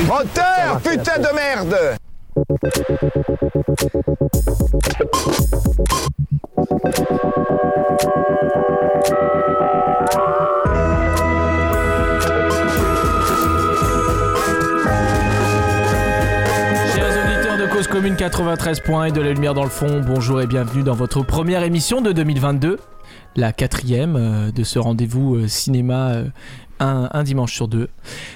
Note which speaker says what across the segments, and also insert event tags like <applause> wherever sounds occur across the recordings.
Speaker 1: Moteur, putain de merde
Speaker 2: Chers auditeurs de Cause Commune 93.1 et de la Lumière dans le fond, bonjour et bienvenue dans votre première émission de 2022, la quatrième euh, de ce rendez-vous euh, cinéma euh, un, un dimanche sur deux.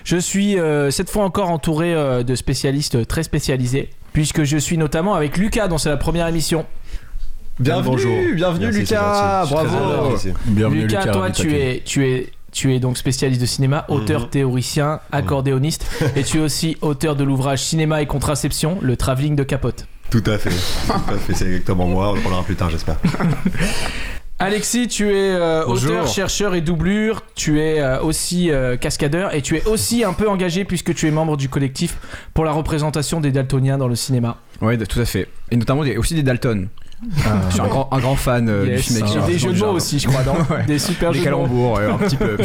Speaker 2: Je suis euh, cette fois encore entouré euh, de spécialistes euh, très spécialisés, puisque je suis notamment avec Lucas dont c'est la première émission.
Speaker 3: Bienvenue,
Speaker 4: Bonjour.
Speaker 3: bienvenue
Speaker 4: Merci, c'est
Speaker 3: Lucas,
Speaker 4: gentil. Je suis très
Speaker 2: Bravo.
Speaker 4: honoré
Speaker 3: bravo.
Speaker 4: ici.
Speaker 5: Bienvenue
Speaker 2: Lucas,
Speaker 5: Lucas,
Speaker 2: toi
Speaker 5: ravi de
Speaker 2: tu
Speaker 5: t'accueillir. Mhm.
Speaker 2: es, tu es... Tu es donc spécialiste de cinéma, auteur, théoricien, accordéoniste, et tu es aussi auteur de l'ouvrage Cinéma et contraception, le travelling de Capote.
Speaker 4: Tout à fait,
Speaker 3: <laughs>
Speaker 4: tout à fait, c'est exactement moi. On en parlera plus tard, j'espère.
Speaker 2: Alexis, tu es euh,
Speaker 5: Bonjour.
Speaker 2: auteur, chercheur et doublure. Tu es euh, aussi euh, cascadeur et tu es aussi un peu engagé puisque tu es membre du collectif pour la représentation des daltoniens dans le cinéma.
Speaker 3: Oui, tout à fait. Et notamment, il y a aussi des Dalton. Euh, Je suis un grand, un grand fan euh,
Speaker 2: Yes.
Speaker 3: du film avec
Speaker 2: Et
Speaker 3: Gérard
Speaker 2: des jeux de mots
Speaker 3: Depardieu.
Speaker 2: aussi, je crois, non
Speaker 3: <laughs> Ouais.
Speaker 2: Des super
Speaker 3: Les
Speaker 2: jeux de mots.
Speaker 3: calembours, euh, un petit peu.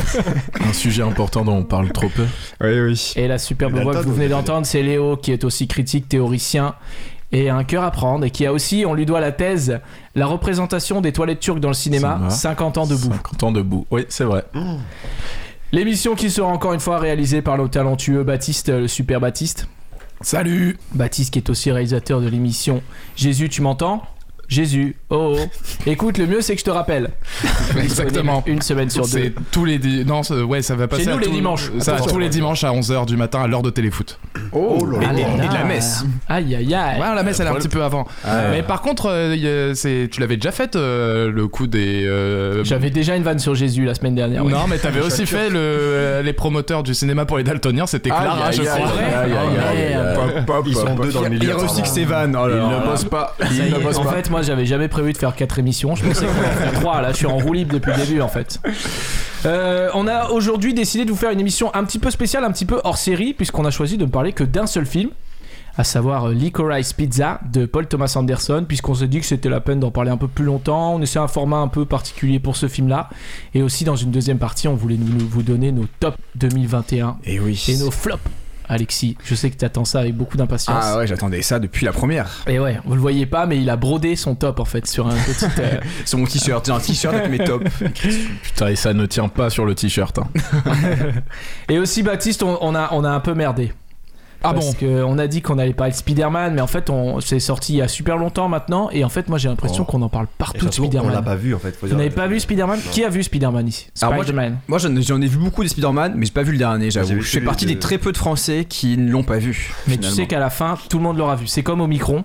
Speaker 5: Un sujet important dont on parle trop
Speaker 6: <laughs>
Speaker 5: peu.
Speaker 3: Oui, oui.
Speaker 2: Et la superbe
Speaker 4: Les
Speaker 2: voix que
Speaker 4: Dalton,
Speaker 2: vous venez
Speaker 4: vous avez
Speaker 2: d'entendre, c'est Léo qui est aussi critique, théoricien et a un cœur à prendre et qui a aussi, on lui doit la thèse, la représentation des toilettes turques dans le cinéma,
Speaker 5: Cinéma.
Speaker 2: 50 ans debout.
Speaker 5: 50 ans debout. Oui, c'est vrai.
Speaker 2: L'émission qui sera encore une fois réalisée par le talentueux Baptiste, le super Baptiste.
Speaker 5: Salut
Speaker 2: Baptiste qui est aussi réalisateur de l'émission Jésus, tu m'entends Jésus,
Speaker 3: <laughs>
Speaker 2: oh, oh. Écoute, le mieux c'est que je te rappelle.
Speaker 6: Exactement.
Speaker 2: Une semaine sur deux.
Speaker 6: C'est tous les di- non c'est- ouais ça va passer
Speaker 2: nous,
Speaker 6: à
Speaker 2: les
Speaker 6: tous-
Speaker 2: dimanches.
Speaker 6: ça va
Speaker 2: Attention.
Speaker 6: tous les dimanches à 11h du matin à l'heure de téléfoot
Speaker 3: Oh,
Speaker 4: là
Speaker 3: et,
Speaker 2: là.
Speaker 3: et de la messe.
Speaker 2: Aïe aïe aïe.
Speaker 6: ouais la messe elle est un petit peu avant
Speaker 5: Ah
Speaker 6: mais par contre euh, y a- c'est tu l'avais déjà fait euh, le coup des euh,
Speaker 2: J'avais déjà une vanne sur Jésus la semaine dernière. ouais.
Speaker 6: non mais t'avais aussi fait le, euh, les promoteurs du cinéma pour les daltoniens c'était
Speaker 3: Aïe,
Speaker 6: Clara
Speaker 3: aïe,
Speaker 6: je
Speaker 3: aïe,
Speaker 6: crois
Speaker 3: aïe, aïe, aïe, aïe, aïe. Pop, pop,
Speaker 4: Ils
Speaker 3: pop,
Speaker 4: sont
Speaker 3: pop.
Speaker 4: deux dans le milieu,
Speaker 3: Il recycle
Speaker 4: pardon.
Speaker 3: ses vannes. Oh là
Speaker 5: Il
Speaker 3: là.
Speaker 5: ne bosse pas.
Speaker 2: Ça
Speaker 5: Il
Speaker 2: y
Speaker 5: ne
Speaker 2: est,
Speaker 5: bosse
Speaker 2: en
Speaker 5: pas.
Speaker 2: fait, moi j'avais jamais prévu de faire 4 émissions. Je pensais qu'on en
Speaker 5: <laughs>
Speaker 2: ferait 3. Là, je suis en roue libre depuis le début en fait. Euh, on a aujourd'hui décidé de vous faire une émission un petit peu spéciale, un petit peu hors série, puisqu'on a choisi de ne parler que d'un seul film, à savoir euh, Licorice Pizza de Paul Thomas Anderson, puisqu'on s'est dit que c'était la peine d'en parler un peu plus longtemps. On essaie un format un peu particulier pour ce film-là. Et aussi, dans une deuxième partie, on voulait nous, nous- vous donner nos tops 2021
Speaker 3: Et oui.
Speaker 2: et nos flops. Alexis, je sais que t'attends ça avec beaucoup d'impatience.
Speaker 3: Ah ouais, j'attendais ça depuis la première.
Speaker 2: Et ouais, vous le voyez pas, mais il a brodé son top en fait sur un
Speaker 3: <laughs>
Speaker 2: petit. euh,
Speaker 3: Sur mon t-shirt, j'ai un t-shirt avec mes tops.
Speaker 5: Putain, et ça ne tient pas sur le t-shirt. hein.
Speaker 2: Et aussi Baptiste, on, on a, on a un peu merdé.
Speaker 6: ah
Speaker 2: parce
Speaker 6: bon
Speaker 2: que on a dit qu'on allait parler de Spider-Man, mais en fait, on c'est sorti il y a super longtemps maintenant, et en fait, moi j'ai l'impression
Speaker 4: Oh.
Speaker 2: qu'on en parle
Speaker 4: Et
Speaker 2: partout de
Speaker 4: surtout, on l'a
Speaker 2: Spider-Man.
Speaker 4: pas vu en fait. faut
Speaker 2: Vous
Speaker 4: dire.
Speaker 2: n'avez pas vu Spider-Man
Speaker 4: Non.
Speaker 2: Qui a vu Spider-Man ici
Speaker 3: Alors, Ah, moi,
Speaker 2: Spider-Man.
Speaker 3: Moi, j'en j'en ai vu beaucoup des Spider-Man, mais j'ai pas vu le dernier,
Speaker 4: J'ai
Speaker 3: j'avoue.
Speaker 4: vu
Speaker 3: Je fais
Speaker 4: celui
Speaker 3: partie
Speaker 4: de-
Speaker 3: des très peu de Français qui ne l'ont pas vu.
Speaker 2: Mais tu
Speaker 3: finalement.
Speaker 2: sais qu'à la fin, tout le monde l'aura vu. C'est comme
Speaker 3: <laughs>
Speaker 2: Omicron.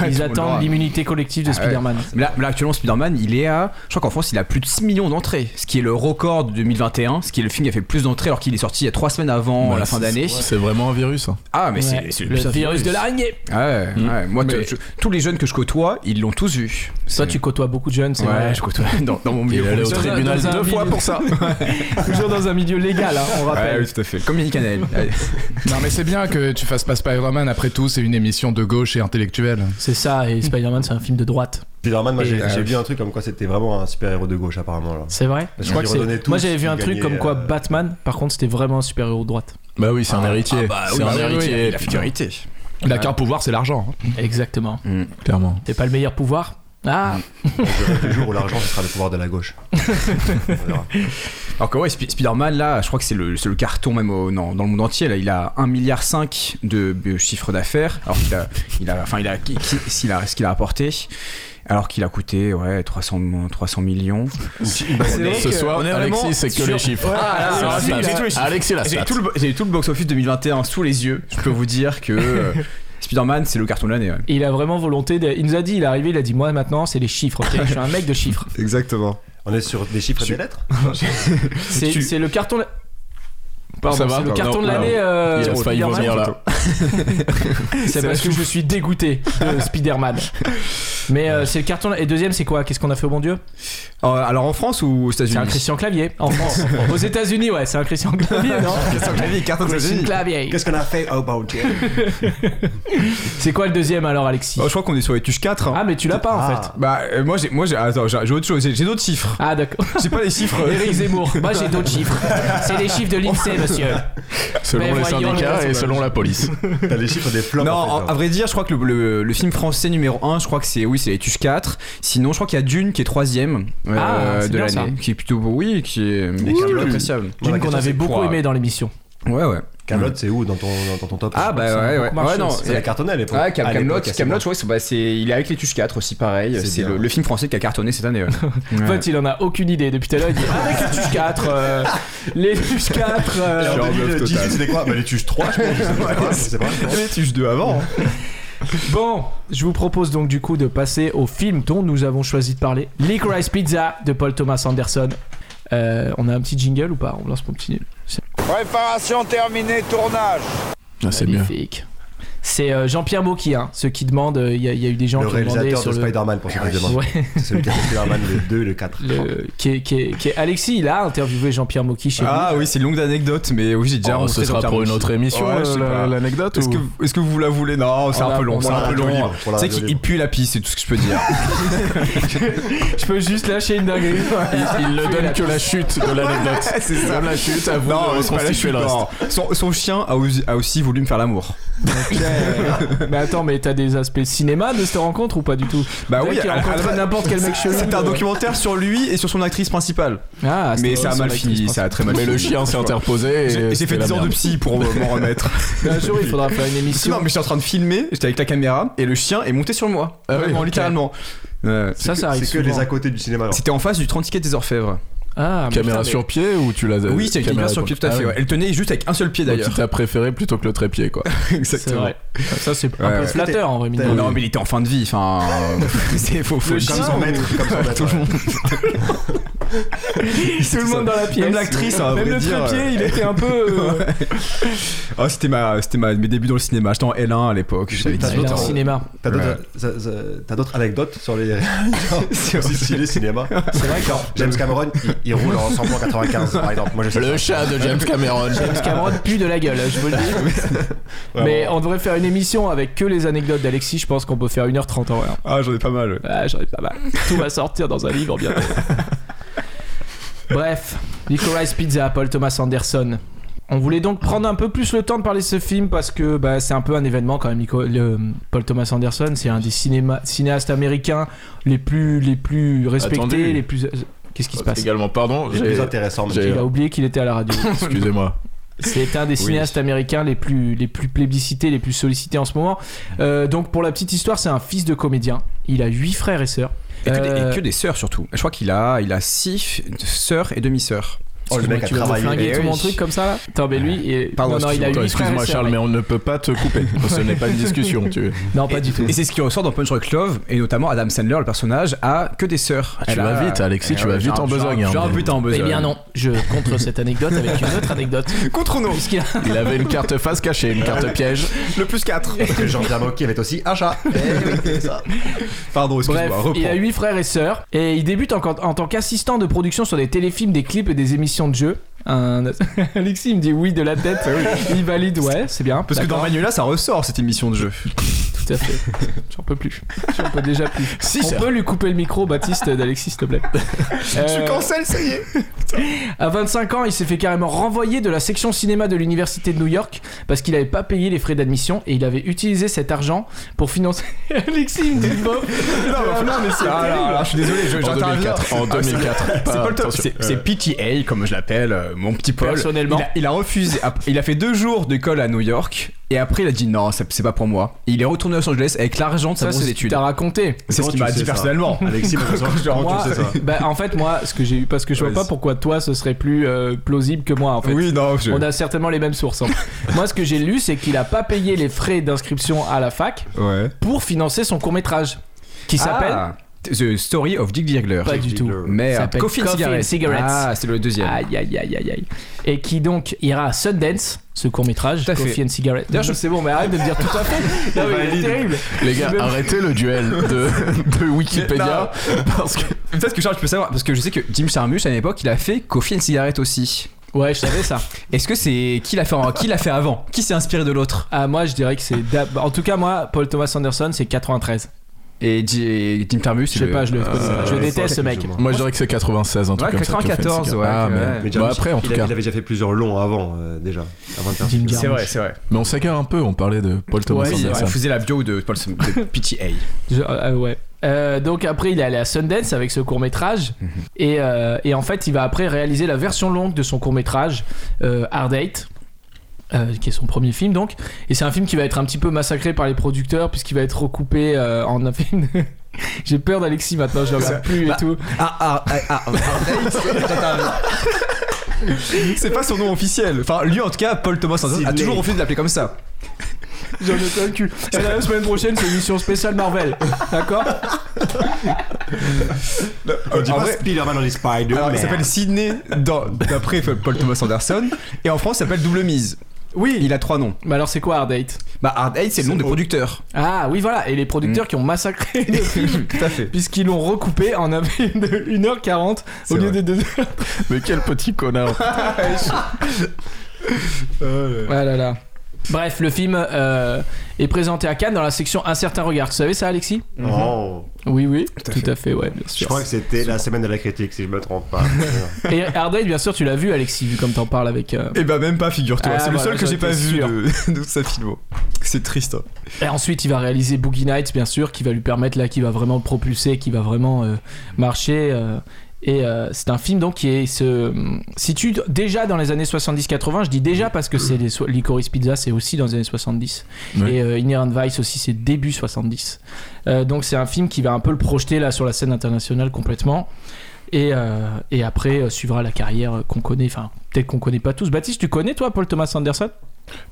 Speaker 2: Ils
Speaker 3: monde l'aura.
Speaker 2: attendent l'immunité collective de
Speaker 3: Ah ouais.
Speaker 2: Spider-Man.
Speaker 3: Mais Là, là, actuellement, Spider-Man, il est à. Je crois qu'en France, il a plus de 6 millions d'entrées, ce qui est le record de 2021, ce qui est le film qui a fait le plus d'entrées alors qu'il est sorti il y a 3 semaines avant
Speaker 5: Bah,
Speaker 3: Oh, la fin
Speaker 5: c'est-
Speaker 3: d'année.
Speaker 5: c'est- C'est vraiment un virus. hein.
Speaker 3: Ah, mais
Speaker 2: Ouais.
Speaker 3: c'est- c'est
Speaker 2: le
Speaker 3: putain,
Speaker 2: virus de l'araignée.
Speaker 3: Ah Ouais, ouais. Moi,
Speaker 5: Mais-
Speaker 3: t- je- tous les jeunes que je côtoie, ils l'ont tous vu.
Speaker 2: Toi,
Speaker 3: C'est-
Speaker 2: tu côtoies beaucoup de jeunes, c'est
Speaker 3: Ouais,
Speaker 2: vrai.
Speaker 3: je côtoie <laughs> dans, dans mon
Speaker 5: Il est
Speaker 3: milieu.
Speaker 5: allé au
Speaker 2: Dans un-
Speaker 5: tribunal
Speaker 2: dans un
Speaker 5: deux fois
Speaker 2: milieu-
Speaker 3: <laughs>
Speaker 5: pour ça.
Speaker 2: <laughs> Toujours dans un milieu légal, hein, on rappelle.
Speaker 3: Ouais, oui, tout à fait. Comme Yannick <laughs> Canel. Ouais.
Speaker 6: non mais c'est bien que tu fasses pas Spider-Man après tout c'est une émission de gauche et intellectuelle
Speaker 2: C'est ça,
Speaker 3: <laughs>
Speaker 2: et Spider-Man, c'est un film de droite.
Speaker 4: Spider-Man, moi
Speaker 2: Et,
Speaker 4: j'ai
Speaker 2: euh,
Speaker 4: j'ai vu un truc comme quoi c'était vraiment un super-héros de gauche apparemment. Là.
Speaker 2: C'est vrai
Speaker 4: Parce
Speaker 2: Je crois
Speaker 4: qu'ils
Speaker 2: que c'est-
Speaker 4: redonnaient tous
Speaker 2: Moi j'avais vu
Speaker 4: qui
Speaker 2: un truc
Speaker 4: gagnaient,
Speaker 2: comme quoi
Speaker 4: euh,
Speaker 2: Batman, par contre c'était vraiment un super-héros de droite.
Speaker 5: Bah oui, c'est un héritier.
Speaker 3: bah oui,
Speaker 5: c'est un
Speaker 3: oui, oui,
Speaker 5: héritier.
Speaker 3: la
Speaker 5: putain,
Speaker 3: figurité.
Speaker 6: il a qu'un pouvoir c'est l'argent hein.
Speaker 2: Euh, Exactement.
Speaker 5: Clairement.
Speaker 2: C'est pas le meilleur pouvoir Ah
Speaker 4: je verrai Le jour où l'argent ce sera le pouvoir de la gauche. On verra.
Speaker 3: Alors que ouais, Spi- Spider-Man, là, je crois que c'est le, c'est le carton même au- non, dans le monde entier. Là, il a 1,5 milliard de euh, chiffre d'affaires. Alors qu'il a, il a, enfin, il a, qui- qui- s'il a- ce qu'il a apporté. Alors qu'il a coûté ouais, 300, mo- 300 millions.
Speaker 5: Ce soir, Alexis, c'est que les chiffres.
Speaker 3: Ah,
Speaker 5: C'est
Speaker 3: là, j'ai-
Speaker 5: la stat.
Speaker 3: j'ai tous les chiffres.
Speaker 5: Alexis, la
Speaker 3: J'ai
Speaker 5: stat.
Speaker 3: tout, le, bo- j'ai tout le box-office 2021 sous les yeux. Je peux vous dire que euh, Spider-Man, c'est le carton de l'année. ouais.
Speaker 2: Il a vraiment volonté. de- Il nous a dit, il est arrivé, il a dit Moi maintenant, c'est les chiffres, ok Je suis un mec de chiffres.
Speaker 3: Exactement.
Speaker 4: On est sur des chiffres et des lettres
Speaker 2: C'est
Speaker 3: Tu-
Speaker 2: c'est le carton. de- Pardon,
Speaker 5: Ça va
Speaker 2: c'est le
Speaker 5: Non,
Speaker 2: carton de
Speaker 5: non.
Speaker 2: l'année. euh,
Speaker 5: Il a failli
Speaker 2: Spider-Man.
Speaker 5: vomir là.
Speaker 2: c'est parce que je suis dégoûté de Spider-Man. Mais euh, c'est le carton. Et deuxième, c'est quoi Qu'est-ce qu'on a fait au bon Dieu
Speaker 3: Euh, alors en France ou aux
Speaker 2: C'est un
Speaker 3: États-Unis
Speaker 2: Christian Clavier en France. aux États-Unis, ouais, c'est un Christian Clavier, non
Speaker 3: Christian Clavier, carton aux
Speaker 2: Christian
Speaker 3: États-Unis.
Speaker 2: Clavier.
Speaker 4: Qu'est-ce qu'on a fait Oh, bah,
Speaker 3: <laughs>
Speaker 4: ok.
Speaker 2: C'est quoi le deuxième alors, Alexis
Speaker 3: Oh, je crois qu'on est sur les tuches 4. hein.
Speaker 2: Ah, mais tu l'as pas en
Speaker 4: Ah.
Speaker 2: fait.
Speaker 3: Bah, euh, moi, j'ai, moi, j'ai, attends, j'ai, j'ai autre chose, j'ai, j'ai d'autres chiffres.
Speaker 2: Ah, <laughs> d'accord.
Speaker 3: <laughs> J'ai pas les chiffres. euh,
Speaker 2: Éric Zemmour. Moi, j'ai <laughs> d'autres chiffres. C'est les chiffres de l'INSEE, monsieur. Mais
Speaker 5: Selon les
Speaker 2: voyons,
Speaker 5: syndicats
Speaker 2: les
Speaker 5: et
Speaker 2: gars,
Speaker 5: selon la police.
Speaker 4: T'as les chiffres des flops.
Speaker 3: Non,
Speaker 4: en
Speaker 3: en-
Speaker 4: fait,
Speaker 3: à
Speaker 4: hein.
Speaker 3: vrai dire, je crois que le, le- le film français numéro 1, je crois que c'est oui, c'est Les Tuches 4. Sinon, je crois qu'il y a Dune qui est 3ème
Speaker 2: Ah, c'est
Speaker 3: de
Speaker 2: bien,
Speaker 3: l'année. Qui est plutôt oui, qui est mais qui est
Speaker 4: Ouh.
Speaker 3: appréciable.
Speaker 4: Moi, la
Speaker 2: D'une qu'on
Speaker 4: question,
Speaker 2: avait
Speaker 4: c'est
Speaker 2: beaucoup
Speaker 4: pourquoi-
Speaker 2: aimé dans l'émission.
Speaker 3: Ouais, ouais.
Speaker 4: Camelot, c'est où dans ton, dans ton- ton top
Speaker 3: Ah, bah ouais, ouais.
Speaker 2: marché
Speaker 3: Ouais, non,
Speaker 2: aussi.
Speaker 4: C'est la cartonnée à l'époque.
Speaker 3: Ouais, Cam-
Speaker 4: À
Speaker 3: Camelot,
Speaker 4: l'époque, à ce
Speaker 3: Camelot,
Speaker 4: moment.
Speaker 3: je crois que c'est, bah, c'est- il est avec les Tuches 4 aussi, pareil.
Speaker 4: C'est
Speaker 3: C'est
Speaker 4: bien.
Speaker 3: le, le film français qui a cartonné cette année. ouais. <laughs> Ouais.
Speaker 2: En fait, il en a aucune idée depuis tout à l'heure. Il dit avec les tuches 4, euh, les tuches 4. euh,
Speaker 4: Alors,
Speaker 5: Je suis en bluff
Speaker 4: 2018,
Speaker 5: total.
Speaker 4: c'était quoi Bah, les tuches 3, je pense. je sais pas, je sais pas, je pense.
Speaker 3: Les Tuches 2 avant. hein.
Speaker 2: Bon, je vous propose donc du coup de passer au film dont nous avons choisi de parler, Licorice Pizza de Paul Thomas Anderson. Euh, on a un petit jingle ou pas On lance mon petit.
Speaker 1: Préparation terminée, tournage.
Speaker 5: Ah, c'est mieux.
Speaker 2: Magnifique. C'est euh, Jean-Pierre Mocky, hein, ceux qui demandent. euh, Il y, a- il y a eu des gens
Speaker 4: Le
Speaker 2: qui ont demandé
Speaker 4: réalisateur
Speaker 2: sur
Speaker 4: de
Speaker 2: le.
Speaker 4: Spider-Man pour
Speaker 2: Ouais,
Speaker 4: celui demain. C'est celui qui a fait Spider-Man le 2 et le 4.
Speaker 2: le- qui est- qui est- qui est- Alexis, il a interviewé Jean-Pierre Mocky chez
Speaker 3: Ah oui, c'est une longue anecdote, mais oui, j'ai déjà
Speaker 5: Oh,
Speaker 3: rencontré
Speaker 5: ce sera
Speaker 3: Jean-Pierre
Speaker 5: pour une
Speaker 3: Mocky.
Speaker 5: autre émission,
Speaker 3: Ouais, je sais
Speaker 5: euh, la-
Speaker 3: pas.
Speaker 5: l'anecdote
Speaker 3: Est-ce
Speaker 5: ou...
Speaker 3: que, est-ce que vous la voulez Non, c'est
Speaker 2: On
Speaker 3: un
Speaker 2: la-
Speaker 3: peu long,
Speaker 2: on
Speaker 3: c'est
Speaker 2: la
Speaker 3: un peu
Speaker 4: radio
Speaker 3: long.
Speaker 4: libre, pour la
Speaker 3: Tu sais
Speaker 4: radio
Speaker 3: qu'il
Speaker 4: libre.
Speaker 3: pue la pisse, c'est tout ce que je peux dire.
Speaker 2: lui. Je peux juste lâcher une dinguerie.
Speaker 5: Il, il ne donne que la chute de
Speaker 3: <laughs>
Speaker 5: l'anecdote.
Speaker 3: c'est ça.
Speaker 5: Comme la chute, à vous de
Speaker 3: c'est pas la
Speaker 5: reconstituer le
Speaker 3: chute,
Speaker 5: reste.
Speaker 3: non. Son, son chien a aussi, a aussi voulu me faire l'amour.
Speaker 2: mais attends, mais t'as des aspects cinéma de cette rencontre ou pas du tout
Speaker 3: Bah
Speaker 2: Le
Speaker 3: oui,
Speaker 2: mec, il
Speaker 3: à- à la
Speaker 2: rencontre
Speaker 3: base,
Speaker 2: n'importe quel mec chelou.
Speaker 3: C'est un
Speaker 2: euh.
Speaker 3: documentaire sur lui et sur son actrice principale.
Speaker 2: Ah,
Speaker 3: Mais
Speaker 2: c'est-
Speaker 3: ça a
Speaker 2: c'est
Speaker 3: mal
Speaker 2: l'actrice
Speaker 3: fini, ça a très mal
Speaker 5: Mais
Speaker 3: fini.
Speaker 5: le chien s'est interposé. et
Speaker 3: J'ai j'ai
Speaker 5: c'était
Speaker 3: fait
Speaker 5: la
Speaker 3: 10 ans de
Speaker 5: merde.
Speaker 3: psy pour euh, m'en
Speaker 5: <laughs>
Speaker 3: remettre.
Speaker 2: Un jour, il faudra faire une
Speaker 3: Parce que
Speaker 2: émission.
Speaker 3: non, mais j'étais en train de filmer, j'étais avec la caméra et le chien est monté sur moi.
Speaker 5: Ah oui,
Speaker 3: Vraiment,
Speaker 5: ok.
Speaker 3: littéralement. Euh,
Speaker 2: Ça, ça arrive.
Speaker 4: C'est que les
Speaker 2: souvent.
Speaker 4: à côté du cinéma. alors.
Speaker 3: C'était en face du 30 tickets des Orfèvres.
Speaker 2: Ah, mais
Speaker 5: Caméra
Speaker 2: putain,
Speaker 5: sur pied ou tu l'as
Speaker 3: Oui, c'était une
Speaker 5: caméra
Speaker 3: caméra sur pied, tout à
Speaker 5: Ah
Speaker 3: fait.
Speaker 5: ouais.
Speaker 3: ouais. Elle tenait juste avec un seul pied
Speaker 5: Donc tu <laughs>
Speaker 3: d'ailleurs.
Speaker 5: t'as préféré plutôt que le trépied quoi.
Speaker 2: mais C'est
Speaker 3: Exactement.
Speaker 2: vrai. Ça, c'est
Speaker 3: Ouais,
Speaker 2: un peu
Speaker 3: ouais.
Speaker 2: flatteur en vrai, mine de rien.
Speaker 3: Non, mais il était en fin de vie,
Speaker 5: <laughs>
Speaker 3: enfin. c'est faux, faut
Speaker 2: Le
Speaker 3: le
Speaker 2: chien
Speaker 3: dire.
Speaker 4: Comme son maître, comme son maître, ouais.
Speaker 3: <laughs> Tout le monde.
Speaker 2: Tout le monde dans la pièce.
Speaker 3: Même l'actrice, hein, à
Speaker 2: Même
Speaker 3: vrai
Speaker 2: le
Speaker 3: dire,
Speaker 2: trépied,
Speaker 3: euh.
Speaker 2: il était un peu. euh,
Speaker 3: Ah, c'était ma, c'était ma, mes débuts dans le cinéma. J'étais en L1 à l'époque. J'avais
Speaker 4: T'as
Speaker 2: il est
Speaker 3: 18
Speaker 2: en
Speaker 4: d'autres-
Speaker 3: ans.
Speaker 2: cinéma.
Speaker 4: T'as d'autres- ça- ça- t'as d'autres anecdotes sur les aussi stylé cinéma C'est vrai que James Cameron, il, il roule en 100 95 par exemple. Moi je sais.
Speaker 5: Le chat de James Cameron.
Speaker 2: James Cameron pue de la gueule, je vous le dis. Mais on devrait faire une émission avec que les anecdotes d'Alexis. Je pense qu'on peut faire 1h30 en vrai.
Speaker 3: Ah, j'en ai pas mal. ouais.
Speaker 2: Ah, j'en ai pas mal. Tout va sortir dans un livre bientôt. Bref, Licorice Pizza, Paul Thomas Anderson. On voulait donc prendre un peu plus le temps de parler de ce film parce que bah, c'est un peu un événement quand même. Nico- le- Paul Thomas Anderson, c'est un des cinéma- cinéastes américains les plus, les plus respectés,
Speaker 5: Attendu.
Speaker 2: les plus. euh, Qu'est-ce qui se passe
Speaker 5: Également, pardon.
Speaker 4: Les
Speaker 5: j'ai-
Speaker 4: plus intéressants, même.
Speaker 5: j'ai-
Speaker 2: Il a oublié qu'il était à la
Speaker 6: <laughs>
Speaker 2: radio.
Speaker 3: <laughs>
Speaker 5: Excusez-moi.
Speaker 2: C'est un des cinéastes américains les plus, les plus plébiscités, les plus sollicités en ce moment. Euh, donc pour la petite histoire, c'est un fils de comédien. Il a huit frères et sœurs.
Speaker 3: Et que, des,
Speaker 2: Euh,
Speaker 3: et que des sœurs surtout. Je crois qu'il a, il a six sœurs et demi-sœurs.
Speaker 4: Oh, le
Speaker 2: Excuse-moi,
Speaker 4: mec a
Speaker 2: tu vas me
Speaker 4: travaillé.
Speaker 2: flinguer
Speaker 3: Eh
Speaker 2: tout
Speaker 3: oui.
Speaker 2: mon truc comme ça là Attends, mais lui, il...
Speaker 3: Pardon,
Speaker 2: non, non, il a eu
Speaker 5: Attends,
Speaker 2: huit frères
Speaker 5: Excuse-moi
Speaker 2: et sœurs,
Speaker 5: Charles,
Speaker 2: mec.
Speaker 5: mais on ne peut pas te
Speaker 3: <laughs>
Speaker 5: couper. Ce n'est pas une discussion. Tu...
Speaker 2: Non, pas
Speaker 3: Et-
Speaker 2: du tout.
Speaker 3: Et c'est ce qui ressort dans Punch Rock Love, et notamment Adam Sandler, le personnage, a que des sœurs.
Speaker 2: Ah,
Speaker 5: tu
Speaker 3: Elle
Speaker 5: vas
Speaker 3: a-
Speaker 5: vite, Alexis,
Speaker 3: Eh
Speaker 5: tu vas
Speaker 3: ouais,
Speaker 5: vite
Speaker 3: j'ai
Speaker 5: en
Speaker 3: un-
Speaker 5: besogne,
Speaker 3: j'ai un- J'ai
Speaker 5: hein.
Speaker 3: un putain en
Speaker 2: Eh
Speaker 3: besogne.
Speaker 2: bien non, je contre cette anecdote avec une autre anecdote.
Speaker 3: Contre nous,
Speaker 2: Puisqu'il a-
Speaker 5: Il avait une carte face cachée, une carte piège.
Speaker 3: le plus 4.
Speaker 4: Parce que Jean-Pierre Mocky avait
Speaker 3: Euh,
Speaker 4: aussi un
Speaker 3: <laughs>
Speaker 4: chat. Eh oui, c'est ça.
Speaker 3: Pardon,
Speaker 2: Bref,
Speaker 3: excuse-moi, reprends.
Speaker 2: il a huit frères et sœurs et il débute en, en tant qu'assistant de production sur des téléfilms, des clips et des émissions de jeux. Un- <laughs> Alexis il me dit oui de la tête, il valide, ouais, c'est bien.
Speaker 3: Parce que dans
Speaker 2: d'accord,
Speaker 3: Manuela, ça ressort cette émission de jeu.
Speaker 2: tout à fait. <laughs> J'en peux plus. J'en peux déjà plus. <laughs>
Speaker 5: Si,
Speaker 2: On
Speaker 5: ça.
Speaker 2: peut lui couper le micro, Baptiste, d'Alexis, s'il te plaît. Euh,
Speaker 3: cancel, ça y est.
Speaker 2: À 25 ans, il s'est fait carrément renvoyer de la section cinéma de l'université de New York parce qu'il n'avait pas payé les frais d'admission et il avait utilisé cet argent pour financer. <laughs> Alexis il me dit le mot.
Speaker 3: Ah, Non, mais c'est Ah, Je suis désolé, je-
Speaker 5: En
Speaker 3: j'interviens. Ah,
Speaker 5: 2004. En 2004.
Speaker 3: <laughs> C'est
Speaker 5: pas-
Speaker 3: Paul Thomas-
Speaker 5: attention.
Speaker 3: c'est- c'est PTA comme je l'appelle, euh, mon petit Paul.
Speaker 2: Personnellement.
Speaker 3: il a, il a refusé. ap- Il a fait deux jours d'école à New York et après il a dit non, ça- c'est pas pour moi. Et il est retourné à Los Angeles avec l'argent de
Speaker 2: Ça,
Speaker 3: sa bourse
Speaker 2: c'est ce que
Speaker 3: d'études.
Speaker 2: t'as raconté.
Speaker 3: C'est ce
Speaker 4: Comment
Speaker 3: qu'il
Speaker 4: tu
Speaker 3: m'a
Speaker 4: sais
Speaker 3: dit
Speaker 4: ça
Speaker 3: <laughs> personnellement.
Speaker 4: Alexis, moi, je sens-
Speaker 3: Quand je l'ai rencontré,
Speaker 2: Moi,
Speaker 3: c'est ça.
Speaker 2: bah, en fait, moi, ce que j'ai eu, parce que je vois
Speaker 3: Ouais,
Speaker 2: pas
Speaker 3: c'est-
Speaker 2: pourquoi toi ce serait plus euh, plausible que moi en fait.
Speaker 3: Oui, non, je.
Speaker 2: On a certainement les mêmes sources.
Speaker 3: <laughs>
Speaker 2: hein. moi, ce que j'ai lu, c'est qu'il a pas payé les frais d'inscription à la fac
Speaker 3: Ouais.
Speaker 2: pour financer son court métrage qui s'appelle
Speaker 3: The Story of Dick Diegler.
Speaker 2: Pas du tout.
Speaker 3: Mais
Speaker 2: Ça
Speaker 3: euh,
Speaker 2: s'appelle
Speaker 3: Coffee and
Speaker 2: Coffee and
Speaker 3: Cigarettes.
Speaker 2: Cigarettes.
Speaker 3: Ah, c'est le deuxième.
Speaker 2: Aïe, aïe, aïe, aïe, aïe. Et qui donc ira à Sundance, ce court-métrage,
Speaker 3: Tout à fait.
Speaker 2: Coffee and Cigarette. D'ailleurs, je sais, bon, mais arrête de me dire tout à <laughs> fait. Non, mais il est terrible.
Speaker 5: Les gars,
Speaker 3: <laughs>
Speaker 2: Je me-
Speaker 5: arrêtez le duel de, de Wikipédia. Parce que.
Speaker 3: Peut-être que Charles, tu peux savoir, parce que je sais que Jim Charmus, à l'époque, il a fait Coffee and Cigarette aussi.
Speaker 2: Ouais, je savais ça.
Speaker 3: Est-ce que c'est. Qui l'a fait, en- qui l'a fait avant Qui s'est inspiré de l'autre
Speaker 2: Ah, moi, je dirais que c'est. d'ab- En tout cas, moi, Paul Thomas Anderson, c'est 93.
Speaker 3: Et J- Jim Charmus,
Speaker 2: Je sais pas, je le Ah, connais pas. Je
Speaker 4: ouais,
Speaker 2: déteste ce mec.
Speaker 4: plus ou moins.
Speaker 5: Moi, je dirais que c'est 96, un truc
Speaker 3: Ouais,
Speaker 5: comme ça.
Speaker 3: 94,
Speaker 5: Coffee and
Speaker 3: ouais, ouais.
Speaker 5: Cigarettes. Ah, mais-
Speaker 3: Mais
Speaker 6: Bah,
Speaker 5: Bon, après, en tout
Speaker 4: il, avait,
Speaker 5: cas.
Speaker 4: il avait déjà fait plusieurs longs avant, euh, déjà. Avant de faire
Speaker 2: Jim
Speaker 4: ce film.
Speaker 3: C'est
Speaker 2: Jarmusch.
Speaker 3: vrai, c'est vrai.
Speaker 5: Mais on s'égare un peu, on parlait de Paul Thomas
Speaker 3: Ouais, il- on
Speaker 5: Anderson.
Speaker 3: faisait la bio de Paul de PTA.
Speaker 2: Je- euh, euh, ouais. Euh, donc après il est allé à Sundance avec ce court métrage
Speaker 3: Mhm.
Speaker 2: et, euh, et en fait il va après réaliser la version longue de son court métrage Hard Eight euh, qui est son premier film donc et c'est un film qui va être un petit peu massacré par les producteurs puisqu'il va être recoupé euh, en un film de- <laughs> j'ai peur d'Alexis maintenant je le regarde plus et
Speaker 3: bah,
Speaker 2: tout
Speaker 3: Ah, ah, ah, ah, ah. C'est pas son nom officiel. Enfin, lui en tout cas, Paul Thomas Anderson a
Speaker 4: Sidney.
Speaker 3: toujours refusé de l'appeler comme ça.
Speaker 2: j'en ai plein le cul Et la semaine prochaine c'est une émission spéciale Marvel
Speaker 3: <laughs>
Speaker 2: d'accord
Speaker 4: On dit
Speaker 3: En
Speaker 4: Oh, pas
Speaker 3: vrai-
Speaker 4: Spider-Man on the Spider.
Speaker 3: Ah Alors, il s'appelle Sidney dans- d'après Paul Thomas Anderson, et en France, il s'appelle Double Mise. Oui. Il a trois noms.
Speaker 2: mais alors c'est quoi Hard Eight
Speaker 3: Bah, Hard Eight, c'est le nom du producteur.
Speaker 2: ah oui voilà et les
Speaker 3: Mm.
Speaker 2: producteurs qui ont massacré le film
Speaker 3: Tout à fait.
Speaker 2: puisqu'ils l'ont recoupé en un film de 1h40 au lieu
Speaker 3: vrai.
Speaker 2: de 2 h
Speaker 5: Mais quel petit connard.
Speaker 3: <laughs>
Speaker 2: Ah là là. Bref, le film euh, est présenté à Cannes dans la section Un certain regard. Tu savais ça, Alexis
Speaker 4: Oh,
Speaker 2: Oui, oui. Tout à fait, ouais, bien
Speaker 4: je
Speaker 2: sûr.
Speaker 4: crois que c'était la semaine de la critique, si je me trompe pas.
Speaker 2: Et Hard Eight, bien sûr, tu l'as vu, Alexis, vu comme t'en parles avec. euh,
Speaker 3: Et bah, même pas, figure-toi.
Speaker 2: Ah,
Speaker 3: c'est le
Speaker 2: voilà,
Speaker 3: seul que
Speaker 2: j'en
Speaker 3: j'ai pas
Speaker 2: étais
Speaker 3: vu
Speaker 2: sûr.
Speaker 3: de, <laughs> de sa filmo. C'est triste. hein.
Speaker 2: Et ensuite, il va réaliser Boogie Nights, bien sûr, qui va lui permettre là, qui va vraiment le propulser, qui va vraiment euh, marcher. euh, et euh, c'est un film donc qui est, se euh, situe déjà dans les années 70-80. Je dis déjà parce que c'est les so- Licorice Pizza, c'est aussi dans les années 70.
Speaker 5: Ouais.
Speaker 2: Et euh, Inherent Vice aussi, c'est début 70. Euh, donc c'est un film qui va un peu le projeter là sur la scène internationale complètement. Et, euh, et après euh, suivra la carrière euh, qu'on connaît, enfin peut-être qu'on connaît pas tous. Baptiste, tu connais toi Paul Thomas Anderson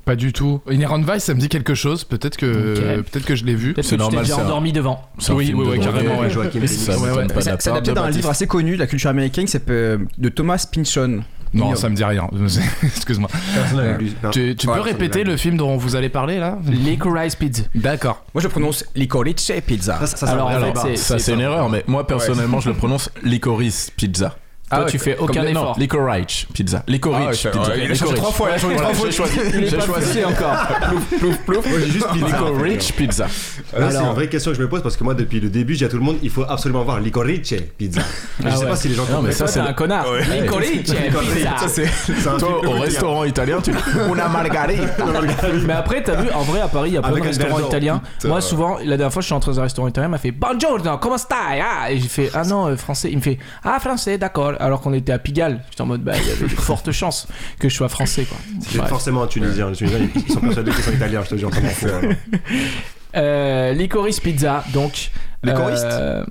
Speaker 6: Pas du tout. Inherent Vice, ça me dit quelque chose. Peut-être que,
Speaker 2: Ok.
Speaker 6: peut-être que je l'ai vu.
Speaker 2: Peut-être que
Speaker 5: C'est
Speaker 2: tu t'es
Speaker 5: normal,
Speaker 2: déjà
Speaker 5: c'est un-
Speaker 2: endormi devant.
Speaker 5: <laughs> C'est un
Speaker 6: Oui,
Speaker 5: film
Speaker 6: oui,
Speaker 5: de
Speaker 6: oui,
Speaker 5: drogué.
Speaker 6: carrément, ouais,
Speaker 4: Joachim
Speaker 5: Et ça
Speaker 4: Phoenix.
Speaker 5: m'étonne
Speaker 6: Ouais,
Speaker 5: pas de
Speaker 3: C'est
Speaker 5: la
Speaker 3: c'est
Speaker 5: part
Speaker 3: adapté
Speaker 5: de
Speaker 3: d'un
Speaker 5: Baptiste.
Speaker 3: livre assez connu de la culture américaine qui s'appelle euh, de Thomas Pynchon.
Speaker 6: Non, ça me dit rien. <laughs> Excuse-moi.
Speaker 4: Personne n'avait lu. Non.
Speaker 6: Tu, tu
Speaker 3: Ouais,
Speaker 6: peux
Speaker 3: ça me
Speaker 6: répéter
Speaker 4: va.
Speaker 6: le film dont vous allez parler là
Speaker 2: Licorice Pizza.
Speaker 6: D'accord.
Speaker 3: Moi, je prononce Licorice Pizza.
Speaker 4: Ça, ça, ça,
Speaker 2: Alors,
Speaker 4: ça-
Speaker 2: en fait,
Speaker 4: bah,
Speaker 2: c'est-
Speaker 5: Ça, c'est une erreur, mais moi, personnellement, je le prononce licorice pizza.
Speaker 2: Toi,
Speaker 3: Ah, ouais,
Speaker 2: tu fais aucun
Speaker 5: Comme-
Speaker 2: effort.
Speaker 5: Non, licorice pizza.
Speaker 6: Ah
Speaker 5: Licorice pizza.
Speaker 3: il a changé
Speaker 5: Licorice.
Speaker 3: trois fois, il a changé trois
Speaker 5: Voilà,
Speaker 3: fois.
Speaker 5: J'ai choisi.
Speaker 2: Il est
Speaker 5: J'ai
Speaker 2: pas
Speaker 5: choisi.
Speaker 2: fixé encore.
Speaker 3: Moi, j'ai juste pizza.
Speaker 5: Licorice pizza.
Speaker 4: Là, c'est
Speaker 2: Alors-
Speaker 4: une vraie question que je me pose parce que moi, depuis le début, j'ai à tout le monde il faut absolument voir Licorice Pizza. Mais je sais
Speaker 2: ouais.
Speaker 4: pas si les gens
Speaker 5: Non, mais
Speaker 2: Mais
Speaker 5: ça,
Speaker 2: toi,
Speaker 5: c'est
Speaker 2: t'es un
Speaker 5: le-
Speaker 2: connard. eh, Licorice, pizza.
Speaker 4: C'est un
Speaker 5: Toi,
Speaker 4: film
Speaker 5: au
Speaker 4: italien.
Speaker 5: restaurant italien, tu. Una margarita.
Speaker 2: Mais après, t'as vu, en vrai, à Paris, il y a plein de
Speaker 4: Avec un
Speaker 2: restaurants
Speaker 4: verre d'eau.
Speaker 2: italiens. Moi, souvent, la dernière fois, je suis entré dans un restaurant italien, il m'a fait Buongiorno, comment stai ah, Et j'ai fait Ah non, euh, français. Il me fait Ah, français, d'accord. Alors qu'on était à Pigalle. J'étais en mode Bah, il y avait
Speaker 4: <laughs>
Speaker 2: de fortes chances que je sois français, quoi.
Speaker 4: C'est
Speaker 2: Bref.
Speaker 4: forcément un Tunisien. Les Tunisiens, ils- ils sont persuadés qu'ils sont italiens, je te jure. comment on fait, alors.
Speaker 2: Euh, Licorice Pizza, donc.
Speaker 3: Licorice
Speaker 2: euh,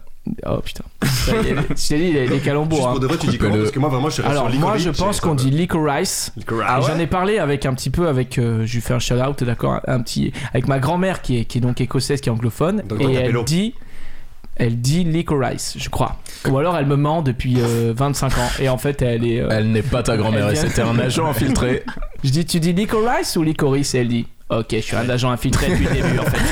Speaker 2: Oh putain. Ça y est, Je t'ai
Speaker 4: <laughs>
Speaker 2: dit, les, les
Speaker 4: Juste
Speaker 2: calembours. hein.
Speaker 4: pour de vrai, tu dis
Speaker 5: Coupe-le.
Speaker 4: comment Parce que moi, vraiment, je suis
Speaker 2: Alors,
Speaker 4: sur
Speaker 2: moi,
Speaker 4: Licorice.
Speaker 2: je pense qu'on dit Licorice.
Speaker 4: Licorice.
Speaker 3: Ah
Speaker 2: Et J'en ai parlé avec un petit peu avec, euh, je lui fais un shout out, d'accord, un petit, avec ma grand-mère qui est, qui est donc écossaise, qui est anglophone,
Speaker 4: Donc,
Speaker 2: et
Speaker 4: t'as
Speaker 2: elle
Speaker 4: Bello.
Speaker 2: dit, elle dit licorice, je crois, ou alors elle me ment depuis euh, 25 ans, et en fait elle est, euh,
Speaker 5: Elle n'est pas ta grand-mère,
Speaker 2: Elle
Speaker 5: et
Speaker 2: vient-
Speaker 5: c'était un agent infiltré.
Speaker 2: je dis tu dis licorice ou licorice, et elle dit, ok, je suis un agent infiltré
Speaker 3: <laughs>
Speaker 2: depuis le début en fait,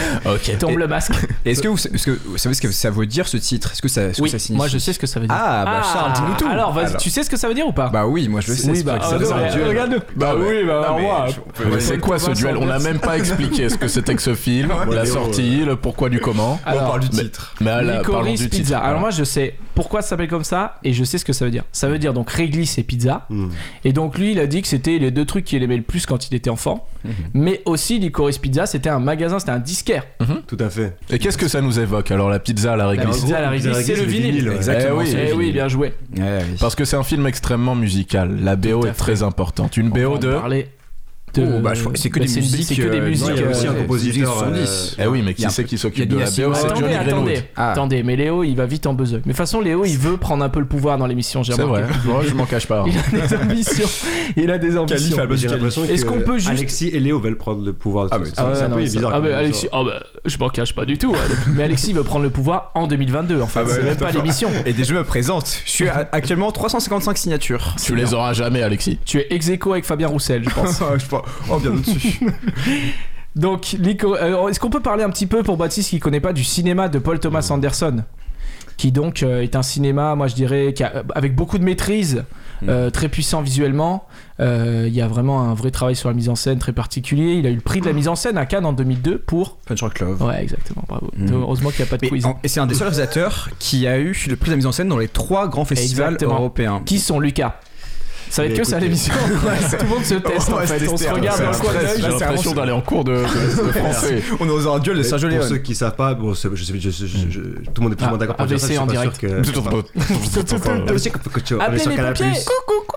Speaker 5: Ok.
Speaker 2: tombe le masque.
Speaker 3: Est-ce que vous est-ce que vous savez ce que ça veut dire ce titre Est-ce que ça, ce que
Speaker 2: Oui,
Speaker 3: ça signifie
Speaker 2: moi je sais ce que ça veut dire.
Speaker 3: Ah, bah, Charles, dis-nous tout.
Speaker 2: Alors vas-y,
Speaker 3: Alors.
Speaker 2: tu sais ce que ça veut dire ou pas
Speaker 3: Bah oui, moi je le sais.
Speaker 2: oui,
Speaker 3: c'est
Speaker 2: bah,
Speaker 3: pour ça que
Speaker 2: ah,
Speaker 3: c'est
Speaker 2: non,
Speaker 3: un duel.
Speaker 2: regarde.
Speaker 6: Ah,
Speaker 2: Ah,
Speaker 5: Bah oui, bah
Speaker 3: Non, mais
Speaker 2: moi.
Speaker 3: je- on peut-
Speaker 5: Mais c'est quoi ce
Speaker 2: Thomas
Speaker 5: duel On n'a
Speaker 2: Sanders.
Speaker 5: même pas expliqué ce que c'était que ce film, la sortie, le pourquoi du comment.
Speaker 2: Alors,
Speaker 3: On parle du
Speaker 5: mais-
Speaker 3: titre.
Speaker 5: Mais à la, parlons
Speaker 2: Licorice
Speaker 5: du
Speaker 2: pizza.
Speaker 5: titre.
Speaker 2: Alors moi je sais pourquoi ça s'appelle comme ça et je sais ce que ça veut dire. Ça veut dire donc réglisse et pizza.
Speaker 4: Mm.
Speaker 2: Et donc lui il a dit que c'était les deux trucs qu'il aimait le plus quand il était enfant.
Speaker 4: Mhm.
Speaker 2: Mais aussi Licorice Pizza c'était un magasin, c'était un disquaire.
Speaker 4: Tout à fait.
Speaker 5: Et qu'est-ce que ça nous évoque alors la pizza à la
Speaker 2: La
Speaker 5: réglisse
Speaker 2: pizza à la
Speaker 4: pizza à la
Speaker 2: réglisse c'est
Speaker 4: réglisse, c'est
Speaker 2: le
Speaker 4: le
Speaker 2: vinyle.
Speaker 4: vinyle, ouais.
Speaker 5: Exactement,
Speaker 2: Eh oui,
Speaker 5: c'est le
Speaker 2: eh oui,
Speaker 5: vinyle.
Speaker 2: bien joué.
Speaker 3: Ouais, oui.
Speaker 5: Parce que c'est un film extrêmement musical. La BO
Speaker 2: Tout à
Speaker 5: est
Speaker 2: fait.
Speaker 5: très importante. Une
Speaker 2: On va
Speaker 5: BO
Speaker 2: en
Speaker 5: de
Speaker 2: parler. de-
Speaker 3: Oh, bah, je crois que c'est que
Speaker 2: bah,
Speaker 3: des
Speaker 2: c'est une-
Speaker 3: musiques,
Speaker 2: c'est que des
Speaker 3: euh,
Speaker 2: musiques,
Speaker 3: non, il y a
Speaker 2: euh,
Speaker 3: aussi un
Speaker 2: ouais.
Speaker 4: compositeur. euh,
Speaker 6: Eh oui, mais
Speaker 3: y a
Speaker 6: qui
Speaker 3: un
Speaker 6: c'est
Speaker 3: peu-
Speaker 6: qui
Speaker 3: y a
Speaker 6: s'occupe de la
Speaker 3: Yassine
Speaker 6: BO C'est
Speaker 3: Attendez,
Speaker 6: Johnny Greenwood.
Speaker 2: attendez,
Speaker 3: Ah.
Speaker 2: attendez, mais Léo, il va vite en besogne. Mais de toute façon, Léo, il veut prendre un peu le pouvoir dans l'émission. j'ai
Speaker 6: C'est vrai.
Speaker 2: remarqué.
Speaker 6: Moi, je m'en cache pas.
Speaker 2: Il a des ambitions. Il a des ambitions.
Speaker 4: Moi, J'ai l'impression
Speaker 2: Est-ce
Speaker 4: que
Speaker 2: qu'on peut juste-
Speaker 4: Alexis et Léo veulent prendre le pouvoir.
Speaker 3: Ah,
Speaker 4: de
Speaker 3: mais
Speaker 4: ça.
Speaker 2: Ah ouais,
Speaker 4: c'est un
Speaker 2: non,
Speaker 4: peu
Speaker 2: mais ça-
Speaker 4: bizarre.
Speaker 2: ah,
Speaker 4: quand
Speaker 2: mais
Speaker 4: même,
Speaker 2: Alexis,
Speaker 4: ça.
Speaker 2: ah bah, je m'en cache pas du tout. hein. mais Alexis veut prendre le pouvoir en 2022. En fait,
Speaker 3: Ah bah
Speaker 2: c'est
Speaker 3: oui,
Speaker 2: même pas
Speaker 3: d'accord.
Speaker 2: l'émission.
Speaker 3: Et des jeux me présentent. Je suis à- actuellement 355 signatures.
Speaker 6: Tu les auras jamais, Alexis.
Speaker 2: Tu es ex aequo avec Fabien Roussel, je pense.
Speaker 3: Je pense- Oh, bien au-dessus.
Speaker 2: Donc, Nico, euh, est-ce qu'on peut parler un petit peu pour Baptiste qui connaît pas du cinéma de Paul Thomas Anderson qui donc euh, est un cinéma, moi je dirais, qui a- euh, avec beaucoup de maîtrise, euh, très puissant visuellement. Euh, Il y a vraiment un vrai travail sur la mise en scène très particulier. Il a eu le prix de la mise en scène à Cannes en 2002 pour.
Speaker 3: Punch Rock Love.
Speaker 2: Ouais, exactement, bravo.
Speaker 3: Mm.
Speaker 2: Heureusement qu'il n'y a pas de
Speaker 3: Mais
Speaker 2: quiz.
Speaker 3: en- et c'est un des seuls réalisateurs qui a eu le prix de la mise en scène dans les trois grands festivals
Speaker 2: Exactement.
Speaker 3: européens.
Speaker 2: Qui sont Lucas ça va être
Speaker 4: Mais
Speaker 2: que ça
Speaker 4: écoutez-
Speaker 2: l'émission. Tout le monde se teste
Speaker 3: On
Speaker 2: en
Speaker 3: va se
Speaker 2: fait. On se
Speaker 3: tester,
Speaker 2: regarde
Speaker 3: c'est
Speaker 2: dans le
Speaker 3: un
Speaker 2: coin de l'œil.
Speaker 3: stress,
Speaker 6: J'ai
Speaker 3: j'ai
Speaker 6: l'impression
Speaker 3: l'impression
Speaker 6: d'aller en cours de, de-
Speaker 2: <laughs>
Speaker 6: de français.
Speaker 3: On est dans un duel de
Speaker 4: Mais
Speaker 3: Sergio
Speaker 4: Pour
Speaker 3: Leone.
Speaker 4: ceux qui savent pas, bon, c'est- je sais, je, je- je- je- tout le monde est plus ou moins
Speaker 2: Ah,
Speaker 4: d'accord pour dire ça. je
Speaker 2: AVC
Speaker 4: suis
Speaker 2: en
Speaker 4: pas sûr
Speaker 2: direct.
Speaker 4: que- je sais pas. Ah, mais c'est que- que tu- on est
Speaker 2: Appelez
Speaker 4: sur
Speaker 2: les
Speaker 4: Canal+.
Speaker 2: pompiers.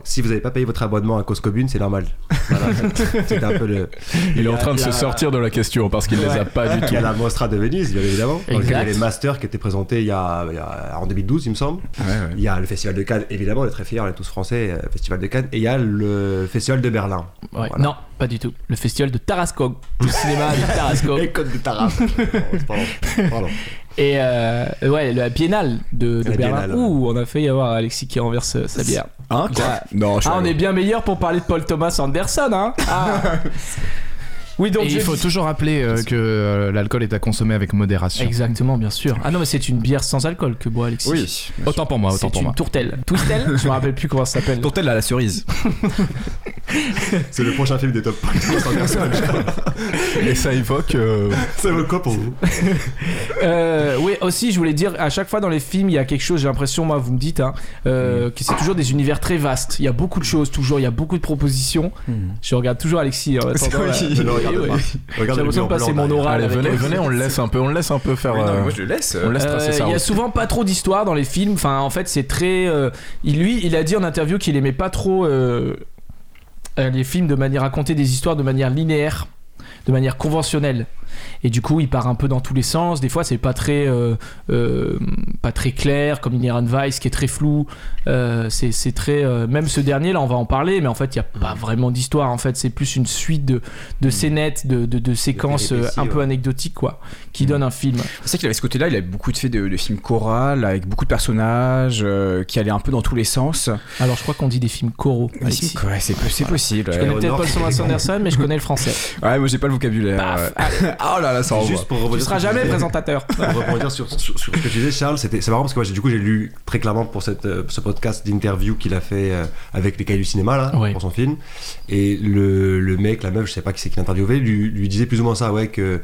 Speaker 4: Si vous n'avez pas payé votre abonnement à cause commune, c'est normal. Voilà, c'est- c'était un peu le.
Speaker 6: Il est en train de
Speaker 4: Il y
Speaker 6: se
Speaker 4: a-
Speaker 6: sortir de la question parce qu'il les a pas du
Speaker 4: Il y
Speaker 6: tout.
Speaker 4: a la Mostra de Venise, bien évidemment. Dans lequel Il y a
Speaker 2: Exact.
Speaker 4: les Masters qui étaient présentés il y a, il y a- en 2012, il me semble. Il y a le Festival de Cannes, évidemment, on est très fiers, on est tous français, euh, Festival de Cannes. Et il y a le Festival de Berlin.
Speaker 2: Ouais,
Speaker 4: Voilà.
Speaker 2: Non, pas du tout. Le festival de Tarascon, le cinéma de
Speaker 6: Oh.
Speaker 4: <laughs>
Speaker 2: Tarascon.
Speaker 4: Et Côte de
Speaker 6: <laughs>
Speaker 4: Tarare. Pardon. Pardon.
Speaker 2: Et euh, ouais, la biennale de, de
Speaker 4: La
Speaker 2: Berlin.
Speaker 4: biennale, ouais.
Speaker 2: Ouh, on a failli avoir Alexis qui renverse euh, sa bière.
Speaker 3: Hein, quoi Non, je
Speaker 2: Ah, on
Speaker 3: rigole.
Speaker 2: est bien meilleur pour parler de Paul Thomas Anderson, hein Ah. Oui, donc
Speaker 6: Et
Speaker 2: je-
Speaker 6: il faut toujours rappeler euh, que euh, l'alcool est à consommer avec modération.
Speaker 2: Exactement, bien sûr. Ah non, mais c'est une bière sans alcool que boit Alexis.
Speaker 3: Oui.
Speaker 6: Autant pour moi,
Speaker 2: C'est
Speaker 6: Ah, autant pour
Speaker 2: une
Speaker 6: moi.
Speaker 2: tourtelle. Tourtelle Je me rappelle plus comment ça s'appelle.
Speaker 3: Tourtel à la cerise.
Speaker 4: C'est le prochain film des top 5.
Speaker 6: Et ça évoque. euh,
Speaker 4: Ça vaut quoi pour vous
Speaker 2: Euh, oui, aussi, je voulais dire, à chaque fois dans les films, il y a quelque chose, j'ai l'impression, moi, vous me dites, hein,
Speaker 6: Mm.
Speaker 2: euh, que c'est toujours des univers très vastes. Il y a beaucoup de choses, toujours, il y a beaucoup de propositions.
Speaker 6: Mm.
Speaker 2: Je regarde toujours Alexis. en attendant,
Speaker 3: Oui.
Speaker 2: là.
Speaker 3: Je
Speaker 4: Ne le regarde
Speaker 2: Oui,
Speaker 4: pas.
Speaker 2: oui.
Speaker 4: Regarde
Speaker 2: J'ai
Speaker 4: le
Speaker 2: l'impression
Speaker 4: mur
Speaker 2: de passer
Speaker 4: blanc
Speaker 2: mon
Speaker 4: derrière.
Speaker 2: aura.
Speaker 6: Allez,
Speaker 2: avec
Speaker 6: venez,
Speaker 2: elle.
Speaker 6: venez, on le laisse un peu, on le laisse un peu faire. euh,
Speaker 3: je le laisse.
Speaker 6: on le laisse tracer
Speaker 2: Euh,
Speaker 6: sa
Speaker 2: il y a
Speaker 6: route.
Speaker 2: souvent pas trop d'histoire dans les films. Enfin, en fait, c'est très. euh, il, lui, il a dit en interview qu'il aimait pas trop euh, euh, les films de manière raconter des histoires de manière linéaire, de manière conventionnelle. Et du coup, il part un peu dans tous les sens. Des fois, c'est pas très, euh, euh, pas très clair, comme Inherent Vice, qui est très flou. Euh, c'est c'est très, euh, même ce dernier, là, on va en parler, mais en fait, il y a pas vraiment d'histoire. En fait, c'est plus une suite de, de scénettes, de, de- de séquences euh,
Speaker 4: péripéties,
Speaker 2: un peu
Speaker 4: ouais. Mm.
Speaker 2: anecdotiques, quoi, qui donnent un film.
Speaker 3: Je sais qu'il avait ce côté-là, il avait beaucoup de fait de, de films chorales, avec beaucoup de personnages, euh, qui allaient un peu dans tous les sens.
Speaker 2: Alors, je crois qu'on dit des films coraux.
Speaker 6: Ah,
Speaker 2: Alexis.
Speaker 3: Alexis, ouais, c'est c'est possible.
Speaker 2: Je connais
Speaker 3: Ouais,
Speaker 2: peut-être
Speaker 4: Nord,
Speaker 2: Paul
Speaker 4: c'est
Speaker 2: Thomas
Speaker 6: <laughs>
Speaker 4: les
Speaker 2: Anderson, mais je connais le français.
Speaker 3: Ouais, moi j'ai pas le vocabulaire.
Speaker 2: Paf.
Speaker 3: Ouais. <laughs> oh là là, ça envoie.
Speaker 4: Juste pour
Speaker 2: Tu
Speaker 4: rebondir
Speaker 2: seras
Speaker 4: sur ce que
Speaker 2: jamais
Speaker 4: tu disais-
Speaker 2: présentateur.
Speaker 4: Pour rebondir sur, sur- sur ce que tu disais, Charles, c'était- c'est marrant parce que moi, j'ai- du coup, j'ai lu très clairement pour cette, euh, ce podcast d'interview qu'il a fait euh, avec les cahiers du cinéma, là,
Speaker 2: Ouais.
Speaker 4: pour son film. Et le, le mec, la meuf, je sais pas qui c'est qui l'interviewait, lui, lui disait plus ou moins ça, ouais, que.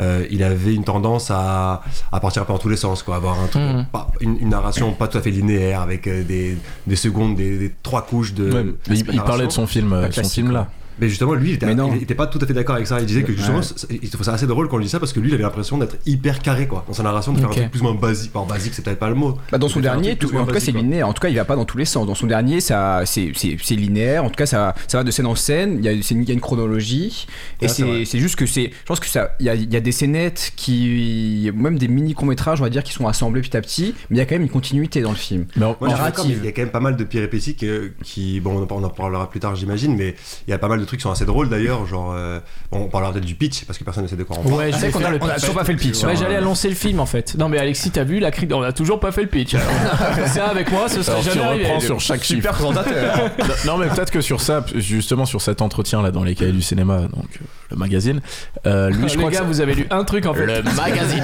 Speaker 4: euh, il avait une tendance à, à partir un peu dans tous les sens, quoi, avoir un truc,
Speaker 2: Mhm.
Speaker 4: pas- une, une narration pas tout à fait linéaire avec euh, des, des secondes, des, des trois couches de.
Speaker 6: Ouais,
Speaker 4: de
Speaker 6: il, il parlait de son film, euh, son
Speaker 3: classique,
Speaker 6: film là.
Speaker 4: mais justement, lui, il était,
Speaker 3: Mais non.
Speaker 4: il était pas tout à fait d'accord avec ça. Il disait que justement,
Speaker 3: Ouais.
Speaker 4: c'est- il trouvait ça assez drôle quand on lui dit ça parce que lui, il avait l'impression d'être hyper carré quoi. Dans sa narration, de faire
Speaker 2: Ok.
Speaker 4: un truc plus ou moins basique. Enfin, basique, c'est peut-être pas le mot.
Speaker 3: Bah, dans son
Speaker 4: Mais faire un
Speaker 3: dernier,
Speaker 4: truc plus
Speaker 3: tout-
Speaker 4: ou
Speaker 3: en
Speaker 4: moins
Speaker 3: tout cas, c'est
Speaker 4: basique, quoi.
Speaker 3: linéaire. En tout cas, il va pas dans tous les sens. Dans son dernier, ça, c'est, c'est, c'est linéaire. En tout cas, ça, ça va de scène en scène. Il y a, c'est une, il y a une chronologie. Et
Speaker 4: Ouais, Ah, c'est
Speaker 3: c'est,
Speaker 4: vrai.
Speaker 3: c'est juste que c'est. Je pense que ça. Il y a, il y a des scénettes qui. Même des mini courts-métrages, on va dire, qui sont assemblés petit à petit. Mais il y a quand même une continuité dans le film.
Speaker 6: Mais en-
Speaker 4: Moi, je suis
Speaker 3: Narrative.
Speaker 4: d'accord, mais Il y a quand même pas mal de péripéties que- qui, bon, on en par- on en parlera plus tard, j'imagine, mais il y a pas mal de trucs qui sont assez drôles d'ailleurs. Genre, euh, bon, on parlera peut-être du pitch parce que personne ne sait de quoi on parle.
Speaker 2: Ouais,
Speaker 3: C'est
Speaker 2: j'allais
Speaker 3: vrai qu'on
Speaker 2: faire
Speaker 3: a,
Speaker 2: le
Speaker 3: on a
Speaker 2: pitch.
Speaker 3: toujours pas fait le pitch.
Speaker 2: Ouais,
Speaker 3: hein.
Speaker 2: j'allais annoncer le film en fait. Non, mais Alexis, t'as vu la cri On a toujours pas fait le pitch. alors. <laughs> Ça, avec moi, ce serait
Speaker 6: Alors, tu
Speaker 2: jamais arrivé.
Speaker 6: reprends sur chaque chiffre.
Speaker 3: présentateur.
Speaker 6: non, mais peut-être que sur ça, justement sur cet entretien là dans les cahiers du cinéma, donc euh, le magazine, euh, lui, je
Speaker 2: Les
Speaker 6: crois
Speaker 2: gars,
Speaker 6: que
Speaker 2: vous avez lu un truc en fait.
Speaker 6: <laughs> Le magazine.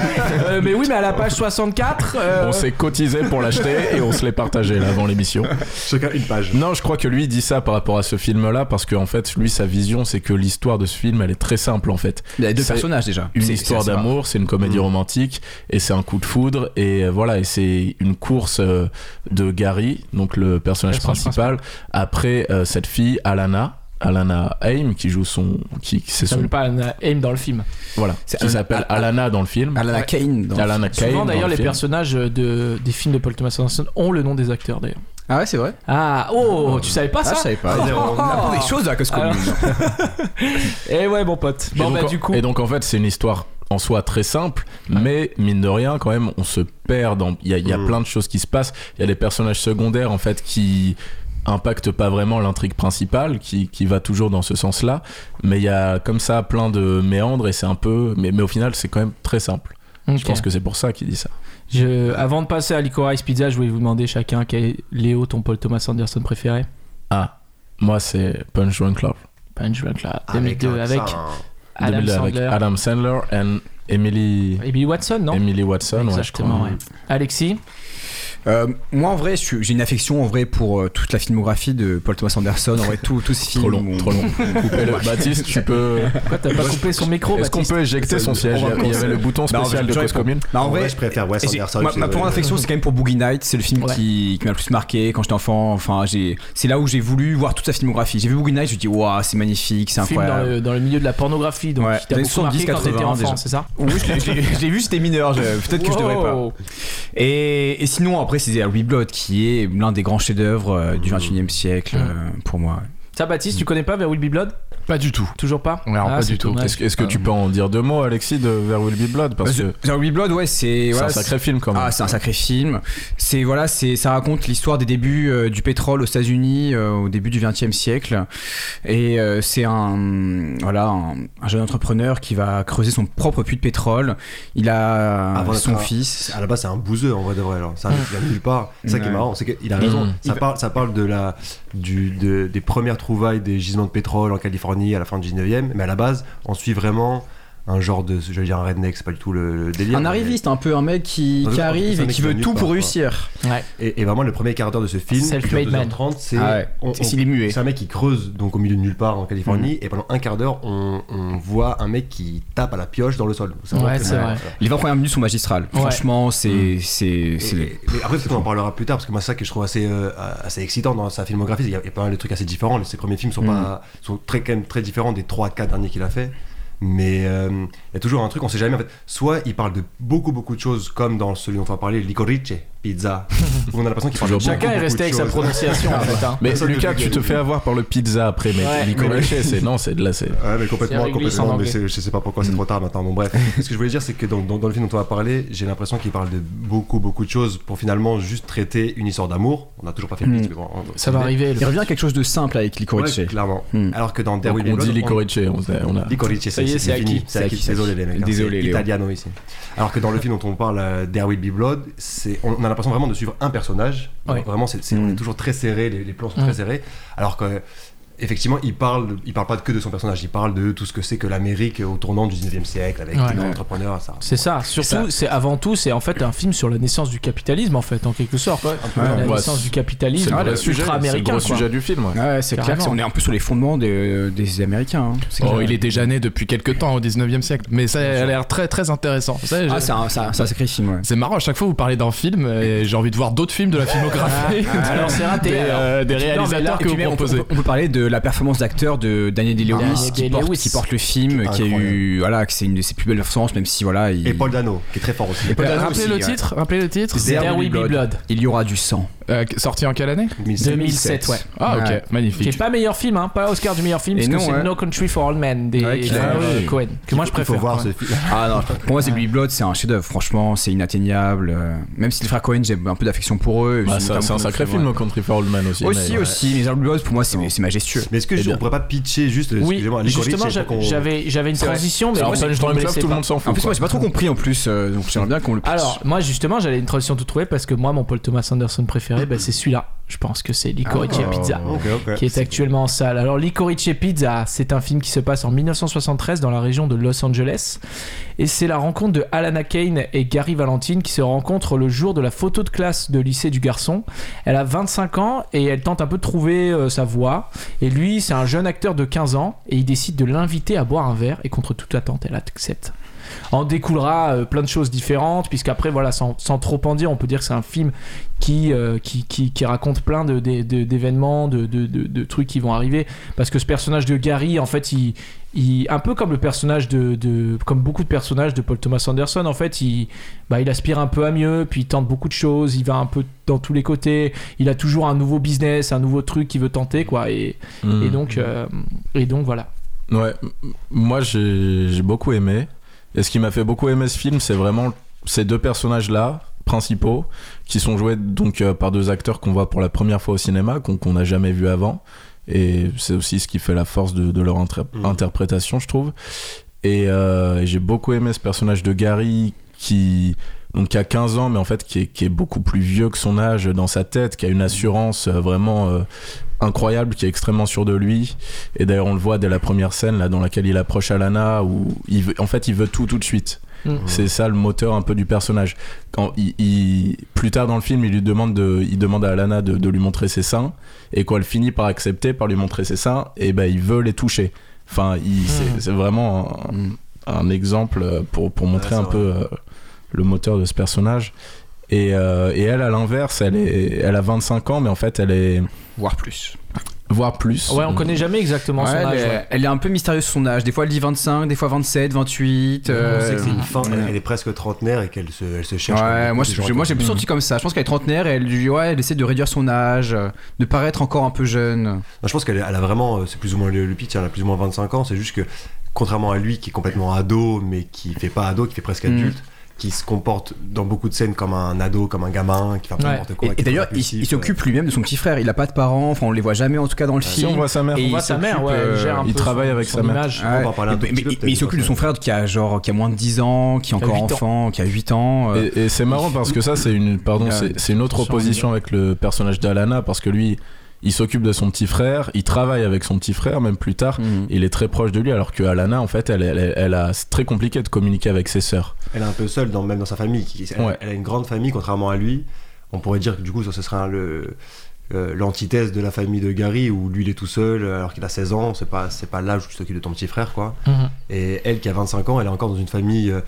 Speaker 2: Euh, mais oui, mais à la page 64. euh,
Speaker 6: on s'est cotisé pour l'acheter et on se l'est partagé là avant l'émission.
Speaker 4: Chacun une page.
Speaker 6: Non, je crois que lui dit ça par rapport à ce film là parce qu'en fait, lui, sa vision, c'est que l'histoire de ce film, elle est très simple en fait.
Speaker 3: Il y a deux
Speaker 6: C'est
Speaker 3: personnages déjà.
Speaker 6: une
Speaker 3: C'est-
Speaker 6: histoire
Speaker 3: c'est Mm. assez rare.
Speaker 6: d'amour, c'est une comédie romantique et c'est un coup de foudre et euh, voilà et c'est une course euh, de Gary donc le personnage
Speaker 2: Personnage
Speaker 6: principal après euh, cette fille Alana Alana Haim qui joue son qui c'est
Speaker 2: Ça
Speaker 6: son
Speaker 2: veut pas un aim dans le film.
Speaker 6: voilà
Speaker 3: C'est
Speaker 6: qui
Speaker 3: Alan-
Speaker 6: s'appelle
Speaker 3: Al-
Speaker 6: Alana dans le film
Speaker 2: Ah,
Speaker 3: Alana
Speaker 6: Ouais.
Speaker 3: Kane. dans-
Speaker 6: Alana Kane
Speaker 2: Souvent
Speaker 6: dans
Speaker 2: d'ailleurs,
Speaker 6: le
Speaker 2: les
Speaker 6: film.
Speaker 2: personnages de, des films de Paul Thomas Anderson ont le nom des acteurs d'ailleurs.
Speaker 3: Ah ouais, c'est vrai.
Speaker 2: Ah, oh, tu savais pas
Speaker 3: Ah,
Speaker 2: ça
Speaker 3: je
Speaker 2: <laughs>
Speaker 3: savais pas.
Speaker 2: Oh.
Speaker 3: On
Speaker 6: Ah,
Speaker 3: apprend des choses à cause
Speaker 2: Alors-
Speaker 3: commune.
Speaker 2: Eh ouais, mon pote. Bon,
Speaker 6: et,
Speaker 2: bah,
Speaker 6: donc, en-
Speaker 2: du coup.
Speaker 6: et donc, en fait, c'est une histoire en soi très simple, mais mine de rien, quand même, on se perd. dans- Il y a, il y a
Speaker 4: Mm.
Speaker 6: plein de choses qui se passent. Il y a des personnages secondaires, en fait, qui impactent pas vraiment l'intrigue principale, qui, qui va toujours dans ce sens-là. Mais il y a comme ça plein de méandres et c'est un peu. Mais, mais au final, c'est quand même très simple. Je
Speaker 2: Ok.
Speaker 6: pense que c'est pour ça qu'il dit ça.
Speaker 2: Je- Avant de passer à Licorice Pizza, je voulais vous demander chacun quel est Léo, ton Paul Thomas Anderson préféré.
Speaker 6: Ah, moi, c'est Punch Drunk Love.
Speaker 2: Punch Drunk Love,
Speaker 4: Ah, mec,
Speaker 2: 2002
Speaker 4: hein,
Speaker 2: avec
Speaker 4: ça, hein.
Speaker 2: Adam
Speaker 6: 2002 avec
Speaker 2: Sandler.
Speaker 6: Adam Sandler and Emily,
Speaker 2: Et Bill Watson, non
Speaker 6: Emily Watson, ouais, je crois.
Speaker 2: Exactement, ouais. Alexis
Speaker 3: Euh, moi, en vrai, je suis- j'ai une affection en vrai pour euh, toute la filmographie de Paul Thomas Anderson. En vrai, tous tous ces films.
Speaker 6: Trop long,
Speaker 3: où on- Bah,
Speaker 6: trop long. Coupez
Speaker 3: <laughs>
Speaker 6: le- Baptiste, tu peux.
Speaker 2: Pourquoi t'as pas coupé son micro
Speaker 6: Est-ce qu'on
Speaker 2: Baptiste
Speaker 6: peut éjecter son
Speaker 3: on
Speaker 6: siège
Speaker 3: va
Speaker 6: Il y avait
Speaker 3: commencer.
Speaker 6: le bouton
Speaker 3: Non,
Speaker 6: spécial
Speaker 3: je-
Speaker 6: de
Speaker 3: je
Speaker 6: cause
Speaker 3: réponds.
Speaker 6: commune.
Speaker 3: Bah,
Speaker 4: En vrai, je préfère Wes
Speaker 3: et j'ai-
Speaker 4: Anderson,
Speaker 3: Ma,
Speaker 4: c'est
Speaker 3: ma première
Speaker 4: vrai.
Speaker 3: affection, c'est quand même pour Boogie Night. C'est le film
Speaker 2: Ouais.
Speaker 3: qui, qui m'a le plus marqué quand j'étais enfant. Enfin, j'ai- c'est là où j'ai voulu voir toute sa filmographie. J'ai vu Boogie Night, je me dis, waouh, c'est magnifique, c'est
Speaker 2: Film dans
Speaker 3: incroyable.
Speaker 2: le, dans le milieu de la pornographie, donc
Speaker 3: Ouais,
Speaker 2: t'as
Speaker 3: des
Speaker 2: beaucoup marqué
Speaker 3: 70,
Speaker 2: quand t'étais
Speaker 3: 80
Speaker 2: enfant,
Speaker 3: déjà.
Speaker 2: c'est ça
Speaker 3: Oui, je l'ai- je l'ai je l'ai vu, j'étais mineur. je- Peut-être que je devrais pas.
Speaker 2: Wow.
Speaker 3: Et, et sinon, après, c'est Harry Blood qui est l'un des grands chefs-d'œuvre euh,
Speaker 2: Mmh.
Speaker 3: du 21 e siècle euh, pour moi.
Speaker 2: Ça, Baptiste, tu connais pas Where Will Be Blood
Speaker 5: Pas du tout.
Speaker 2: Toujours pas
Speaker 5: Non,
Speaker 2: Ah,
Speaker 5: pas
Speaker 2: c'est
Speaker 5: du tout.
Speaker 2: dommage.
Speaker 6: Est-ce que, est-ce que tu peux en dire deux mots, Alexis, de Where Will Be Blood Parce que
Speaker 3: The- The Harry Blood, ouais, c'est.
Speaker 6: c'est
Speaker 3: voilà,
Speaker 6: un sacré film hein. quand même.
Speaker 3: Ah, c'est un sacré film. C'est voilà, c'est ça raconte l'histoire des débuts euh, du pétrole aux États-Unis euh, au début du XXe siècle. Et euh, c'est un voilà un, un jeune entrepreneur qui va creuser son propre puits de pétrole. Il a
Speaker 4: Avant
Speaker 3: son
Speaker 4: d'être un-
Speaker 3: fils.
Speaker 4: À la base, c'est un bouseux en vrai de vrai. alors. Ça il vient de nulle part. C'est ça qui est
Speaker 3: Ouais.
Speaker 4: marrant, c'est qu'il a raison.
Speaker 6: Mm.
Speaker 4: Ça parle, ça parle de la, du, de- des premières trouvailles des gisements de pétrole en Californie à la fin du 19e, mais à la base, on suit vraiment un genre de, je veux dire, un redneck, c'est pas du tout le, le délire.
Speaker 3: Un
Speaker 4: mais-
Speaker 3: arriviste, un peu un mec qui,
Speaker 4: Un
Speaker 3: qui
Speaker 4: peu-
Speaker 3: arrive
Speaker 4: un
Speaker 3: et
Speaker 4: mec
Speaker 3: qui
Speaker 4: qui
Speaker 3: veut
Speaker 4: vient de
Speaker 3: tout
Speaker 4: nulle
Speaker 3: pour
Speaker 4: part,
Speaker 3: réussir.
Speaker 2: Ouais.
Speaker 4: Et, et vraiment, le premier quart d'heure de ce film, qui dure
Speaker 2: Self-made man.
Speaker 4: 2h30, c'est.
Speaker 3: Ah ouais.
Speaker 4: on-
Speaker 3: Et S'il est muet.
Speaker 4: C'est un mec qui creuse donc au milieu de nulle part en Californie et pendant un quart d'heure on, on voit un mec qui tape à la pioche dans le sol.
Speaker 2: Ouais,
Speaker 4: vraiment
Speaker 2: c'est
Speaker 4: très-
Speaker 2: vrai.
Speaker 3: Les 20 premières minutes sont magistrales.
Speaker 2: Ouais.
Speaker 3: Franchement, c'est c'est
Speaker 4: Et-
Speaker 3: c'est
Speaker 4: Mm. et- mais après, peut-être qu'on en parlera plus tard, parce que moi, c'est ça que je trouve assez, euh, assez excitant dans sa filmographie. Il y, a, il y a pas mal de trucs assez différents. Ses premiers films sont,
Speaker 3: Mm.
Speaker 4: pas, sont très, quand même très différents des 3-4 derniers qu'il a fait. Mais euh, il y a toujours un truc, on sait jamais. En fait, soit il parle de beaucoup, beaucoup de choses, comme dans celui dont on va parler, Licorice Pizza, où on a l'impression qu'il parle de beaucoup,
Speaker 2: Chacun est
Speaker 4: beaucoup
Speaker 2: resté
Speaker 4: de
Speaker 2: avec sa
Speaker 4: choses.
Speaker 2: prononciation en fait. hein.
Speaker 6: Mais
Speaker 4: Ça, c'est
Speaker 6: Lucas,
Speaker 4: le
Speaker 6: tu te
Speaker 4: truc.
Speaker 6: fais avoir par le pizza après, mais
Speaker 2: Ouais.
Speaker 6: Licorice, c'est non, c'est de là, c'est.
Speaker 4: Ouais, mais
Speaker 2: C'est
Speaker 4: complètement,
Speaker 2: réglé sans
Speaker 4: complètement. Mais
Speaker 2: anglais.
Speaker 4: c'est- je sais pas pourquoi c'est trop tard maintenant. Bon, bref. Ce que je voulais dire, c'est que dans, dans- dans le film dont on va parler, j'ai l'impression qu'il parle de beaucoup, beaucoup de choses pour finalement juste traiter une histoire d'amour. On n'a toujours pas fait le
Speaker 3: Mm.
Speaker 4: pitch, mais bon, on-
Speaker 2: Ça va
Speaker 4: on-
Speaker 2: arriver.
Speaker 3: Il revient à quelque chose de simple avec Licorice.
Speaker 4: Ouais, clairement.
Speaker 3: Hmm.
Speaker 4: Alors que dans There
Speaker 6: Donc,
Speaker 4: Will Be
Speaker 6: on
Speaker 4: Blood,
Speaker 6: dit Licorice, on a. on a-
Speaker 4: Licorice,
Speaker 2: Ça y est, c'est
Speaker 4: fini.
Speaker 2: acquis.
Speaker 4: C'est acquis.
Speaker 3: C'est
Speaker 4: Désolé
Speaker 3: acquis.
Speaker 4: les mecs. hein,
Speaker 3: Désolé,
Speaker 4: c'est
Speaker 3: Léo.
Speaker 4: Italiano ici. Alors que dans le film dont on parle, euh, There Will Be Blood, c'est- on, on a l'impression vraiment de suivre un personnage.
Speaker 2: Ouais.
Speaker 4: Donc Vraiment, c'est c'est- on est toujours très serré, les, les plans sont
Speaker 2: Mm.
Speaker 4: très serrés. Alors que. Effectivement, il parle, il parle pas que de son personnage, il parle de tout ce que c'est que l'Amérique au tournant du 19e siècle avec
Speaker 2: Ouais.
Speaker 4: les
Speaker 2: Ouais.
Speaker 4: entrepreneurs, ça.
Speaker 2: C'est ça, surtout, c'est avant tout, c'est en fait un film sur la naissance du capitalisme en fait, en quelque sorte. la
Speaker 6: Ouais,
Speaker 2: naissance
Speaker 6: c'est-
Speaker 2: du
Speaker 6: C'est
Speaker 2: capitalisme
Speaker 6: le vrai sujet, c'est le
Speaker 2: ultra-américain.
Speaker 6: gros
Speaker 2: quoi.
Speaker 6: sujet du film. ouais.
Speaker 3: Ouais, c'est clair.
Speaker 2: Carrément.
Speaker 3: que On est un peu sur les fondements des, des Américains. hein. C'est
Speaker 5: Oh,
Speaker 3: clair.
Speaker 5: il est déjà né depuis quelques temps, au 19e siècle. Mais ça a l'air très très intéressant. Vous savez,
Speaker 3: Ah,
Speaker 5: je-
Speaker 3: c'est un, c'est un- c'est un sacré film. Ouais.
Speaker 5: c'est marrant, à chaque fois vous parlez d'un film, et j'ai envie de voir d'autres films de
Speaker 2: <laughs>
Speaker 5: la filmographie.
Speaker 2: <laughs> Alors c'est raté.
Speaker 5: Des,
Speaker 2: alors.
Speaker 5: euh, des
Speaker 3: Non, mais là,
Speaker 5: réalisateurs
Speaker 3: et
Speaker 5: que
Speaker 3: puis
Speaker 5: vous
Speaker 3: même, on, peut,
Speaker 5: proposez.
Speaker 3: on peut parler de la performance d'acteur de Daniel
Speaker 2: Daniel
Speaker 3: Day-Lewis qui,
Speaker 2: Day-Lewis.
Speaker 3: porte, qui porte le film, qui a eu voilà, que c'est une de ses plus belles performances, même si voilà, il,
Speaker 4: Et Paul Dano, qui est très fort aussi.
Speaker 3: Et Paul Dano
Speaker 5: Rappelez
Speaker 3: aussi,
Speaker 5: le
Speaker 3: ouais.
Speaker 5: titre, rappelez le titre.
Speaker 3: There
Speaker 2: There
Speaker 3: Will Be Blood. il y aura du sang.
Speaker 5: Euh, sorti en quelle année
Speaker 4: 2007.
Speaker 2: 2007, ouais.
Speaker 5: Ah
Speaker 3: Ouais.
Speaker 5: ok,
Speaker 2: Qui est
Speaker 5: magnifique.
Speaker 2: pas meilleur film, hein, pas Oscar du meilleur film,
Speaker 3: Et
Speaker 2: parce que
Speaker 3: non,
Speaker 2: c'est
Speaker 3: ouais.
Speaker 2: No Country for All Men des
Speaker 3: Ouais, qui-
Speaker 2: des-
Speaker 6: Ah oui.
Speaker 2: Cohen, que moi je
Speaker 4: Il faut
Speaker 2: préfère.
Speaker 4: voir
Speaker 2: quand
Speaker 4: ce
Speaker 2: même.
Speaker 4: film.
Speaker 3: Ah non, pour moi, c'est Blue Blood, c'est un chef-d'œuvre. Franchement, c'est inatteignable. euh, Même si les frères Cohen, j'ai un peu d'affection pour eux.
Speaker 6: Bah,
Speaker 3: J'ai
Speaker 6: ça-
Speaker 3: notamment
Speaker 6: C'est un
Speaker 3: pour
Speaker 6: sacré
Speaker 3: le
Speaker 6: film, le Country for Old Man aussi.
Speaker 3: ouais. Aussi,
Speaker 6: mais-
Speaker 3: aussi. Mais Blue Blood, pour moi, c'est c'est majestueux.
Speaker 4: Mais est-ce que
Speaker 6: Eh
Speaker 4: je,
Speaker 6: bien.
Speaker 4: on pourrait pas pitcher juste,
Speaker 2: Oui,
Speaker 4: excusez-moi, Licorice,
Speaker 2: justement,
Speaker 4: pour
Speaker 2: j'a-
Speaker 4: qu'on-
Speaker 2: j'avais j'avais une
Speaker 3: C'est vrai.
Speaker 2: transition, mais
Speaker 6: Alors,
Speaker 2: moi,
Speaker 6: Punch
Speaker 2: je me
Speaker 6: Drunk Love,
Speaker 2: laissais
Speaker 6: tout le
Speaker 2: pas.
Speaker 6: monde s'en fout.
Speaker 3: En plus,
Speaker 6: quoi.
Speaker 3: moi, j'ai pas trop compris en plus. euh, donc, j'aimerais bien qu'on le pitch.
Speaker 2: Alors, moi justement, j'allais une transition toute trouvée parce que moi, mon Paul Thomas Anderson préféré, bah, c'est celui-là. Je pense que c'est Licorice
Speaker 3: Ah.
Speaker 2: Pizza.
Speaker 4: Ok, ok.
Speaker 2: qui est actuellement en salle. Alors, Licorice Pizza, c'est un film qui se passe en 1973 dans la région de Los Angeles. Et c'est la rencontre de Alana Kane et Gary Valentine qui se rencontrent le jour de la photo de classe de lycée du garçon. Elle a 25 ans et elle tente un peu de trouver euh, sa voie. Et lui, c'est un jeune acteur de 15 ans et il décide de l'inviter à boire un verre. Et contre toute attente, elle accepte. En découlera euh, plein de choses différentes, puisqu'après, voilà, sans, sans trop en dire, on peut dire que c'est un film qui, euh, qui, qui, qui raconte doute plein de- de- de- d'événements, de, de- de- de trucs qui vont arriver. Parce que ce personnage de Gary, en fait, il. il- un peu comme le personnage de, de- comme beaucoup de personnages de Paul Thomas Anderson en fait il, bah, il aspire un peu à mieux puis il tente beaucoup de choses il va un peu dans tous les côtés il a toujours un nouveau business un nouveau truc qu'il veut tenter quoi et, et
Speaker 6: Mm.
Speaker 2: donc euh, et donc voilà
Speaker 6: Ouais, m- moi j'ai j'ai beaucoup aimé. Et ce qui m'a fait beaucoup aimer ce film, c'est vraiment ces deux personnages-là, principaux, qui sont joués donc euh, par deux acteurs qu'on voit pour la première fois au cinéma, qu'on qu'on n'a jamais vu avant. Et c'est aussi ce qui fait la force de, de leur intré-
Speaker 4: Mhm.
Speaker 6: interprétation, je trouve. Et euh, j'ai beaucoup aimé ce personnage de Gary qui, donc, qui a 15 ans, mais en fait qui est, qui est beaucoup plus vieux que son âge dans sa tête, qui a une assurance euh, vraiment euh, incroyable, qui est extrêmement sûr de lui. Et d'ailleurs, on le voit dès la première scène là, dans laquelle il approche Alana, où il veut, en fait, il veut tout tout de suite.
Speaker 2: Mm.
Speaker 6: C'est ça le moteur un peu du personnage. Quand il, il- plus tard dans le film, il lui demande de, il demande à Alana de, de lui montrer ses seins, et quand elle finit par accepter, par lui montrer ses seins, et ben il veut les toucher. Enfin,
Speaker 4: Mm.
Speaker 6: il- c'est- c'est vraiment un, un exemple euh, pour, pour montrer
Speaker 4: Ouais,
Speaker 6: un
Speaker 4: c'est
Speaker 6: peu euh, le moteur de ce personnage. Et, euh, et elle, à l'inverse, elle, est, elle a 25 ans, mais en fait, elle est
Speaker 3: voire plus.
Speaker 6: voire plus.
Speaker 2: ouais on connaît jamais exactement son
Speaker 3: Ouais,
Speaker 2: âge
Speaker 3: elle, est,
Speaker 2: ouais.
Speaker 3: elle est un peu mystérieuse son âge. Des fois elle dit 25, des fois 27, 28. euh,
Speaker 4: On sait que c'est une fin,
Speaker 3: ouais.
Speaker 4: elle est presque trentenaire et qu'elle se, elle se cherche.
Speaker 3: Ouais,
Speaker 4: comme
Speaker 3: moi,
Speaker 4: beaucoup de
Speaker 3: je-
Speaker 4: gens
Speaker 3: je- moi j'ai plus senti comme ça. Je pense qu'elle est trentenaire et elle, dit, ouais, elle essaie de réduire son âge, euh, de paraître encore un peu jeune.
Speaker 4: Non, je pense qu'elle elle a vraiment, euh, c'est plus ou moins le, le pitch, elle a plus ou moins 25 ans, c'est juste que, contrairement à lui qui est complètement ado, mais qui fait pas ado, qui fait presque
Speaker 3: Mm.
Speaker 4: adulte, qui se comporte dans beaucoup de scènes comme un ado, comme un gamin, qui fait un peu
Speaker 2: Ouais.
Speaker 4: n'importe quoi. qui
Speaker 3: Et, et
Speaker 4: est
Speaker 3: d'ailleurs,
Speaker 4: très
Speaker 3: il, il
Speaker 4: impulsif, euh, Ah,
Speaker 3: s'occupe lui-même de son petit frère. Il a pas de parents, enfin on les voit jamais en tout cas dans le
Speaker 6: Si
Speaker 3: film.
Speaker 6: on voit sa mère.
Speaker 3: Et
Speaker 2: on
Speaker 3: il
Speaker 2: voit sa mère
Speaker 3: s'occupe,
Speaker 2: ouais elle
Speaker 3: euh,
Speaker 2: gère un
Speaker 6: il
Speaker 2: peu
Speaker 6: travaille
Speaker 2: son-
Speaker 6: avec
Speaker 2: son
Speaker 6: sa mère.
Speaker 2: image.
Speaker 3: Ouais.
Speaker 4: On va en parler un
Speaker 3: Et-
Speaker 4: tout
Speaker 3: mais,
Speaker 4: petit peu,
Speaker 3: mais-
Speaker 4: peut-être,
Speaker 3: mais il s'occupe de son frère qui a genre qui a moins de 10 ans, qui est
Speaker 2: Qui a
Speaker 3: encore
Speaker 2: huit ans.
Speaker 3: enfant, qui a 8 ans. euh,
Speaker 6: Et, et c'est marrant parce que ça, c'est une, pardon,
Speaker 3: Il a-
Speaker 6: c'est c'est une autre
Speaker 3: Sans
Speaker 6: opposition avec le personnage d'Alana parce que lui, il s'occupe de son petit frère, il travaille avec son petit frère, même plus tard.
Speaker 2: euh,
Speaker 3: Mm.
Speaker 6: Il est très proche de lui, alors que Alana, en fait, elle, elle, elle a, c'est très compliqué de communiquer avec ses sœurs.
Speaker 4: Elle est un peu seule, dans, même dans sa famille. qui- elle,
Speaker 6: Ouais.
Speaker 4: elle a une grande famille, contrairement à lui. On pourrait dire que du coup, ça, ce serait un- le. euh, L'antithèse de la famille de Gary où lui il est tout seul alors qu'il a 16 ans, c'est pas, c'est pas l'âge où tu t'occupes de ton petit frère quoi.
Speaker 6: Ah.
Speaker 2: Mhm.
Speaker 4: Et elle qui a 25 ans, elle est encore dans une famille, euh,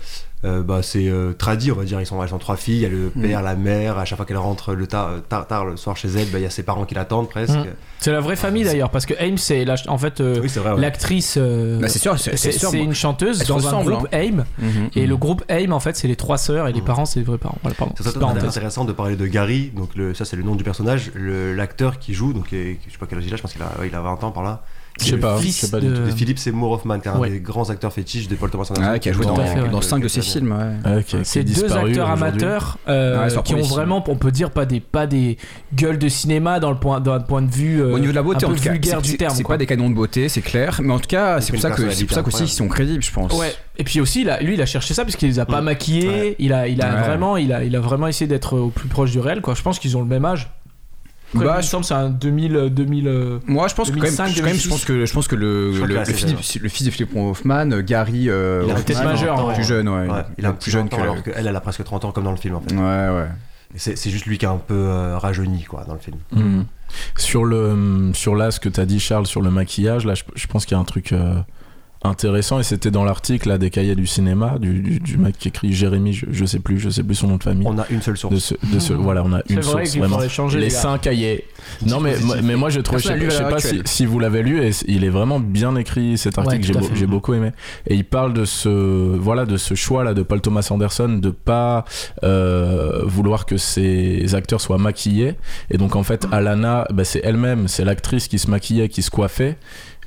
Speaker 4: euh, bah, c'est euh, tradit, on va dire. Ils sont, elles sont trois filles, il y a le
Speaker 2: Mm.
Speaker 4: père, la mère. À chaque fois qu'elle rentre le ta- euh, tard, tard le soir chez elle, bah, il y a ses parents qui l'attendent presque.
Speaker 2: Mm. c'est la vraie famille d'ailleurs parce que Aim c'est la- en fait euh,
Speaker 4: Oui, c'est vrai. ouais.
Speaker 2: l'actrice euh,
Speaker 3: Ah Bah, c'est sûr, c'est
Speaker 2: c'est
Speaker 3: c'est sûr.
Speaker 2: c'est
Speaker 3: moi.
Speaker 2: une chanteuse
Speaker 3: Elles se
Speaker 2: dans un
Speaker 3: ressemblent,
Speaker 2: groupe Aim
Speaker 3: Mhm.
Speaker 2: et le groupe Aim en fait c'est les trois sœurs et les
Speaker 3: Mm.
Speaker 4: Mhm.
Speaker 2: parents c'est les vrais parents voilà pardon
Speaker 4: Ça
Speaker 2: petite
Speaker 4: serait peut-être
Speaker 2: parenthèse.
Speaker 4: intéressant de parler de Gary, donc le, ça c'est le nom du personnage, le- l'acteur qui joue, donc est- je sais pas quel âge il a, je pense qu'il a, ouais, il a 20 ans par là.
Speaker 6: Je sais
Speaker 4: Le
Speaker 6: pas, je
Speaker 2: fils
Speaker 6: sais pas
Speaker 2: de-
Speaker 6: du
Speaker 4: De Philippe Seymour Hoffman, qui est un
Speaker 2: Euh, Ouais.
Speaker 4: des grands acteurs fétiches de Paul Thomas Anderson.
Speaker 3: Ah, qui a joué
Speaker 2: Tout
Speaker 3: dans,
Speaker 2: à fait, ouais.
Speaker 3: dans 5 de ses films. ouais.
Speaker 6: tout. Ouais, Ah, qui- qui est
Speaker 2: C'est deux
Speaker 6: disparu
Speaker 2: acteurs
Speaker 6: aujourd'hui.
Speaker 2: amateurs euh,
Speaker 3: Ah Ouais, ils sont
Speaker 2: qui ont
Speaker 3: promis,
Speaker 2: vraiment, on peut dire, pas des, pas des gueules de cinéma dans le point, d'un point de vue euh,
Speaker 3: Au niveau de la beauté,
Speaker 2: un
Speaker 3: en
Speaker 2: peu
Speaker 3: tout cas,
Speaker 2: vulgaire
Speaker 3: c'est-
Speaker 2: du
Speaker 3: c'est-
Speaker 2: terme.
Speaker 3: c'est
Speaker 2: quoi.
Speaker 3: pas des canons de beauté, c'est clair. Mais en tout cas,
Speaker 4: Donc,
Speaker 3: c'est
Speaker 4: une
Speaker 3: pour ça que
Speaker 4: personne
Speaker 3: c'est pour ça
Speaker 4: habitée,
Speaker 3: qu'aussi ils
Speaker 4: incroyable.
Speaker 3: sont crédibles, je pense.
Speaker 2: Ouais. Et puis aussi, il a- lui, il a cherché ça parce qu'il les a pas
Speaker 4: Mm.
Speaker 2: maquillés.
Speaker 4: Ouais.
Speaker 2: Il a, il a
Speaker 3: Ouais.
Speaker 2: vraiment, il a, il a vraiment essayé d'être au plus proche du réel. Quoi. Je pense qu'ils ont le même âge. Après,
Speaker 3: Bah,
Speaker 2: il me
Speaker 3: je-
Speaker 2: semble que c'est un 2000, euh, 2000. euh,
Speaker 3: Moi, je pense que quand même,
Speaker 2: 2005,
Speaker 3: je- quand même, je pense que je pense que le
Speaker 4: Je crois
Speaker 3: le,
Speaker 4: qu'il a
Speaker 3: le
Speaker 4: assez
Speaker 3: Philippe- le fils de Philippe Hoffman, euh, Gary, euh,
Speaker 4: Il a
Speaker 3: Hoffman,
Speaker 2: peut-être majeur,
Speaker 3: plus
Speaker 4: ouais.
Speaker 3: jeune, ouais,
Speaker 4: Ouais, il a un
Speaker 3: plus
Speaker 4: petit
Speaker 3: jeune
Speaker 4: jeune
Speaker 3: que.
Speaker 4: alors qu'elle, elle a presque 30 ans comme dans le film en fait.
Speaker 3: Ouais, ouais.
Speaker 4: Et C'est c'est juste lui qui est un peu euh, rajeuni quoi dans le film.
Speaker 6: Mm. Sur le sur là ce que t'as dit Charles sur le maquillage, là je, je pense qu'il y a un truc euh, intéressant et c'était dans l'article là des cahiers du cinéma du, du, du mec qui écrit Jérémy, je, je sais plus, je sais plus son nom de famille.
Speaker 4: On a une seule
Speaker 6: de
Speaker 4: source.
Speaker 6: ce, de ce- voilà, on a
Speaker 2: C'est
Speaker 6: une
Speaker 2: vrai
Speaker 6: source
Speaker 2: qu'il
Speaker 6: vraiment.
Speaker 2: faudrait changer,
Speaker 6: les
Speaker 2: les gars.
Speaker 6: 5 cahiers. Non mais moi- mais moi je trouve je
Speaker 3: Personne n'a
Speaker 6: sais,
Speaker 3: lu
Speaker 6: je
Speaker 3: à
Speaker 6: sais
Speaker 3: l'heure
Speaker 6: pas si,
Speaker 3: actuelle.
Speaker 6: si vous l'avez lu et c- il est vraiment bien écrit cet article,
Speaker 2: Ouais, tout
Speaker 6: j'ai
Speaker 2: à
Speaker 6: beau-
Speaker 2: fait.
Speaker 6: j'ai beaucoup aimé et il parle de ce voilà de ce choix là de Paul Thomas Anderson de pas euh, vouloir que ses acteurs soient maquillés et donc en fait Alana bah, c'est elle-même, c'est l'actrice qui se maquillait, qui se coiffait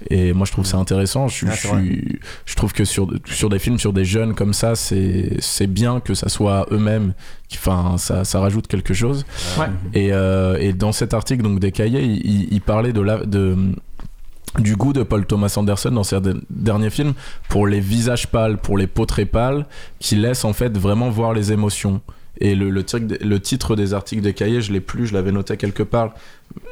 Speaker 6: et moi je trouve ça intéressant, je,
Speaker 4: Ah,
Speaker 6: je
Speaker 4: c'est vrai.
Speaker 6: suis- je trouve que sur sur des films sur des jeunes comme ça, c'est c'est bien que ça soit eux-mêmes qui- enfin ça ça rajoute quelque chose.
Speaker 2: Ouais.
Speaker 6: Et, euh, et dans cet article donc des cahiers, il, il- il parlait de la de du goût de Paul Thomas Anderson dans ses de- derniers films pour les visages pâles, pour les peaux très pâles, qui laissent en fait vraiment voir les émotions. Et le, le, tir- le titre des articles des cahiers, je l'ai plus, je l'avais noté quelque part,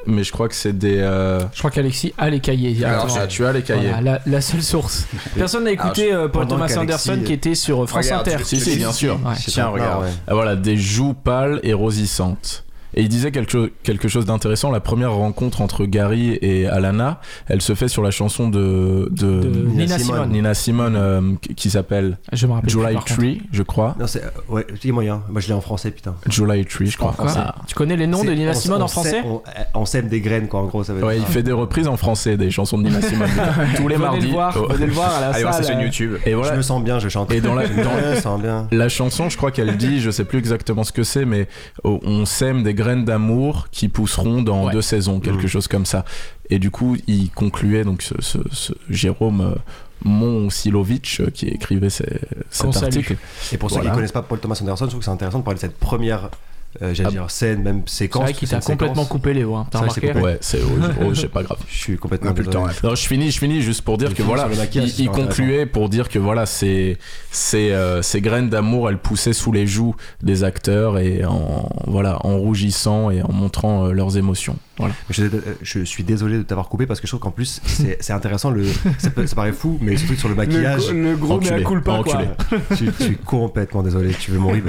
Speaker 6: mais je crois que c'est des. euh,
Speaker 2: Je crois qu'Alexis a les cahiers.
Speaker 3: Alors,
Speaker 2: directement.
Speaker 6: ah, tu as les cahiers.
Speaker 2: Voilà, la, la
Speaker 4: <laughs>
Speaker 2: seule source. Personne n'a écouté euh, Paul
Speaker 4: pendant
Speaker 2: Thomas
Speaker 4: Ah, qu'Alexis- euh,
Speaker 2: Anderson qui était sur euh, France
Speaker 3: Regarde,
Speaker 2: Inter.
Speaker 3: tu-
Speaker 6: Si, si, bien sûr.
Speaker 2: Ouais.
Speaker 4: C'est
Speaker 3: Tiens,
Speaker 4: pas-
Speaker 3: regarde.
Speaker 4: ouais.
Speaker 6: Ah, Voilà, des joues pâles et rosissantes. Et il disait quelque chose, quelque chose d'intéressant. La première rencontre entre Gary et Alana, elle se fait sur la chanson de, de,
Speaker 2: De Nina Nina Simone. Simone.
Speaker 6: Nina Simone, euh, qui- qui s'appelle
Speaker 2: Je me rappelle. plus,
Speaker 6: July
Speaker 2: par contre.
Speaker 6: Tree, je crois.
Speaker 4: Non, c'est. euh, Ouais, j'ai moyen. Moi, je l'ai en français, putain.
Speaker 6: July Tree, je crois.
Speaker 2: Quoi
Speaker 6: Ah.
Speaker 2: Tu connais les noms de
Speaker 4: C'est-
Speaker 2: Nina
Speaker 4: on-
Speaker 2: Simone
Speaker 4: on
Speaker 2: en français
Speaker 4: sème- on, on sème des graines, quoi, en gros. Ça veut
Speaker 6: Ouais, il
Speaker 4: dire.
Speaker 6: fait des reprises en français des chansons de
Speaker 2: <laughs>
Speaker 6: Nina Simone tous les
Speaker 2: Venez
Speaker 6: mardis.
Speaker 2: le voir,
Speaker 6: Oh.
Speaker 2: venez le voir à
Speaker 6: <laughs>
Speaker 2: la
Speaker 3: Allez voir
Speaker 2: salle. euh.
Speaker 3: sa chaîne YouTube.
Speaker 6: Et
Speaker 4: Je
Speaker 6: voilà,
Speaker 4: me sens bien, je chante.
Speaker 6: Et dans
Speaker 4: <laughs>
Speaker 6: la-
Speaker 4: Je me sens bien.
Speaker 6: La chanson, je crois qu'elle dit, je sais plus exactement ce que c'est, mais oh, on sème des graines d'amour qui pousseront dans
Speaker 5: Ouais.
Speaker 6: deux saisons, quelque
Speaker 4: Mm.
Speaker 6: chose comme ça. Et du coup, il concluait donc ce, ce- ce Jérôme euh, Monsilovitch euh, qui écrivait ces-
Speaker 2: Qu'on
Speaker 6: cet
Speaker 2: salue.
Speaker 6: article.
Speaker 4: Et pour ceux qui
Speaker 6: Voilà.
Speaker 4: ne connaissent pas Paul Thomas Anderson, je trouve que c'est intéressant de parler de cette première euh, j'allais
Speaker 6: Ah.
Speaker 4: dire, scène, même
Speaker 2: C'est
Speaker 4: séquence.
Speaker 2: vrai qu'il
Speaker 4: parce
Speaker 2: t'a
Speaker 4: que c'est une
Speaker 2: complètement
Speaker 4: séquence.
Speaker 2: coupé les voix. T'as
Speaker 4: C'est vrai que c'est
Speaker 2: remarqué
Speaker 4: coupé.
Speaker 6: Ouais, c'est oh, oh,
Speaker 2: <laughs>
Speaker 6: c'est pas grave.
Speaker 4: Je suis
Speaker 3: On
Speaker 4: complètement.
Speaker 3: a plus le temps.
Speaker 4: désolé.
Speaker 3: là.
Speaker 6: Non, je finis, je finis juste pour dire
Speaker 4: Le
Speaker 6: que
Speaker 4: film
Speaker 6: voilà,
Speaker 4: sur le maquillage,
Speaker 6: il,
Speaker 4: c'est
Speaker 6: il
Speaker 4: intéressant.
Speaker 6: concluait pour dire que voilà, ces, ces, euh, ces graines d'amour, elles poussaient sous les joues des acteurs et en, voilà, en rougissant et en montrant euh, leurs émotions. Voilà.
Speaker 4: Je, euh, je suis désolé de t'avoir coupé parce que je trouve qu'en plus c'est c'est intéressant le ça, peut- ça paraît fou mais ce truc sur le maquillage
Speaker 2: gros <laughs>
Speaker 6: Enculé. Enculé.
Speaker 4: je, je suis complètement désolé tu veux mon rib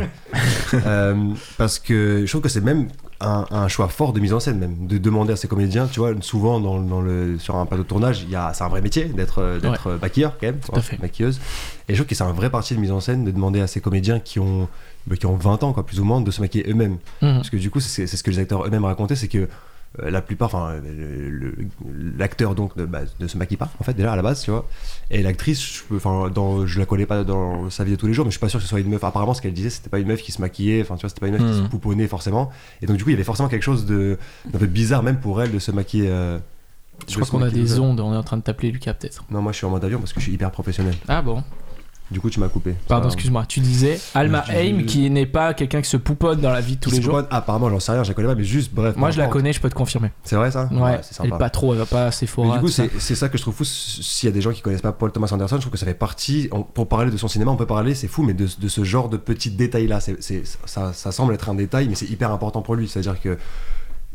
Speaker 4: Euh, parce que je trouve que c'est même un, un choix fort de mise en scène même de demander à ces comédiens tu vois souvent dans, dans le sur un plateau de tournage il y a c'est un vrai métier d'être euh, d'être euh, maquilleur quand même
Speaker 2: à
Speaker 4: hein,
Speaker 2: fait.
Speaker 4: maquilleuse et je trouve que c'est un vrai parti de mise en scène de demander à ces comédiens qui ont bah, qui ont 20 ans quoi plus ou moins de se maquiller eux-mêmes
Speaker 2: Mhm.
Speaker 4: parce que du coup, c'est c'est ce que les acteurs eux-mêmes racontaient, c'est que euh, la plupart, enfin, euh, le- l'acteur donc ne, bah, ne se maquille pas en fait déjà à la base, tu vois. Et l'actrice, je, peux- enfin, dans- je la connais pas dans sa vie de tous les jours, mais je suis pas sûr que ce soit une meuf. Apparemment, ce qu'elle disait, c'était pas une meuf qui se maquillait, enfin, tu vois, c'était pas une meuf qui
Speaker 2: Mm.
Speaker 6: Mhm.
Speaker 4: se pouponnait forcément. Et donc du coup, il y avait forcément quelque chose de d'un peu bizarre même pour elle de se maquiller. euh, de
Speaker 2: Je crois
Speaker 4: se
Speaker 2: qu'on a
Speaker 4: maquiller.
Speaker 2: des ondes, on est en train de t'appeler Lucas peut-être.
Speaker 4: Non, moi, je suis en mode avion parce que je suis hyper professionnel.
Speaker 2: Ah bon
Speaker 4: Du coup, tu m'as coupé.
Speaker 2: Pardon,
Speaker 4: Ça-
Speaker 2: excuse-moi. Tu disais Alma
Speaker 4: Je-
Speaker 2: Haim qui n'est pas quelqu'un qui se pouponne dans la vie de tous
Speaker 4: Qui
Speaker 2: les
Speaker 4: se
Speaker 2: jours.
Speaker 4: pointe- Apparemment, j'en sais rien, je la connais pas, mais juste bref.
Speaker 2: Moi
Speaker 4: peu
Speaker 2: je la
Speaker 4: importe.
Speaker 2: connais, je peux te confirmer.
Speaker 4: C'est vrai ça
Speaker 2: Ouais,
Speaker 4: c'est
Speaker 2: elle
Speaker 4: sympa.
Speaker 2: est pas trop, elle va pas assez
Speaker 4: Mais
Speaker 2: fort.
Speaker 4: du coup, c'est c'est ça que je trouve fou. s- S'il y a des gens qui connaissent pas Paul Thomas Anderson, je trouve que ça fait partie. on- pour parler de son cinéma, on peut parler, c'est fou, mais de, de ce genre de petits détails-là. C'est- c'est- Ça, ça semble être un détail, mais c'est hyper important pour lui. C'est-à-dire que.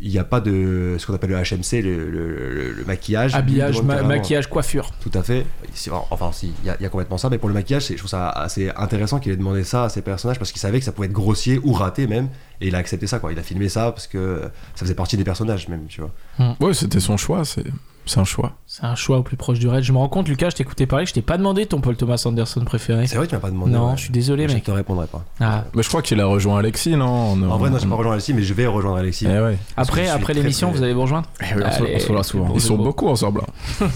Speaker 4: Il n'y a pas de ce qu'on appelle le HMC, le, le- le- le maquillage. Lui, il
Speaker 2: Habillage,
Speaker 4: demande
Speaker 2: ma-
Speaker 4: carrément-
Speaker 2: maquillage, coiffure.
Speaker 4: Tout à fait. C'est- Enfin, si, il y, a- il y a complètement ça. Mais pour le maquillage, c'est- je trouve ça assez intéressant qu'il ait demandé ça à ses personnages parce qu'il savait que ça pouvait être grossier ou raté même. Et il a accepté ça, quoi. Il a filmé ça parce que ça faisait partie des personnages, même, tu vois.
Speaker 6: Ouais, c'était son choix, c'est c'est un choix.
Speaker 2: C'est un choix au plus proche du rêve. Je me rends compte, Lucas, je t'écoutais parler, je t'ai pas demandé ton Paul Thomas Anderson préféré.
Speaker 4: C'est vrai, tu m'as pas demandé.
Speaker 2: Non,
Speaker 4: ouais.
Speaker 2: je suis désolé,
Speaker 4: Je
Speaker 2: mec.
Speaker 4: te répondrai pas.
Speaker 2: Ah.
Speaker 6: Mais je crois qu'il a rejoint Alexis, non
Speaker 4: En vrai, non,
Speaker 2: Mhm.
Speaker 4: j'ai pas rejoint Alexis, mais je vais rejoindre Alexis.
Speaker 6: Eh ouais.
Speaker 4: que je
Speaker 2: Après,
Speaker 4: suis
Speaker 2: après
Speaker 4: très,
Speaker 2: l'émission,
Speaker 4: très-
Speaker 2: vous allez vous rejoindre
Speaker 3: Eh on
Speaker 6: Eh
Speaker 3: se- on se
Speaker 4: <laughs>
Speaker 3: voit souvent.
Speaker 2: Bon,
Speaker 6: Ils sont
Speaker 2: bon.
Speaker 6: beaucoup ensemble. hein.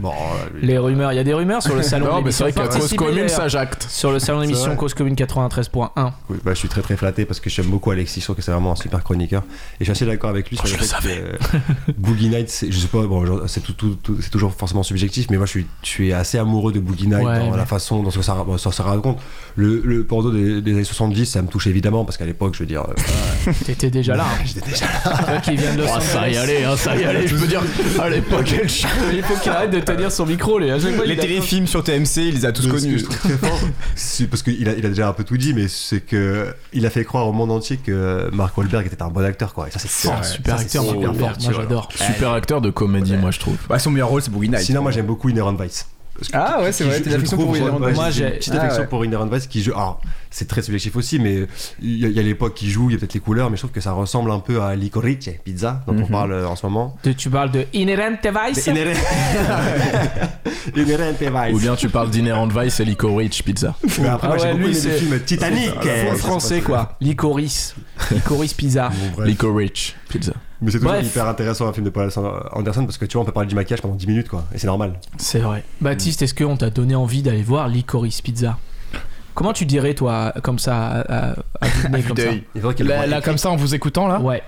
Speaker 4: Bon, euh,
Speaker 2: <laughs> Les rumeurs, il y a des rumeurs sur le salon.
Speaker 6: <laughs> non,
Speaker 2: de
Speaker 6: mais c'est vrai
Speaker 2: l'émission.
Speaker 6: qu'à cause
Speaker 2: Participez,
Speaker 6: commune,
Speaker 2: d'ailleurs.
Speaker 6: ça jacte.
Speaker 2: euh, Sur le salon d'émission
Speaker 4: vrai.
Speaker 2: Cause Commune 93.1.
Speaker 4: oui, bah, je suis très très flatté parce que j'aime beaucoup Alexis, je trouve que c'est vraiment un super chroniqueur. Et je suis assez d'accord avec lui sur
Speaker 6: je
Speaker 4: le
Speaker 6: le
Speaker 4: fait que euh, Boogie Night, c'est- je sais pas, bon, genre, c'est tout, tout- tout- c'est toujours forcément subjectif, mais moi je suis, je suis assez amoureux de Boogie Night
Speaker 2: Ouais,
Speaker 4: dans
Speaker 2: mais-
Speaker 4: la façon, dans ce que ça, bon, ça, ça raconte. Le, le porno des, des années 70, ça me touche évidemment parce qu'à l'époque, je veux dire, euh,
Speaker 2: T'étais déjà là.
Speaker 6: <laughs>
Speaker 2: hein.
Speaker 4: j'étais déjà
Speaker 2: Toi qui viens de Los Angeles.
Speaker 6: allait, Oh, hein, ça
Speaker 2: <laughs>
Speaker 6: y allait, je peux dire. À l'époque, elle
Speaker 2: Il faut qu'il arrête de tenir son micro, les.
Speaker 3: Les téléfilms sur TMC, il les a
Speaker 4: Mais
Speaker 3: tous
Speaker 4: ce que
Speaker 3: connus.
Speaker 4: je trouve très fort, c'est parce qu'il a, il a déjà un peu tout dit, mais c'est que il a fait croire au monde entier que Mark Wahlberg était un bon acteur, quoi. Et ça, c'est
Speaker 2: Oh,
Speaker 4: fort. Ça,
Speaker 2: super
Speaker 4: c'est
Speaker 2: acteur,
Speaker 4: super
Speaker 2: Mark
Speaker 4: fort.
Speaker 2: Wahlberg. Moi, j'adore.
Speaker 6: Super acteur de comédie, moi, je trouve.
Speaker 3: Bah, son meilleur rôle, c'est Boogie Night.
Speaker 4: Sinon, moi, j'aime beaucoup Inherent Vice. Parce que
Speaker 3: Ah ouais, c'est
Speaker 4: qui-
Speaker 3: vrai,
Speaker 4: je-
Speaker 3: t'as
Speaker 4: je
Speaker 3: l'affection
Speaker 4: trouve,
Speaker 3: pour Inherent
Speaker 4: ouais,
Speaker 3: Vice.
Speaker 4: Moi, j'ai
Speaker 2: j'ai-
Speaker 4: une petite
Speaker 3: Ah
Speaker 4: affection
Speaker 3: ouais.
Speaker 4: pour Inherent Vice qui joue. Alors, c'est très subjectif aussi, mais il y a- il y a l'époque qui joue, il y a peut-être les couleurs, mais je trouve que ça ressemble un peu à Licorice Pizza, dont on parle euh, en ce moment.
Speaker 2: Tu- Tu parles de Inherent Vice
Speaker 4: Inherent <laughs> Inherent
Speaker 6: Ou
Speaker 4: Vice.
Speaker 6: bien tu parles d'Inherent Vice et Licorice Pizza.
Speaker 4: Mais après, moi,
Speaker 2: Ah
Speaker 4: j'ai
Speaker 2: ouais,
Speaker 4: beaucoup
Speaker 2: lui,
Speaker 4: aimé
Speaker 2: c'est-
Speaker 4: le film Titanic.
Speaker 2: Faux français, quoi. Licorice. Licorice pizza.
Speaker 6: Licorice Pizza.
Speaker 4: Mais c'est toujours
Speaker 2: Bref.
Speaker 4: hyper intéressant un film de Paul Anderson parce que tu vois, on peut parler du maquillage pendant 10 minutes quoi, et c'est normal.
Speaker 2: C'est vrai. Baptiste, est-ce qu'on t'a donné envie d'aller voir Licorice Pizza Comment tu dirais, toi, comme ça, à, à, à vue de nez, comme ça
Speaker 3: Deuil.
Speaker 4: Il faudrait qu'elle
Speaker 6: Bah,
Speaker 5: Là,
Speaker 4: le
Speaker 5: là,
Speaker 4: voie.
Speaker 5: comme ça, en vous écoutant, là
Speaker 2: Ouais.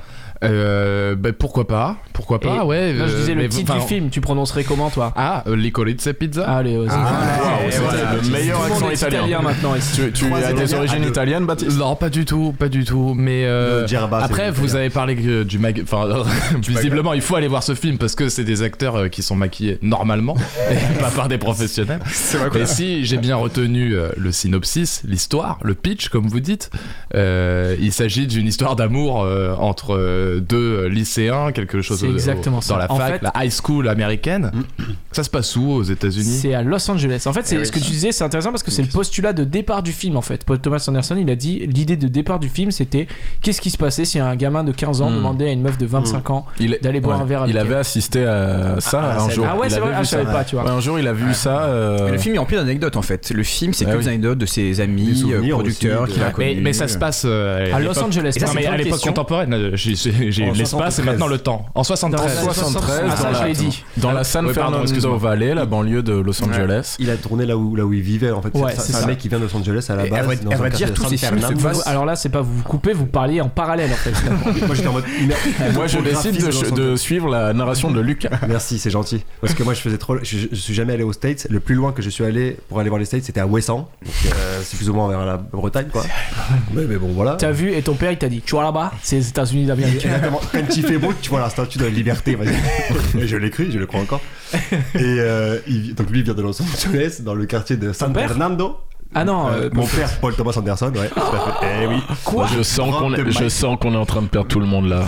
Speaker 5: euh, bah, Pourquoi pas Pourquoi pas,
Speaker 2: Et-
Speaker 5: ouais.
Speaker 2: Non, je
Speaker 5: euh,
Speaker 2: disais
Speaker 5: mais-
Speaker 2: le titre du
Speaker 5: enfin,
Speaker 2: film, tu prononcerais comment, toi
Speaker 5: Ah, euh, Licorice Pizza
Speaker 2: Ah, les.
Speaker 5: ouais,
Speaker 6: c'était
Speaker 5: voilà.
Speaker 6: le meilleur accent italien.
Speaker 2: maintenant ici.
Speaker 6: Tu, tu
Speaker 4: Trois
Speaker 6: as des
Speaker 4: Italiens
Speaker 6: origines
Speaker 4: à deux.
Speaker 6: italiennes, Baptiste
Speaker 5: Non, pas du tout, pas du tout. Mais euh,
Speaker 4: Le djerba, c'est
Speaker 5: après,
Speaker 4: le
Speaker 5: vous
Speaker 4: italien.
Speaker 5: avez parlé que du mag. Enfin, <laughs> visiblement, il faut aller voir ce film parce que c'est des acteurs euh, qui sont maquillés normalement, <laughs> et pas par des professionnels.
Speaker 3: C'est vrai
Speaker 5: Et si j'ai bien retenu euh, le synopsis, l'histoire, le pitch, comme vous dites, euh, il s'agit d'une histoire d'amour euh, entre euh, deux lycéens, quelque chose au-
Speaker 2: exactement
Speaker 5: dans
Speaker 2: ça.
Speaker 5: la
Speaker 2: En
Speaker 5: fac,
Speaker 2: fait-
Speaker 5: la high school américaine. ça se passe où aux États-Unis
Speaker 2: C'est à Los Angeles. En fait, c'est
Speaker 5: Eh oui.
Speaker 2: ce que tu disais, c'est intéressant parce que c'est le postulat de départ du film en fait. Paul Thomas Anderson, il a dit l'idée de départ du film, c'était qu'est-ce qui se passait si un gamin de 15 ans
Speaker 6: Mm.
Speaker 2: demandait à une meuf de 25 ans
Speaker 6: Il-
Speaker 2: D'aller boire un verre avec
Speaker 6: Il
Speaker 2: elle.
Speaker 6: avait assisté à ça
Speaker 2: Ah,
Speaker 6: un
Speaker 2: c'est-
Speaker 6: jour.
Speaker 2: Ah ouais,
Speaker 6: Il
Speaker 2: c'est
Speaker 6: avait
Speaker 2: vrai,
Speaker 6: vu
Speaker 2: ah, je
Speaker 6: ça.
Speaker 2: savais pas, tu vois.
Speaker 6: Ouais, un jour, il a vu ça. euh,
Speaker 3: Et Le film est rempli d'anecdotes en fait. Le film, c'est
Speaker 6: Ah
Speaker 3: que
Speaker 6: oui.
Speaker 3: des anecdotes de ses
Speaker 4: Bah Des
Speaker 3: amis, euh,
Speaker 4: souvenirs
Speaker 3: producteurs
Speaker 4: aussi de-
Speaker 3: qu'il a
Speaker 4: Ouais,
Speaker 5: mais,
Speaker 3: connus.
Speaker 5: mais ça se passe euh,
Speaker 2: à
Speaker 5: l'époque-
Speaker 2: Los Angeles.
Speaker 5: Non,
Speaker 2: c'est
Speaker 5: mais
Speaker 2: une
Speaker 5: à
Speaker 2: grande
Speaker 5: l'époque
Speaker 2: question.
Speaker 5: contemporaine, euh, j'ai j'ai- j'ai
Speaker 4: En
Speaker 5: l'espace et
Speaker 4: 73.
Speaker 5: maintenant le temps. En
Speaker 2: Dans la-
Speaker 5: 73.
Speaker 6: 73,
Speaker 2: Ah, ça,
Speaker 6: dans
Speaker 2: je
Speaker 6: la-
Speaker 2: l'ai dit.
Speaker 6: Dans la San
Speaker 5: Ouais, pardon,
Speaker 6: Fernando
Speaker 5: excuse-moi.
Speaker 6: Valley, la banlieue de Los Angeles.
Speaker 4: Il a tourné là où, là où il vivait en fait.
Speaker 2: Ouais,
Speaker 4: C'est-
Speaker 2: c'est
Speaker 4: c'est un
Speaker 2: ça.
Speaker 4: mec qui vient de Los Angeles à la
Speaker 3: Et
Speaker 4: base.
Speaker 3: elle va-
Speaker 4: dans
Speaker 3: elle
Speaker 4: un
Speaker 3: va
Speaker 4: quartier
Speaker 3: dire
Speaker 4: de
Speaker 3: tous
Speaker 4: San
Speaker 3: ces films se
Speaker 4: Fernando.
Speaker 3: passent-
Speaker 2: Alors là, c'est pas vous vous coupez, vous parliez en parallèle en fait.
Speaker 4: Moi j'étais en mode.
Speaker 6: <laughs> Moi, je décide de, de suivre la narration de Lucas.
Speaker 4: Merci, c'est gentil. Parce que moi, je faisais trop. Je, je suis jamais allé aux States. Le plus loin que je suis allé pour aller voir les States, c'était à Wesson. Donc, euh, c'est plus ou moins vers la Bretagne, quoi. Mais, mais bon, voilà.
Speaker 2: T'as vu et ton père il t'a dit tu vois là-bas, c'est les États-Unis
Speaker 4: <laughs>
Speaker 2: d'Amérique.
Speaker 4: Exactement. Quand il fait beau, tu vois la statue de la liberté. vas-y. Et <laughs> je l'écris, je le crois encore. Et euh, il- donc lui il vient de Los Angeles, dans le quartier de San
Speaker 2: père
Speaker 4: Fernando.
Speaker 2: Ah non,
Speaker 4: Euh,
Speaker 2: euh,
Speaker 4: mon père, Paul Thomas Anderson, ouais. tout à fait. Eh oui.
Speaker 2: quoi
Speaker 6: je sens qu'on est, je sens qu'on est en train de perdre tout le monde là.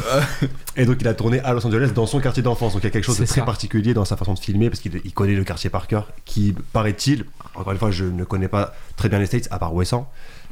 Speaker 4: Et donc il a tourné à Los Angeles dans son quartier d'enfance. Donc il y a quelque chose de
Speaker 2: C'est
Speaker 4: très
Speaker 2: ça.
Speaker 4: particulier dans sa façon de filmer parce qu'il il connaît le quartier par cœur. Qui paraît-il, encore une fois, je ne connais pas très bien les States à part Wesson,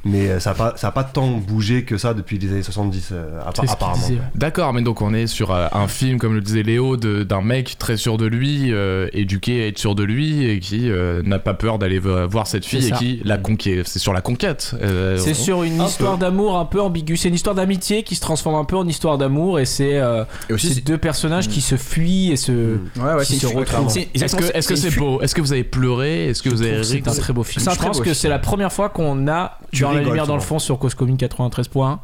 Speaker 4: mais euh, ça n'a pas, ça a pas tant bougé que ça depuis les années 70 euh, appa-
Speaker 2: C'est ce qu'il
Speaker 4: apparemment.
Speaker 2: disait.
Speaker 5: <laughs> D'accord, mais donc on est sur euh, un film, comme le disait Léo, de- d'un mec très sûr de lui, euh, éduqué à être sûr de lui, et qui euh, n'a pas peur d'aller vo- voir cette fille
Speaker 2: C'est
Speaker 5: et
Speaker 2: ça.
Speaker 5: qui la conquiert. C'est sur la conquête. euh,
Speaker 2: C'est
Speaker 5: on-
Speaker 2: sur une
Speaker 4: Un
Speaker 2: histoire
Speaker 4: peu.
Speaker 2: d'amour un peu ambiguë. C'est une histoire d'amitié qui se transforme un peu en histoire d'amour et c'est euh,
Speaker 3: Et aussi,
Speaker 2: ces deux personnages qui se fuient et se.
Speaker 3: c'est- Ah ouais, ouais,
Speaker 2: qui
Speaker 3: c'est-
Speaker 2: se retrouvent.
Speaker 3: c'est-
Speaker 5: Est-ce que est-ce que c'est
Speaker 3: une
Speaker 5: beau Est-ce que vous avez pleuré Est-ce que vous avez ri
Speaker 2: C'est un très beau film.
Speaker 3: C'est un
Speaker 2: Je
Speaker 3: très
Speaker 2: pense
Speaker 3: beau
Speaker 2: que
Speaker 3: film.
Speaker 2: c'est la première fois qu'on a,
Speaker 4: Tu
Speaker 2: dans la
Speaker 4: rigoles,
Speaker 2: lumière dans le
Speaker 4: souvent.
Speaker 2: fond, sur Cause Commune 93.1,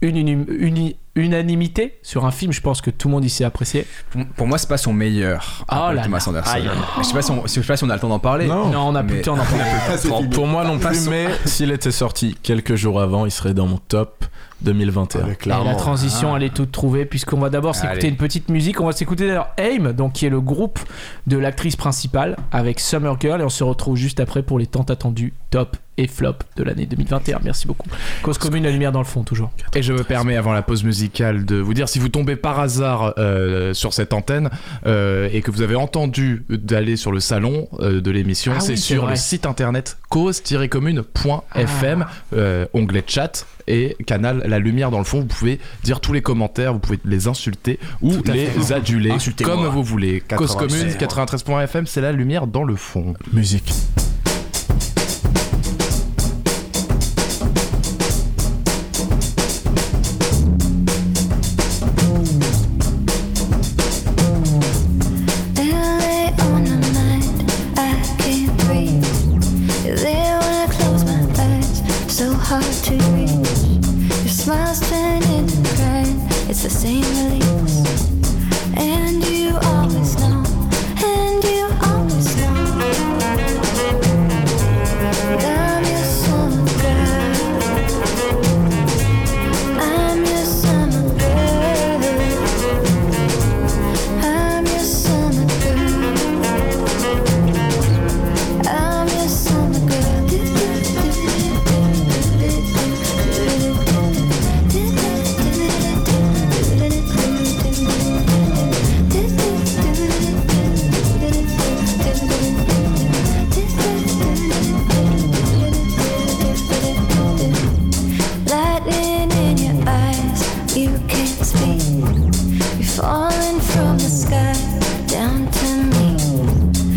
Speaker 2: une, uni- uni- unanimité sur un film. Je pense que tout le monde ici a apprécié.
Speaker 3: Pour, pour moi, c'est pas son meilleur. à
Speaker 2: Oh
Speaker 3: Paul
Speaker 2: là
Speaker 3: Thomas Anderson. Je sais pas si on, je sais pas si on a le temps d'en parler.
Speaker 6: Non.
Speaker 2: non, on a plus
Speaker 3: mais-
Speaker 2: le temps d'en parler.
Speaker 6: Pour, pour moi non plus,
Speaker 3: Passons.
Speaker 6: mais <laughs> s'il était sorti quelques jours avant, il serait dans mon top 2021.
Speaker 4: Ouais,
Speaker 2: Et la
Speaker 4: clairement.
Speaker 2: transition, elle est toute trouvée, puisqu'on va d'abord s'écouter
Speaker 3: Allez.
Speaker 2: une petite musique. On va s'écouter d'ailleurs AIM, donc qui est le groupe de l'actrice principale avec Summer Girl. Et on se retrouve juste après pour les tant attendus top et flop de l'année 2021. Merci beaucoup. Cause commune, la lumière dans le fond, toujours.
Speaker 5: Et je me permets, avant la pause musicale, de vous dire si vous tombez par hasard euh, sur cette antenne euh, et que vous avez entendu d'aller sur le salon euh, de l'émission,
Speaker 2: Ah
Speaker 5: c'est
Speaker 2: oui, c'est
Speaker 5: sur
Speaker 2: vrai.
Speaker 5: le site internet cause-commune.fm, euh, onglet chat et canal La Lumière dans le fond. Vous pouvez dire tous les commentaires, vous pouvez les insulter ou
Speaker 2: à
Speaker 5: les
Speaker 2: fait.
Speaker 5: adulter
Speaker 3: Insultez-moi.
Speaker 5: comme vous voulez. Cause
Speaker 4: 93.
Speaker 5: commune 93.fm, c'est La Lumière dans le fond.
Speaker 6: Musique.
Speaker 7: They lay on the night, I can't breathe. They when I close my eyes, so hard to reach. Your smile's turning into crying, it's the same release. And you always know, and you always know. that I'm your summer girl. I'm your summer girl. I'm your summer girl. I'm your summer girl. Lightning in your eyes, you can't speak. You're falling from the sky down to me.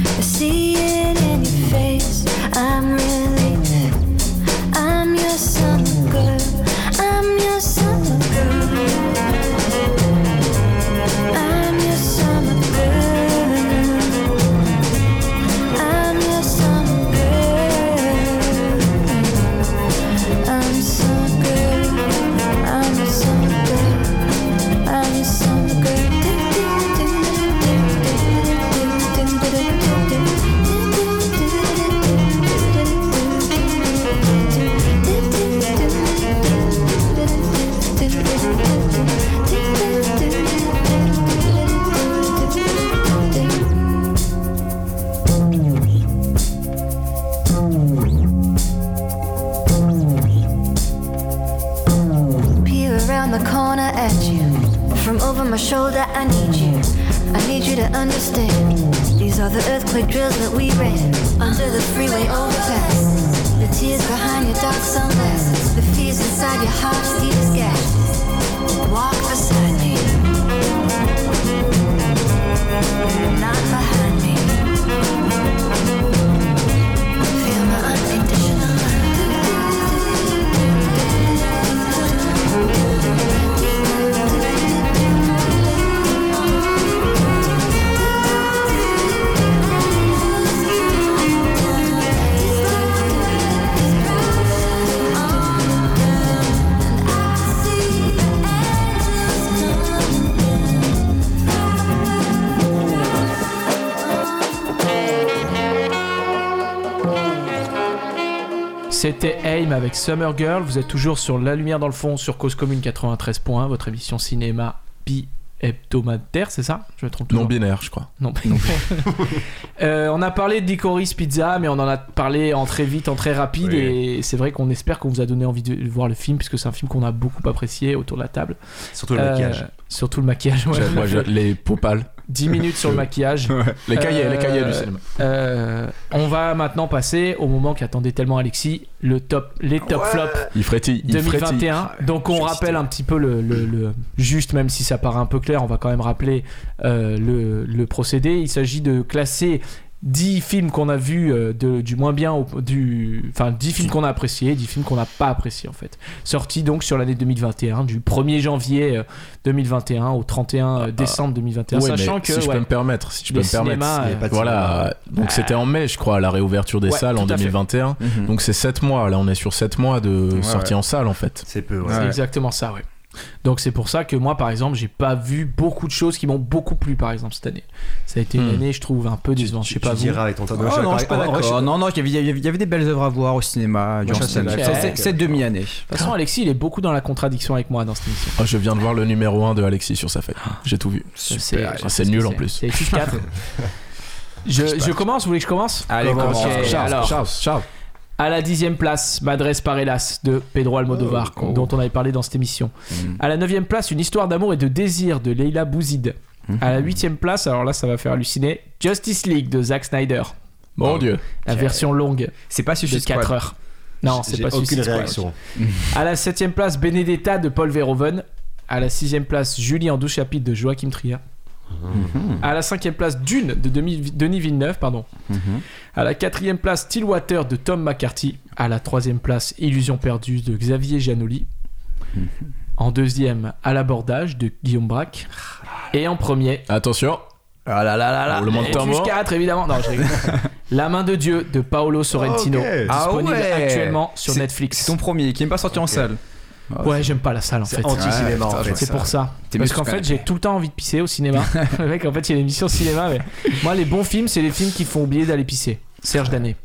Speaker 7: I see it in your face. I'm really I'm your summer girl. I'm your summer girl. I'm your summer girl. I'm your summer girl. I'm summer girl. I'm your summer girl. I'm your summer girl. <laughs> Peer around the corner at you. From over my shoulder, I need you. I need you to understand. These are the earthquake drills that we ran under the freeway overpass. The tears behind your dark sunglasses, the fears inside your heart's deepest gashes. Walk beside me, not behind me. Feel my unconditional
Speaker 2: C'était Aim avec Summer Girl. Vous êtes toujours sur La Lumière dans le fond sur Cause Commune 93 points, votre émission cinéma bi hebdomadaire, c'est ça Je me trompe toujours.
Speaker 6: Non binaire, je crois.
Speaker 2: Non. Euh, on a parlé d'Icoris Pizza, mais on en a parlé en très vite, en très rapide,
Speaker 6: Oui.
Speaker 2: et c'est vrai qu'on espère qu'on vous a donné envie de voir le film, puisque c'est un film qu'on a beaucoup apprécié autour de la table.
Speaker 4: Surtout le
Speaker 2: Euh,
Speaker 4: maquillage.
Speaker 2: Surtout le maquillage. ouais.
Speaker 6: J'ai- moi, j'ai- les popales.
Speaker 2: 10 minutes sur le maquillage.
Speaker 6: Les cahiers, les cahiers
Speaker 2: Euh,
Speaker 6: du cinéma.
Speaker 2: Euh, on va maintenant passer au moment qu'attendait tellement Alexis, le top, les top flops
Speaker 6: Il frétille, il frétille.
Speaker 2: 2021. Donc on rappelle un petit peu le, le- le- juste, même si ça paraît un peu clair, on va quand même rappeler euh, le, le procédé. Il s'agit de classer 10 films qu'on a vus euh, de- du moins bien au du enfin 10 films qu'on a appréciés 10 films qu'on n'a pas appréciés en fait sortis donc sur l'année 2021 du 1er janvier euh, 2021 au 31 euh, décembre 2021
Speaker 6: Ah, Ouais, mais
Speaker 2: sachant que
Speaker 6: si je
Speaker 2: ouais,
Speaker 6: peux me permettre, si je peux
Speaker 2: le
Speaker 6: me permettre,
Speaker 2: cinéma,
Speaker 4: s'il y a
Speaker 2: euh,
Speaker 4: pas de
Speaker 6: Voilà, donc c'était en mai, je crois, la réouverture des
Speaker 2: Ouais,
Speaker 6: salles en
Speaker 2: tout à fait.
Speaker 6: 2021.
Speaker 3: Mhm.
Speaker 6: Donc c'est 7 mois, là on est sur 7 mois de
Speaker 3: Ouais,
Speaker 6: sortie
Speaker 3: ouais.
Speaker 6: en salle en fait.
Speaker 4: C'est peu, ouais.
Speaker 2: C'est
Speaker 3: Ouais.
Speaker 2: exactement ça, ouais. Donc c'est pour ça que moi, par exemple, j'ai pas vu beaucoup de choses qui m'ont beaucoup plu, par exemple, cette année. Ça a été une
Speaker 6: Hmm.
Speaker 2: année, je trouve, un peu décevante. Je sais pas
Speaker 4: tu
Speaker 2: vous.
Speaker 4: diras avec ton tas de-
Speaker 3: Oh
Speaker 4: je suis
Speaker 3: non, je suis pas
Speaker 4: d'accord. En vrai, je suis-
Speaker 3: d'accord. Non, non, il y avait- il y avait il y avait des belles œuvres à voir au cinéma durant
Speaker 4: je suis
Speaker 3: cette
Speaker 4: assez
Speaker 2: d'accord.
Speaker 3: cette- cette demi-année.
Speaker 2: De toute façon, Alexis, il est beaucoup dans la contradiction avec moi dans cette émission.
Speaker 6: Oh, je viens de voir le numéro 1 de Alexis sur sa feuille. J'ai tout vu.
Speaker 2: Super.
Speaker 6: Ah, c'est nul en plus.
Speaker 2: Ah. C'est juste 4. Je, je commence, vous voulez que je commence
Speaker 3: Allez,
Speaker 2: Commence.
Speaker 3: commence.
Speaker 2: Charles, Alors,
Speaker 6: Charles, Charles.
Speaker 2: à la dixième place, Madresse par hélas de Pedro Almodovar,
Speaker 3: Oh, oh.
Speaker 2: dont on avait parlé dans cette émission.
Speaker 3: Mm.
Speaker 2: À la 9 place, Une histoire d'amour et de désir de Leila Bouzid.
Speaker 3: Mhm.
Speaker 2: À la 8 place, alors là ça va faire halluciner, Justice League de Zack Snyder.
Speaker 6: Mon dieu.
Speaker 2: Ah, La version longue
Speaker 3: C'est pas
Speaker 2: de
Speaker 3: Suicide
Speaker 2: 4
Speaker 3: Squad.
Speaker 2: heures. Non, c'est
Speaker 4: J'ai
Speaker 2: pas
Speaker 4: aucune
Speaker 2: Suicide Squad.
Speaker 4: réaction.
Speaker 2: À la 7 place, Benedetta de Paul Verhoeven. À la 6 place, Julie en 12 chapitres de Joachim Trier. À la 5 place, Dune de Demi- Denis Villeneuve. Pardon. À la 4 place, Stillwater de Tom McCarthy. À la 3 place, Illusion perdue de Xavier Giannoli. En deuxième, À l'abordage de Guillaume Braque. Et en premier,
Speaker 6: Attention.
Speaker 3: Ah là là là là.
Speaker 6: Roulement de
Speaker 2: et
Speaker 6: tambour.
Speaker 2: plus 4 évidemment. Non, je rigole. <laughs> La main de Dieu de Paolo Sorrentino.
Speaker 4: Ok.
Speaker 2: Disponible
Speaker 3: Ah ouais.
Speaker 2: actuellement sur
Speaker 3: C'est-
Speaker 2: Netflix.
Speaker 3: C'est ton premier qui n'est pas sorti en salle.
Speaker 2: Ouais, j'aime pas la salle en fait.
Speaker 4: C'est anti-cinéma,
Speaker 3: Ouais,
Speaker 4: en
Speaker 3: putain,
Speaker 4: fait.
Speaker 2: C'est
Speaker 3: ça.
Speaker 2: pour ça.
Speaker 3: T'es
Speaker 2: Parce
Speaker 3: mieux
Speaker 2: qu'en
Speaker 3: sur
Speaker 2: fait,
Speaker 3: canapé.
Speaker 2: j'ai tout le temps envie de pisser au
Speaker 3: <laughs>
Speaker 2: cinéma. le mec, en fait, il y a l'émission cinéma. Mais... Moi, les bons films, c'est les films qui font oublier d'aller pisser. Serge Danet.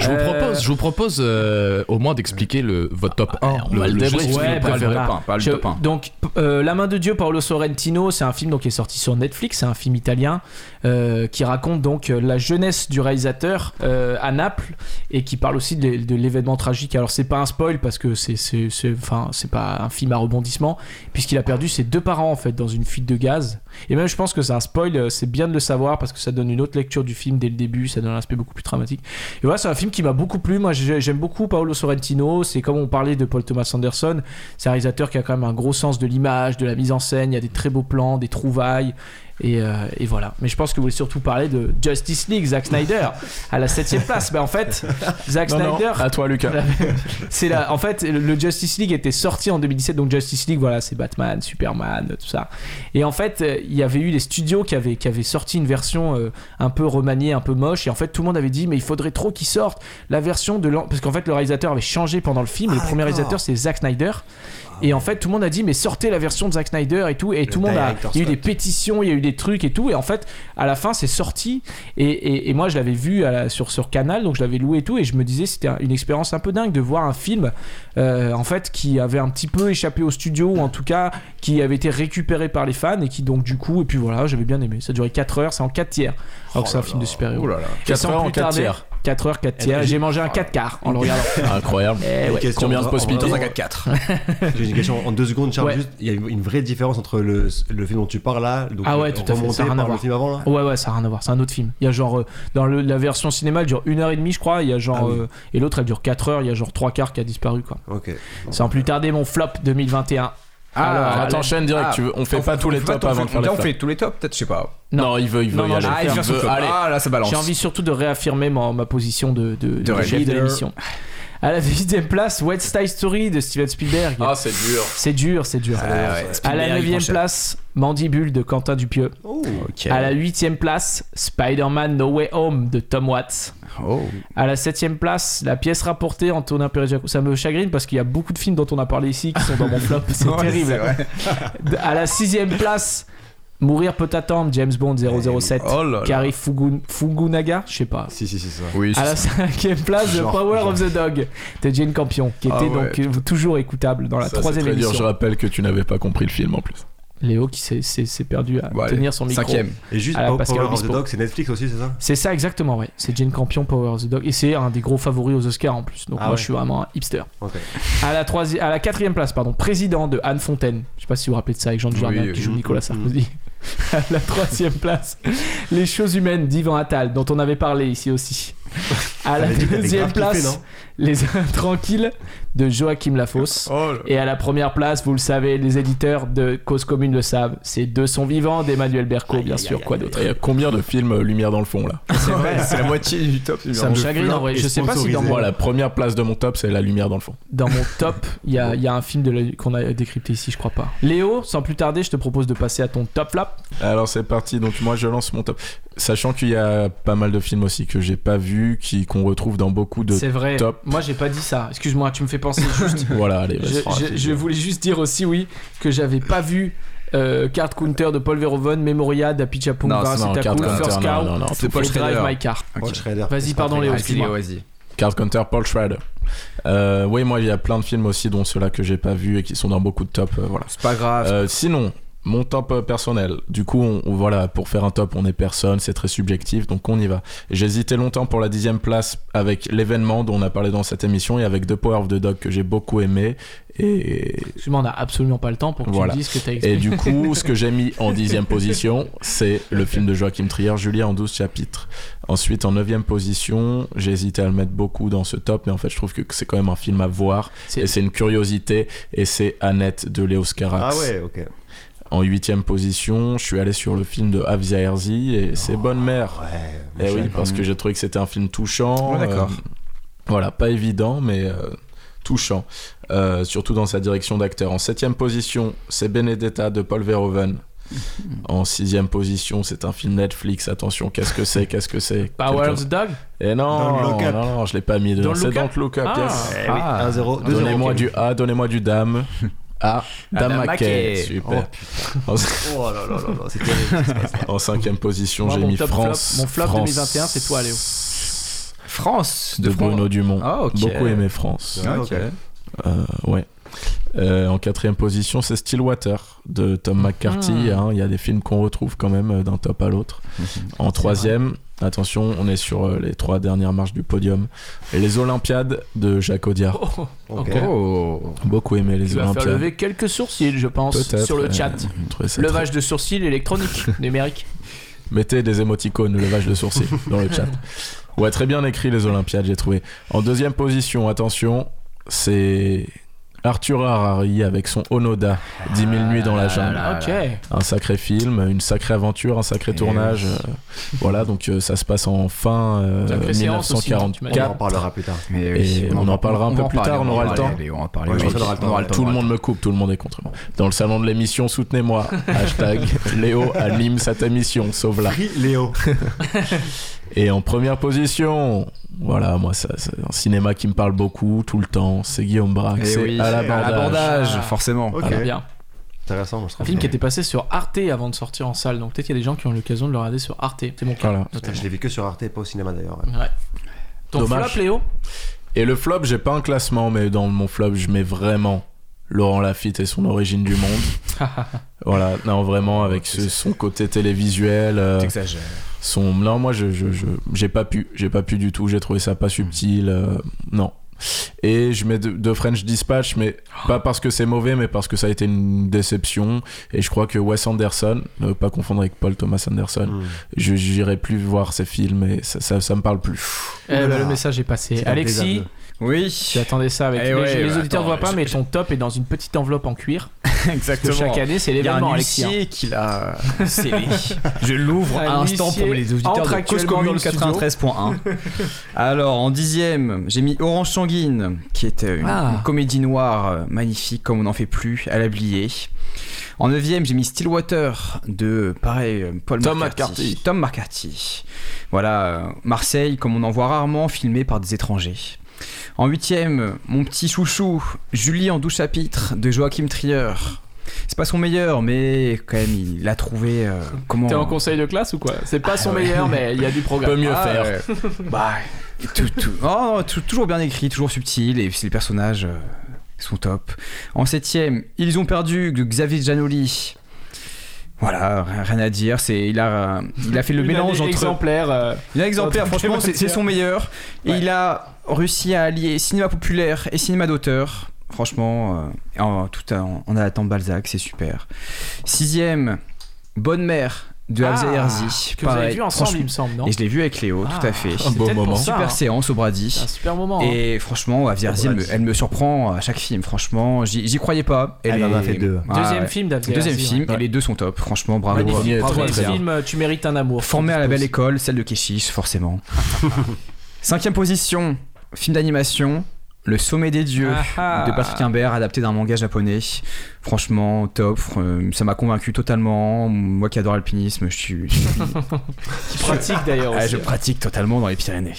Speaker 5: Je vous
Speaker 2: Euh,
Speaker 5: propose, je vous propose euh, au moins d'expliquer le, votre top 1.
Speaker 6: on va le
Speaker 5: juste
Speaker 6: débriefer.
Speaker 5: film
Speaker 2: Ouais,
Speaker 5: préféré.
Speaker 2: bah, voilà.
Speaker 3: top un, parle du
Speaker 2: Je-
Speaker 3: top un.
Speaker 2: Donc, p- euh, La main de Dieu, Paolo Sorrentino, c'est un film donc, qui est sorti sur Netflix, c'est un film italien euh, qui raconte donc euh, la jeunesse du réalisateur euh, à Naples et qui parle aussi de, de l'événement tragique. Alors, c'est pas un spoil parce que c'est c'est- c'est- enfin, c'est pas un film à rebondissement, puisqu'il a perdu ses deux parents en fait dans une fuite de gaz. Et même, je pense que c'est un spoil, euh, c'est bien de le savoir parce que ça donne une autre lecture du film dès le début, ça donne un aspect beaucoup plus dramatique. Et voilà, c'est un film qui m'a beaucoup plu. Moi, j'ai- j'aime beaucoup Paolo Sorrentino. C'est comme on parlait de Paul Thomas Anderson. C'est un réalisateur qui a quand même un gros sens de l'image, de la mise en scène. Il y a des très beaux plans, des trouvailles. Et, euh, et voilà. Mais je pense que vous voulez surtout parler de Justice League, Zack Snyder, à la 7 place. Ben en fait, Zack
Speaker 6: Non, non,
Speaker 2: Snyder.
Speaker 6: à toi Lucas.
Speaker 2: C'est là. En fait, le Justice League était sorti en 2017. Donc Justice League, voilà, c'est Batman, Superman, tout ça. Et en fait, euh, il y avait eu les studios qui avaient, qui avaient sorti une version euh, un peu remaniée, un peu moche. Et en fait, tout le monde avait dit, mais il faudrait trop qu'ils sortent la version de. l'an- Parce qu'en fait, le réalisateur avait changé pendant le film. et le premier réalisateur, c'est Zack Snyder. Et en fait, tout le monde a dit, mais sortez la version de Zack Snyder et tout. Et tout le monde a.
Speaker 4: director's
Speaker 2: Il y a eu des
Speaker 4: cut.
Speaker 2: pétitions, il y a eu des trucs et tout. Et en fait, à la fin, c'est sorti. Et, et- et moi, je l'avais vu à la- sur, sur Canal, donc je l'avais loué et tout. Et je me disais, c'était un- une expérience un peu dingue de voir un film, euh, en fait, qui avait un petit peu échappé au studio, ou en tout cas, qui avait été récupéré par les fans. Et qui, donc, du coup,
Speaker 6: Oh
Speaker 2: et puis voilà, j'avais bien aimé. Ça durait 4 heures, c'est en 4 tiers. Alors que c'est un film de super-héros.
Speaker 6: Quatre
Speaker 2: sans
Speaker 6: heures en
Speaker 2: plus
Speaker 6: quatre
Speaker 2: tarder-
Speaker 6: tiers. Eh ben,
Speaker 2: 4 heures, 4 tiers. J'ai
Speaker 6: ah.
Speaker 2: mangé un 4 quarts en le regardant.
Speaker 6: Incroyable.
Speaker 2: Eh ouais.
Speaker 4: Question
Speaker 6: Combien de
Speaker 4: en-
Speaker 6: possibilités
Speaker 4: en-
Speaker 6: dans
Speaker 4: en-
Speaker 6: un
Speaker 3: 4-4.
Speaker 4: J'ai une question en deux secondes, Charles.
Speaker 2: Ouais.
Speaker 4: Juste, il y a une vraie différence entre le, le film dont tu parles là, donc
Speaker 2: Ah ouais, tout à fait,
Speaker 4: remonté
Speaker 2: ça a rien à
Speaker 4: par le
Speaker 2: voir.
Speaker 4: film avant là.
Speaker 2: Ouais, ouais, ça a rien à voir. C'est un autre film. Il y a genre, euh, dans le- la version cinéma, elle dure une heure et demie, je crois. Il y a genre,
Speaker 4: Ah oui.
Speaker 2: euh, et l'autre, elle dure 4 heures. Il y a genre 3 quarts qui a disparu, quoi.
Speaker 4: Ok.
Speaker 2: Sans plus tarder, mon flop 2021.
Speaker 6: Alors,
Speaker 2: Alors,
Speaker 6: attends, enchaîne direct.
Speaker 3: ah,
Speaker 6: tu veux- on fait
Speaker 3: on
Speaker 6: pas tous les
Speaker 3: fait pas
Speaker 6: tops avant de faire les
Speaker 3: On
Speaker 6: flops.
Speaker 3: fait tous les tops, peut-être, je sais pas.
Speaker 2: Non.
Speaker 6: Non, il veut, il veut
Speaker 2: Non,
Speaker 6: y
Speaker 2: non,
Speaker 6: aller.
Speaker 2: je vais
Speaker 3: Ah, il
Speaker 2: faire
Speaker 3: fait
Speaker 6: Il
Speaker 3: son
Speaker 6: veut-
Speaker 3: flop.
Speaker 6: allez.
Speaker 3: Ah, là, ça balance.
Speaker 2: J'ai envie surtout de réaffirmer ma, ma position de, de, de,
Speaker 3: De
Speaker 2: chef de
Speaker 3: leader.
Speaker 2: l'émission. À la dixième place, West Side Story de Steven Spielberg.
Speaker 6: Ah, c'est dur.
Speaker 2: C'est dur, c'est dur.
Speaker 3: Ah, ouais.
Speaker 2: à la
Speaker 3: Spielberg, il
Speaker 2: neuvième
Speaker 3: enchaîne.
Speaker 2: place, Mandibule de Quentin Dupieux.
Speaker 3: Ok.
Speaker 2: À la huitième place, Spider-Man No Way Home de Tom Watts.
Speaker 3: Oh.
Speaker 2: À la septième place, la pièce rapportée Antonin Perejako. Ça me chagrine parce qu'il y a beaucoup de films dont on a parlé ici qui sont dans mon flop. C'est
Speaker 3: Ouais,
Speaker 2: terrible.
Speaker 3: vrai.
Speaker 2: À la sixième place, Mourir peut attendre, James Bond 007.
Speaker 6: Oh là là.
Speaker 2: Kari Fugun- Fugunaga, je sais pas.
Speaker 4: Si, si, si, ça.
Speaker 3: Oui,
Speaker 2: À la cinquième place, The
Speaker 4: Genre,
Speaker 2: Power
Speaker 4: genre.
Speaker 2: of the Dog de Jane Campion, qui était
Speaker 3: Ah ouais.
Speaker 2: donc euh, toujours écoutable dans la
Speaker 6: Ça, c'est
Speaker 2: troisième
Speaker 6: très dur.
Speaker 2: émission.
Speaker 6: Je rappelle que tu n'avais pas compris le film en plus.
Speaker 2: Léo qui s'est- s'est s'est perdu à
Speaker 3: Bon, allez,
Speaker 2: tenir son micro.
Speaker 3: Cinquième.
Speaker 4: Et juste
Speaker 2: À la
Speaker 4: Power
Speaker 2: Pascal
Speaker 4: of the
Speaker 2: Ah, Obispo.
Speaker 4: Dog, c'est Netflix aussi, c'est ça
Speaker 2: C'est ça exactement, ouais. C'est Jane Campion, Power of the Dog, et c'est un des gros favoris aux Oscars en plus. Donc
Speaker 4: Ah
Speaker 2: moi,
Speaker 4: ouais.
Speaker 2: je suis vraiment un hipster.
Speaker 4: Ok.
Speaker 2: À la troisi- à la quatrième place, pardon, président de Anne Fontaine. Je sais pas si vous vous rappelez de ça avec Jean Dujardin
Speaker 3: Oui,
Speaker 2: qui
Speaker 3: oui.
Speaker 2: joue Nicolas Sarkozy. <laughs> à la troisième place, les choses humaines d'Ivan Attal, dont on avait parlé ici aussi. À la
Speaker 4: T'avais dit que t'avais
Speaker 2: deuxième
Speaker 4: grave kiffé,
Speaker 2: place,
Speaker 4: non
Speaker 2: les <laughs> Intranquilles de Joachim Lafosse. Et à la première place, vous le savez, les éditeurs de Cause Commune le savent, c'est Deux sont vivants d'Emmanuel Berco, bien sûr, quoi d'autre.
Speaker 6: Il y a combien de films euh, Lumière dans le
Speaker 2: <laughs>
Speaker 6: fond là
Speaker 3: C'est vrai,
Speaker 6: <laughs>
Speaker 3: c'est la moitié du top.
Speaker 2: Ça me chagrine en vrai, je sais pas si dans mon,
Speaker 6: Moi, la première place de mon top, c'est La Lumière dans le fond.
Speaker 2: dans mon top, il y, a- il y a un film de la- qu'on a décrypté ici, je crois pas. Léo, sans plus tarder, je te propose de passer à ton top flap.
Speaker 6: Alors c'est parti, donc moi je lance mon top. Sachant qu'il y a pas mal de films aussi que j'ai pas vu, qui qu'on retrouve dans beaucoup de...
Speaker 2: C'est vrai.
Speaker 6: top.
Speaker 2: Moi, j'ai pas dit ça. Excuse-moi, tu me fais <laughs> penser juste.
Speaker 6: Voilà, allez,
Speaker 2: je,
Speaker 6: vas-y.
Speaker 2: je- je voulais juste dire aussi, oui, que j'avais pas vu euh, Card Counter de Paul Verhoeven, Memoria
Speaker 3: Non,
Speaker 2: d'Apichapumba,
Speaker 3: c'est
Speaker 6: non,
Speaker 2: c'est
Speaker 6: Card
Speaker 2: cool,
Speaker 6: Counter,
Speaker 2: First
Speaker 6: non,
Speaker 2: Cow,
Speaker 6: non, non,
Speaker 2: et
Speaker 3: c'est Paul
Speaker 2: Drive
Speaker 3: Schrader.
Speaker 2: My Car.
Speaker 4: Paul Schrader.
Speaker 2: Vas-y, pardon, Léo, excuse-moi.
Speaker 3: vas-y.
Speaker 6: Card Counter, Paul Schrader. Euh, oui, moi il y a plein de films aussi, dont ceux-là que j'ai pas vu et qui sont dans beaucoup de tops. euh, voilà.
Speaker 3: Ah, C'est pas grave.
Speaker 6: Euh, sinon, mon top euh, personnel. Du coup, on, on- voilà, pour faire un top, on est personne, c'est très subjectif, donc on y va. J'ai hésité longtemps pour la dixième place avec l'événement dont on a parlé dans cette émission et avec The Power of the Dog que j'ai beaucoup aimé. Et,
Speaker 2: Excuse-moi, on n'a absolument pas le temps pour que
Speaker 6: Voilà.
Speaker 2: tu me dises ce que t'as
Speaker 6: et
Speaker 2: expliqué.
Speaker 6: du coup, ce que j'ai mis en dixième position, c'est le film de Joachim Trier, Julia en 12 chapitres. Ensuite, en neuvième position, j'ai hésité à le mettre beaucoup dans ce top, mais en fait, je trouve que c'est quand même un film à voir.
Speaker 2: C'est-
Speaker 6: Et c'est une curiosité. Et c'est Annette de Léo Scarax.
Speaker 4: Ah ouais, ok.
Speaker 6: En huitième position, je suis allé sur le film de Avia Herzi et c'est Bonne Mère.
Speaker 4: Oh, Ouais.
Speaker 6: Eh oui,
Speaker 4: Michel.
Speaker 6: parce que j'ai trouvé que c'était un film touchant.
Speaker 3: Ouais, d'accord.
Speaker 6: euh, voilà, pas évident, mais euh, touchant. Euh, surtout dans sa direction d'acteur. En septième position, c'est Benedetta de Paul Verhoeven. En sixième position, c'est un film Netflix. Attention, qu'est-ce que c'est Qu'est-ce que c'est
Speaker 2: Power
Speaker 6: Quelqu'un-
Speaker 2: of the Dog
Speaker 6: Eh non,
Speaker 4: Don't Look
Speaker 6: non,
Speaker 4: Up.
Speaker 6: non, non, je l'ai pas mis dedans.
Speaker 2: Don't
Speaker 6: C'est
Speaker 2: Look
Speaker 6: dans
Speaker 2: Up
Speaker 6: Look Up,
Speaker 2: Ah.
Speaker 6: yes.
Speaker 4: Eh oui, 1-0, 2-0.
Speaker 6: Donnez-moi du A, donnez-moi du Dame. Ah,
Speaker 3: Ah,
Speaker 6: Dame
Speaker 3: Dame
Speaker 6: Mackay.
Speaker 3: Mackay.
Speaker 6: Super.
Speaker 4: Oh là là là là,
Speaker 6: <laughs>
Speaker 4: c'est terrible. ce qui se passe.
Speaker 6: En cinquième position,
Speaker 2: Moi,
Speaker 6: j'ai
Speaker 2: mon
Speaker 6: mis
Speaker 2: top
Speaker 6: France.
Speaker 2: flop- mon flop
Speaker 6: France
Speaker 2: 2021, c'est toi, Léo.
Speaker 3: France
Speaker 6: De
Speaker 3: Fran-
Speaker 6: Bruno Dumont.
Speaker 3: Ah, ok.
Speaker 6: Beaucoup aimé France.
Speaker 4: Ah,
Speaker 3: Ok.
Speaker 4: ok.
Speaker 6: Euh, ouais. Euh, en quatrième position, c'est Stillwater de Tom McCarthy. hein.
Speaker 4: Ah.
Speaker 6: Il y a des films qu'on retrouve quand même euh, d'un top à
Speaker 4: <laughs>
Speaker 6: l'autre. En troisième, attention, on est sur euh, les trois dernières marches du podium. Les Olympiades de Jacques Audiard.
Speaker 2: Oh,
Speaker 4: Ok.
Speaker 2: Ok.
Speaker 3: Oh.
Speaker 6: Beaucoup aimé les
Speaker 2: tu vas faire
Speaker 6: Olympiades.
Speaker 2: lever quelques sourcils, je pense,
Speaker 6: Peut-être,
Speaker 2: sur le
Speaker 6: euh,
Speaker 2: chat.
Speaker 6: j'ai trouvé ça très-
Speaker 2: Levage de sourcils
Speaker 6: <laughs>
Speaker 2: électronique, numérique.
Speaker 6: Mettez des émoticônes, levage
Speaker 2: <laughs>
Speaker 6: de sourcils dans le chat. Ouais, très bien écrit les Olympiades, j'ai trouvé. En deuxième position, attention, c'est Arthur Harari avec son Onoda, 10 000 nuits dans la jungle.
Speaker 3: Ah là
Speaker 2: ok.
Speaker 6: Un sacré film, une sacrée aventure, un sacré
Speaker 3: Et
Speaker 6: tournage.
Speaker 3: oui.
Speaker 6: euh, voilà, donc euh, ça se passe en fin euh,
Speaker 2: Sacrée séance aussi, tu m'as dit.
Speaker 4: On en
Speaker 6: 1944.
Speaker 4: parlera plus tard.
Speaker 3: Mais
Speaker 6: Et on en parlera un peu plus tard, on aura le temps.
Speaker 3: On va parler,
Speaker 4: Ouais,
Speaker 3: oui.
Speaker 4: je pense qu'on aura le temps,
Speaker 3: On aura
Speaker 4: ouais.
Speaker 6: Tout le monde me coupe, tout le monde est contre moi. Dans le salon de
Speaker 2: <laughs>
Speaker 6: l'émission, soutenez-moi. Hashtag Léo anime cette émission, sauve-la.
Speaker 4: Prix Léo.
Speaker 6: Et en première position, voilà, moi, ça- c'est un cinéma qui me parle beaucoup tout le temps. C'est Guillaume Braque,
Speaker 3: Eh
Speaker 6: c'est
Speaker 3: oui,
Speaker 6: à la
Speaker 3: à
Speaker 6: bande.
Speaker 3: l'abordage,
Speaker 2: Ah.
Speaker 3: forcément.
Speaker 4: Ok.
Speaker 2: Très bien.
Speaker 4: Intéressant, moi je
Speaker 2: Un
Speaker 4: trouve.
Speaker 2: film qui était passé sur Arte avant de sortir en salle, donc peut-être qu'il y a des gens qui ont eu l'occasion de le regarder sur Arte. C'est mon cas.
Speaker 6: Voilà.
Speaker 4: Je l'ai vu que sur Arte, pas au cinéma d'ailleurs.
Speaker 2: Ouais. Ton
Speaker 6: Dommage.
Speaker 2: flop, Léo
Speaker 6: Et le flop, j'ai pas un classement, mais dans mon flop, je mets vraiment Laurent Lafitte et son origine du monde. voilà, non, vraiment, avec ce- son côté télévisuel. euh,
Speaker 3: T'exagères.
Speaker 6: son non moi je je- je- j'ai pas pu j'ai pas pu du tout j'ai trouvé ça pas subtil euh, non et je mets de, de French Dispatch mais pas parce que c'est mauvais mais parce que ça a été une déception et je crois que Wes Anderson ne pas confondre avec Paul Thomas Anderson
Speaker 4: Mm.
Speaker 6: je j'irai plus voir ses films et ça, ça, ça me parle plus
Speaker 2: Eh ben,
Speaker 4: Oulala.
Speaker 2: le message est passé.
Speaker 4: C'est un
Speaker 2: Alexis,
Speaker 4: désaveu.
Speaker 3: Oui.
Speaker 2: tu attendais ça avec
Speaker 3: Eh
Speaker 2: les,
Speaker 3: ouais,
Speaker 2: les
Speaker 3: bah,
Speaker 2: auditeurs ne voient
Speaker 3: attends,
Speaker 2: pas,
Speaker 3: je-
Speaker 2: mais ton top est dans une petite enveloppe en cuir. Parce que
Speaker 3: <laughs> Exactement.
Speaker 2: chaque année, c'est
Speaker 3: il y a
Speaker 2: l'événement,
Speaker 3: un
Speaker 2: Alexis. hein.
Speaker 3: huissier qui l'a scellé. Je l'ouvre
Speaker 2: Un
Speaker 3: à l'instant
Speaker 2: huissier
Speaker 3: pour les auditeurs
Speaker 2: entre
Speaker 3: de Cause
Speaker 2: actuellement dans
Speaker 3: Commune
Speaker 2: le studio.
Speaker 3: 93.1. Alors, en dixième, j'ai mis Orange Sanguine, qui était une,
Speaker 2: Ah.
Speaker 3: une comédie noire euh, magnifique, comme on n'en fait plus, à la blier. En neuvième, j'ai mis Stillwater de, pareil, euh, Paul
Speaker 6: Tom
Speaker 3: McCarthy.
Speaker 6: McCarthy.
Speaker 3: Tom McCarthy. Voilà, euh, Marseille, comme on en voit rarement, filmé par des étrangers. En huitième, mon petit chouchou, Julie en douze chapitres de Joachim Trier. C'est pas son meilleur, mais quand même, il l'a trouvé. euh, comment
Speaker 2: T'es en conseil de classe ou quoi C'est pas son meilleur, mais il y a du progrès.
Speaker 6: peut mieux
Speaker 3: Ah,
Speaker 6: faire
Speaker 3: ouais. bah, tout, tout- oh, tout- toujours bien écrit, toujours subtil, et les personnages euh, sont top. En septième, ils ont perdu de Xavier Giannoli. Voilà, rien rien à dire. C'est il a il a fait le
Speaker 2: Une
Speaker 3: mélange
Speaker 2: année
Speaker 3: entre
Speaker 2: exemplaire. euh,
Speaker 3: il est exemplaire,
Speaker 2: Entre
Speaker 3: franchement,
Speaker 2: les
Speaker 3: c'est c'est son meilleur. Et
Speaker 2: Ouais.
Speaker 3: il a réussi à allier cinéma populaire et cinéma d'auteur. Franchement, euh, en, tout en, en adaptant Balzac, c'est super. Sixième, Bonne Mère de Hamza
Speaker 2: ah,
Speaker 3: Erzi.
Speaker 2: Que vous avez
Speaker 3: pareil,
Speaker 2: vu ensemble,
Speaker 3: franchement.
Speaker 2: il me semble, non
Speaker 3: Et je l'ai vu avec Léo, tout
Speaker 2: Ah,
Speaker 3: à fait.
Speaker 2: c'est
Speaker 6: Un beau
Speaker 2: peut-être pour
Speaker 6: moment.
Speaker 2: ça,
Speaker 3: Super
Speaker 2: hein.
Speaker 3: séance au Brady.
Speaker 2: C'est un super moment. hein.
Speaker 3: Et franchement, Avi Arzi, elle, me- elle me surprend à chaque film. Franchement, j'y j'y croyais pas. Et
Speaker 4: Elle
Speaker 3: les-
Speaker 4: en a fait deux.
Speaker 3: Ah,
Speaker 2: Deuxième
Speaker 3: ouais.
Speaker 2: film d'Avzia
Speaker 3: Deuxième
Speaker 2: Aziz,
Speaker 3: film,
Speaker 2: ouais.
Speaker 3: et les deux sont top. Franchement, bravo.
Speaker 6: Magnifique.
Speaker 3: à-
Speaker 6: Il est
Speaker 2: Bravo,
Speaker 6: très,
Speaker 2: le
Speaker 6: très
Speaker 2: film, euh, Tu mérites un amour.
Speaker 3: Formé à la belle
Speaker 2: Dispose.
Speaker 3: école, celle de Keshish, forcément. <laughs> Cinquième position, film d'animation, Le Sommet des Dieux
Speaker 2: Ah ah.
Speaker 3: de Patrick Imbert, adapté d'un manga japonais. Franchement, top. euh, Ça m'a convaincu totalement. Moi qui adore l'alpinisme, je suis. je suis-
Speaker 2: <laughs> Qui pratique d'ailleurs.
Speaker 3: Ah,
Speaker 2: aussi.
Speaker 3: je pratique totalement dans les Pyrénées.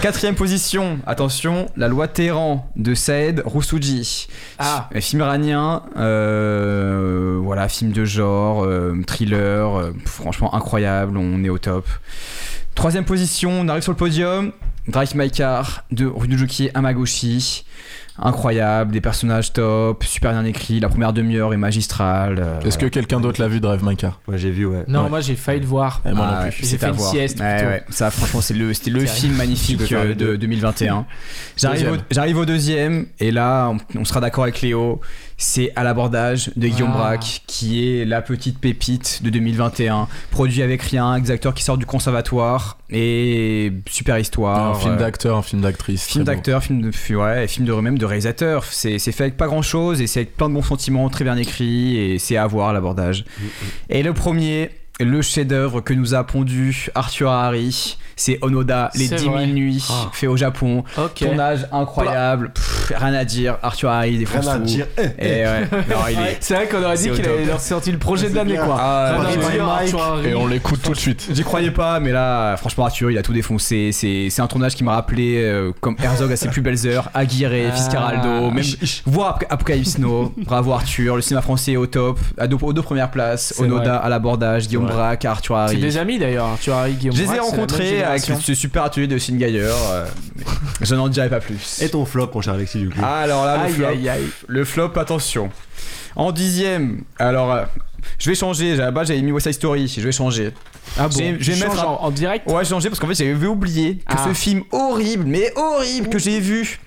Speaker 3: Quatrième position, attention, la loi Téhéran de Saed Roussouji.
Speaker 2: Ah.
Speaker 3: Un Film iranien, euh, voilà, film de genre, euh, thriller, euh, franchement incroyable, on est au top. Troisième position, on arrive sur le podium, Drive My Car de Ryuji Hamaguchi. Incroyable, des personnages top, super bien écrit, la première demi-heure est magistrale. euh,
Speaker 6: est-ce que quelqu'un d'autre l'a vu Drive My Car
Speaker 4: Moi j'ai vu, ouais.
Speaker 2: Non,
Speaker 6: Ouais.
Speaker 2: moi j'ai failli le voir.
Speaker 6: Eh, moi non
Speaker 3: Ah,
Speaker 6: plus.
Speaker 3: ouais,
Speaker 2: J'ai
Speaker 3: c'est
Speaker 2: fait
Speaker 3: à
Speaker 2: une
Speaker 3: voir.
Speaker 2: sieste,
Speaker 3: Ouais,
Speaker 2: plutôt.
Speaker 3: ouais. Ça, franchement, c'est le, c'était le
Speaker 2: Terrible.
Speaker 3: film magnifique
Speaker 4: faire les
Speaker 3: euh,
Speaker 2: <laughs>
Speaker 3: de 2021. J'arrive au,
Speaker 6: Deuxième.
Speaker 3: j'arrive au deuxième, et là, on, on sera d'accord avec Léo. C'est à l'abordage de Guillaume
Speaker 2: Ah.
Speaker 3: Braque, qui est la petite pépite de 2021. Produit avec rien, des acteurs qui sortent du conservatoire, et super histoire.
Speaker 6: un film
Speaker 3: euh,
Speaker 6: d'acteur un film d'actrice
Speaker 3: Film
Speaker 6: très beau.
Speaker 3: d'acteur, film de ouais, et film de même de réalisateur. C'est c'est fait avec pas grand chose et c'est avec plein de bons sentiments, très bien écrit et c'est à voir l'abordage.
Speaker 4: Mm,
Speaker 3: Et le premier, le chef-d'œuvre que nous a pondu Arthur Harry, c'est Onoda, les
Speaker 2: C'est
Speaker 3: 10 000
Speaker 2: vrai.
Speaker 3: nuits,
Speaker 2: Ah.
Speaker 3: fait au Japon.
Speaker 2: Ok.
Speaker 3: Tournage incroyable, pff, rien à dire. Arthur Harry, des
Speaker 4: Rien à dire. Eh,
Speaker 3: Et
Speaker 4: <laughs>
Speaker 3: ouais, non, il est.
Speaker 2: C'est vrai qu'on aurait dit
Speaker 3: C'est au
Speaker 2: qu'il
Speaker 3: top.
Speaker 2: avait leur sorti le projet de l'année,
Speaker 4: bien.
Speaker 2: quoi.
Speaker 3: Ah,
Speaker 2: Rien à
Speaker 3: franchement,
Speaker 2: dire,
Speaker 4: Mike.
Speaker 2: Arthur Harry.
Speaker 6: et on l'écoute tout de suite
Speaker 3: J'y croyais pas, mais là, franchement, Arthur, il a tout défoncé. C'est c'est un tournage qui m'a rappelé, euh, comme Herzog à ses plus belles heures, Aguirre,
Speaker 2: Ah.
Speaker 3: Fiscaraldo, même voir Ap- Apocalypse Now. <laughs> Bravo Arthur, le cinéma français est au top, à deux, aux deux premières places,
Speaker 2: C'est
Speaker 3: Onoda
Speaker 2: vrai.
Speaker 3: à l'abordage, Guillaume
Speaker 6: vrai.
Speaker 3: Braque, Arthur
Speaker 2: C'est
Speaker 3: Harry.
Speaker 2: des amis d'ailleurs, Arthur Harry, Guillaume.
Speaker 3: Je les ai
Speaker 2: Braque, c'est la même
Speaker 3: rencontrés avec
Speaker 2: génération.
Speaker 3: ce super atelier de Sin Gaillard, euh, mais je n'en dirai pas plus.
Speaker 4: Et ton flop, mon cher Alexis, du coup.
Speaker 3: Ah, alors là, le
Speaker 2: Aïe,
Speaker 3: flop,
Speaker 2: aïe, aïe.
Speaker 3: le flop, attention. En dixième, alors euh, je vais changer, là-bas j'avais mis West Side Story, je vais changer.
Speaker 2: Ah bon,
Speaker 3: J'ai- je vais
Speaker 2: tu
Speaker 3: mettre
Speaker 2: changes
Speaker 3: un-
Speaker 2: en, en direct.
Speaker 3: Ouais, j'ai changé parce qu'en fait, j'avais oublié que
Speaker 2: Ah.
Speaker 3: ce film horrible, mais horrible que j'ai vu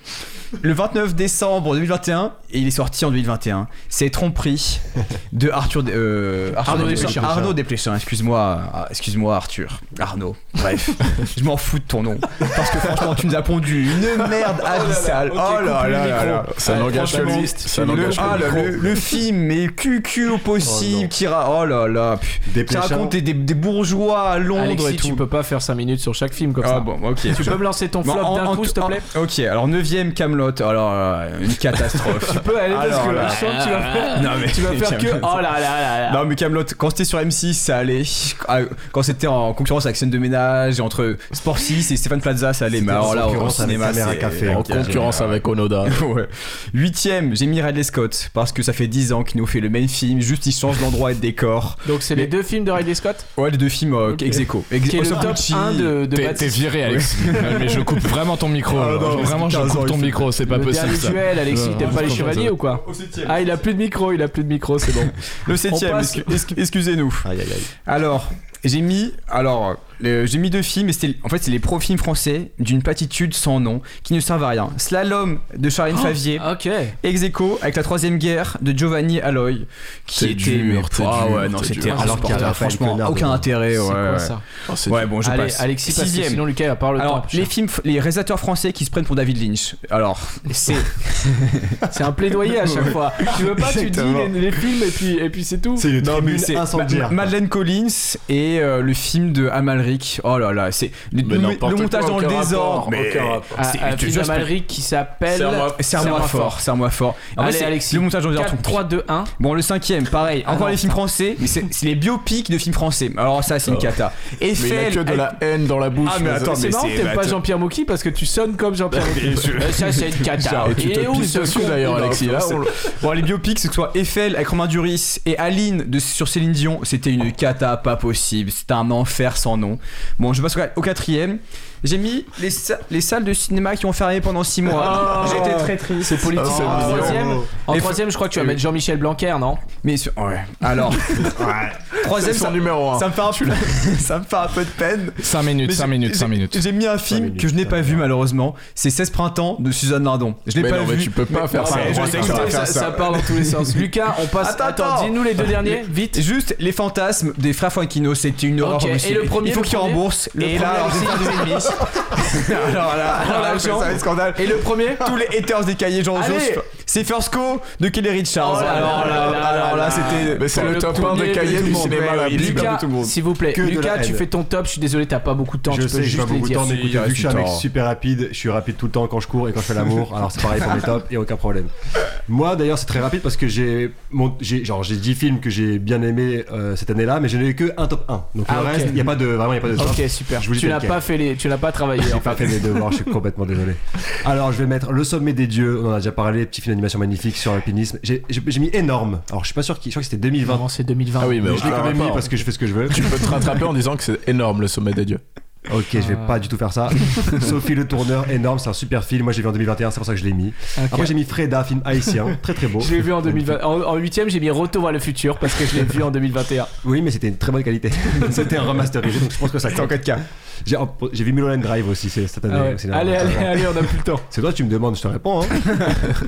Speaker 3: le 29 décembre 2021 et il est sorti en 2021. C'est Tromperie de Arthur de- euh,
Speaker 2: Arnaud
Speaker 3: Desplechin.
Speaker 2: Desplechin.
Speaker 3: Arnaud Desplechin, excuse-moi, ah, excuse-moi Arthur. Arnaud. Bref, je m'en fous de ton nom parce que franchement, tu nous as pondu une merde abyssale.
Speaker 2: Oh Ok,
Speaker 3: Oh
Speaker 2: coupe
Speaker 3: là
Speaker 2: le
Speaker 3: là là
Speaker 2: micro.
Speaker 3: là.
Speaker 6: ça n'engage que
Speaker 3: franchement,
Speaker 6: lui ça
Speaker 3: Le,
Speaker 6: n'engage
Speaker 3: ah
Speaker 6: que
Speaker 3: là,
Speaker 6: lui
Speaker 3: le- le film mais cucu au
Speaker 4: Oh
Speaker 3: possible
Speaker 4: non.
Speaker 3: qui ra- oh là là pu-
Speaker 4: Des
Speaker 3: qui raconte des, des- des bourgeois à Londres
Speaker 2: Alexis,
Speaker 3: et tout
Speaker 2: tu peux pas faire 5 minutes sur chaque film comme
Speaker 3: ah
Speaker 2: ça.
Speaker 3: bon, ok.
Speaker 2: Tu peux me lancer ton
Speaker 3: Bon,
Speaker 2: flop
Speaker 3: en-
Speaker 2: d'un
Speaker 3: en
Speaker 2: coup,
Speaker 3: tout-
Speaker 2: s'il te
Speaker 3: en-
Speaker 2: plaît
Speaker 3: Ok, alors 9ème Camelot. Alors, euh, une
Speaker 2: <laughs>
Speaker 3: catastrophe.
Speaker 2: Tu peux aller parce
Speaker 3: Alors
Speaker 2: que
Speaker 3: là.
Speaker 2: je sens que tu vas faire,
Speaker 3: Non, mais-
Speaker 2: tu vas faire que.
Speaker 3: Camelot.
Speaker 2: Oh là là là là.
Speaker 3: Non mais Camelot, quand c'était sur M6, ça allait. Ah, Quand c'était en concurrence avec Scène de ménage, entre Sport 6 et Stéphane Plaza, ça allait. Mais
Speaker 4: C'était en
Speaker 3: alors là, au
Speaker 4: concurrence avec
Speaker 3: cinéma,
Speaker 4: Caméra
Speaker 3: c'est-
Speaker 4: Café.
Speaker 6: en
Speaker 4: Ok,
Speaker 6: concurrence avec Onoda
Speaker 3: <laughs> Ouais. Huitième, j'ai mis Ridley Scott parce que ça fait 10 ans qu'il nous fait le même film, juste il change d'endroit et de décor.
Speaker 2: Donc c'est les deux films de Ridley Scott
Speaker 3: Ouais, les deux films euh,
Speaker 2: Ok.
Speaker 3: ex aequo. Ex-
Speaker 2: qui est le
Speaker 3: House of
Speaker 2: top
Speaker 3: Gucci.
Speaker 2: 1 de, de
Speaker 5: T'es
Speaker 2: Baptiste.
Speaker 5: t'es viré, Alex. mais je coupe vraiment ton micro.
Speaker 3: Ah
Speaker 5: là.
Speaker 3: non,
Speaker 5: vraiment, je
Speaker 3: 15 ans,
Speaker 5: coupe ton
Speaker 3: il fait-
Speaker 5: micro. c'est pas
Speaker 2: Le
Speaker 5: possible
Speaker 2: dernier
Speaker 5: ça.
Speaker 2: duel, Alexis,
Speaker 5: Non,
Speaker 2: t'aimes pas les
Speaker 5: franchement,
Speaker 2: chevaliers
Speaker 5: ça-
Speaker 2: ou quoi Ah, il a plus de micro, il a plus de micro, c'est bon.
Speaker 3: Le
Speaker 2: septième,
Speaker 3: septième,
Speaker 2: passe-
Speaker 3: excusez-nous.
Speaker 5: Aïe, aïe, aïe.
Speaker 3: Alors, j'ai mis, alors, le- j'ai mis deux films, mais c'était, en fait, c'est les pro-films français d'une platitude sans nom qui ne servent à rien. Slalom de
Speaker 2: Oh.
Speaker 3: Charlène Favier,
Speaker 2: Ok.
Speaker 3: Ex aequo avec la troisième guerre de Giovanni Alloy, qui
Speaker 6: C'est
Speaker 3: était mais-
Speaker 6: dur, c'est
Speaker 3: ah
Speaker 6: dur,
Speaker 3: ouais, non,
Speaker 6: c'est
Speaker 3: c'était
Speaker 6: dur.
Speaker 3: alors qu'il y avait
Speaker 5: Insupportable,
Speaker 3: franchement
Speaker 5: Connard,
Speaker 3: aucun
Speaker 5: dedans.
Speaker 3: intérêt.
Speaker 2: C'est
Speaker 3: ouais,
Speaker 2: quoi
Speaker 3: ouais.
Speaker 2: ça
Speaker 6: Oh, c'est
Speaker 3: Ouais,
Speaker 6: dur.
Speaker 3: bon, je
Speaker 2: Allez,
Speaker 3: passe.
Speaker 2: Alexis, parce que
Speaker 3: Sixième.
Speaker 2: sinon Lucas il va pas avoir le
Speaker 3: Alors,
Speaker 2: temps.
Speaker 3: les films, f- les réalisateurs français qui se prennent pour David Lynch. Alors, c'est
Speaker 2: <laughs> C'est un plaidoyer à chaque fois. Tu veux pas, tu dis
Speaker 3: Exactement.
Speaker 2: les, les films et puis, et puis c'est tout.
Speaker 4: C'est une
Speaker 3: Non, mais
Speaker 4: tribune
Speaker 3: c'est-
Speaker 4: incendiaire.
Speaker 3: Ma- Madeleine Collins et euh, le film de Amalric. Oh là là, c'est le,
Speaker 6: Mais
Speaker 3: le-
Speaker 6: n'importe
Speaker 3: le montage
Speaker 6: quoi,
Speaker 3: dans le
Speaker 6: aucun
Speaker 3: désordre.
Speaker 6: rapport,
Speaker 3: mais
Speaker 6: aucun rapport.
Speaker 3: c'est-
Speaker 2: Ah, Un
Speaker 3: je te
Speaker 2: film
Speaker 3: jure, c'est pas-
Speaker 2: d'Amérique qui s'appelle.
Speaker 6: Serre-moi-
Speaker 3: Serre-moi fort, serre-moi fort. En vrai,
Speaker 2: Allez,
Speaker 3: c'est
Speaker 2: Alexis.
Speaker 3: Le montage dans le désordre.
Speaker 2: 4, 3, 2, 1.
Speaker 3: Bon, le cinquième, pareil.
Speaker 2: Ah
Speaker 3: Encore
Speaker 2: non,
Speaker 3: les films français, mais c'est c'est les biopics de films français. Alors ça, c'est une
Speaker 6: Oh.
Speaker 3: cata. Et
Speaker 6: Mais il a que de la haine dans la bouche.
Speaker 3: Ah, mais attends,
Speaker 2: C'est marrant que t'aimes pas Jean-Pierre Mocky parce que tu sonnes comme Jean-Pierre Mocky. Euh, Ça, c'est une cata.
Speaker 6: Ah, tu
Speaker 2: Il est
Speaker 6: te
Speaker 2: où
Speaker 6: pisses
Speaker 2: ce
Speaker 6: dessus
Speaker 2: con
Speaker 6: d'ailleurs, Alexis. Là, on le-
Speaker 3: Bon, les biopics, que ce soit Eiffel avec Romain Duris et Aline de, sur Céline Dion, c'était une cata pas possible. C'était un enfer sans nom. Bon, je passe au- au quatrième. J'ai mis les, sa- les salles de cinéma qui ont fermé pendant 6 mois.
Speaker 2: Oh.
Speaker 3: J'étais très triste.
Speaker 2: C'est politique.
Speaker 6: Ah, c'est
Speaker 2: en,
Speaker 6: mignon.
Speaker 2: troisième, en
Speaker 3: Et-
Speaker 2: troisième, je crois que tu vas mettre Jean-Michel Blanquer, non
Speaker 3: Mais sur- ouais. Alors,
Speaker 6: C'est
Speaker 3: troisième,
Speaker 6: son
Speaker 3: ça,
Speaker 6: numéro 1.
Speaker 3: ça me fait un peu, <laughs> ça me fait un peu de peine.
Speaker 5: 5 minutes,
Speaker 3: Mais
Speaker 5: 5
Speaker 3: j'ai-
Speaker 5: minutes,
Speaker 3: j'ai-
Speaker 5: 5 minutes.
Speaker 3: J'ai mis un film
Speaker 4: minutes,
Speaker 3: que je n'ai
Speaker 4: ça
Speaker 3: pas
Speaker 4: va.
Speaker 3: vu malheureusement. C'est 16 printemps de Suzanne Nardon. Je l'ai
Speaker 6: Mais
Speaker 3: pas
Speaker 6: non,
Speaker 3: vu.
Speaker 6: mais tu peux pas faire
Speaker 3: Ah,
Speaker 6: ça.
Speaker 5: Eh,
Speaker 3: mais je sais que ça va
Speaker 2: ça,
Speaker 3: faire
Speaker 2: ça
Speaker 3: ça.
Speaker 2: part dans tous les sens. Lucas, on passe.
Speaker 3: Attends,
Speaker 2: Attends,
Speaker 3: attends.
Speaker 2: dis-nous les deux derniers, vite.
Speaker 3: Juste les fantasmes des frères Franquino, c'était une horreur.
Speaker 2: Ok, et
Speaker 3: possible.
Speaker 2: le premier,
Speaker 3: il faut
Speaker 2: le
Speaker 3: qu'ils
Speaker 2: premier
Speaker 3: remboursent.
Speaker 2: Le
Speaker 3: et là, <laughs>
Speaker 2: premier aussi, deux et demi.
Speaker 3: alors là, alors là,
Speaker 2: l'argent.
Speaker 3: ça va être scandale.
Speaker 2: Et le premier
Speaker 3: tous les haters des cahiers Jean
Speaker 2: Allez.
Speaker 3: Joseph. C'est First Co de Kelly Richards.
Speaker 2: Oh là là là
Speaker 3: alors là,
Speaker 2: là
Speaker 3: alors
Speaker 2: là.
Speaker 3: là, c'était.
Speaker 6: Mais c'est
Speaker 2: Pour
Speaker 6: le
Speaker 2: le
Speaker 6: top 1
Speaker 2: tourner,
Speaker 6: des cahiers
Speaker 3: tout le
Speaker 6: du
Speaker 3: monde,
Speaker 6: cinéma,
Speaker 3: ouais,
Speaker 6: la
Speaker 3: ouais,
Speaker 6: Bible.
Speaker 2: Lucas,
Speaker 3: tout le monde.
Speaker 2: s'il vous plaît,
Speaker 4: Que de
Speaker 2: Lucas,
Speaker 4: la
Speaker 2: tu
Speaker 4: haine.
Speaker 2: fais ton top. Je suis désolé, t'as pas beaucoup de temps.
Speaker 4: Je
Speaker 2: tu peux
Speaker 4: sais, j'ai pas
Speaker 2: juste les
Speaker 4: beaucoup de
Speaker 2: dire.
Speaker 4: temps, mais écoute,
Speaker 3: Si,
Speaker 4: vu que je suis un mec
Speaker 3: putain.
Speaker 4: super rapide, je suis rapide tout le temps quand je cours et quand je fais l'amour, alors c'est pareil pour mes tops, et aucun problème. Moi d'ailleurs, c'est très rapide parce que j'ai mon- j'ai- genre j'ai 10 films que j'ai bien aimés euh, cette année-là, mais je n'ai eu que un top 1. Donc
Speaker 2: Ah,
Speaker 4: le
Speaker 2: ok.
Speaker 4: reste, il n'y a pas de. Vraiment, il n'y a pas de top.
Speaker 2: Ok, super.
Speaker 4: Je vous dis
Speaker 2: Tu n'as
Speaker 4: lequel.
Speaker 2: pas fait les, tu n'as pas travaillé. hein.
Speaker 4: <laughs> J'ai
Speaker 2: en
Speaker 4: pas
Speaker 2: fait.
Speaker 4: fait mes devoirs, je suis complètement désolé. Alors, je vais mettre Le Sommet des Dieux, on en a déjà parlé, petit film d'animation magnifique sur l'alpinisme. J'ai j'ai- j'ai mis énorme. Alors, je suis pas sûr, qui- je crois que c'était 2020.
Speaker 2: Vraiment, c'est 2020.
Speaker 6: Ah oui, mais
Speaker 4: Mais je l'ai
Speaker 6: aucun
Speaker 4: quand même mis
Speaker 6: rapport.
Speaker 4: parce que je fais ce que je veux.
Speaker 6: Tu peux te rattraper en disant que c'est énorme le sommet des dieux.
Speaker 4: Ok, je vais
Speaker 2: Ah.
Speaker 4: pas du tout faire
Speaker 2: <laughs>
Speaker 4: ça. Sophie le Tourneur, énorme, c'est un super film. Moi, j'ai vu en 2021, c'est pour ça que je l'ai mis. Après, j'ai mis Freda, film haïtien, très très beau.
Speaker 2: Je l'ai vu en 2020. En, en huitième, j'ai mis Retour vers le futur parce que je l'ai vu en 2021.
Speaker 4: Oui, mais c'était une très bonne
Speaker 2: <laughs>
Speaker 4: qualité. c'était un remasterisé, donc je pense que ça compte.
Speaker 3: 4K.
Speaker 4: J'ai j'ai vu Mulholland Drive aussi, c'est cette année.
Speaker 2: Ah ouais.
Speaker 4: au cinéma.
Speaker 2: Allez, allez, allez, on a plus le temps.
Speaker 4: C'est toi, tu me demandes, je te réponds.
Speaker 2: <laughs>
Speaker 4: Hein.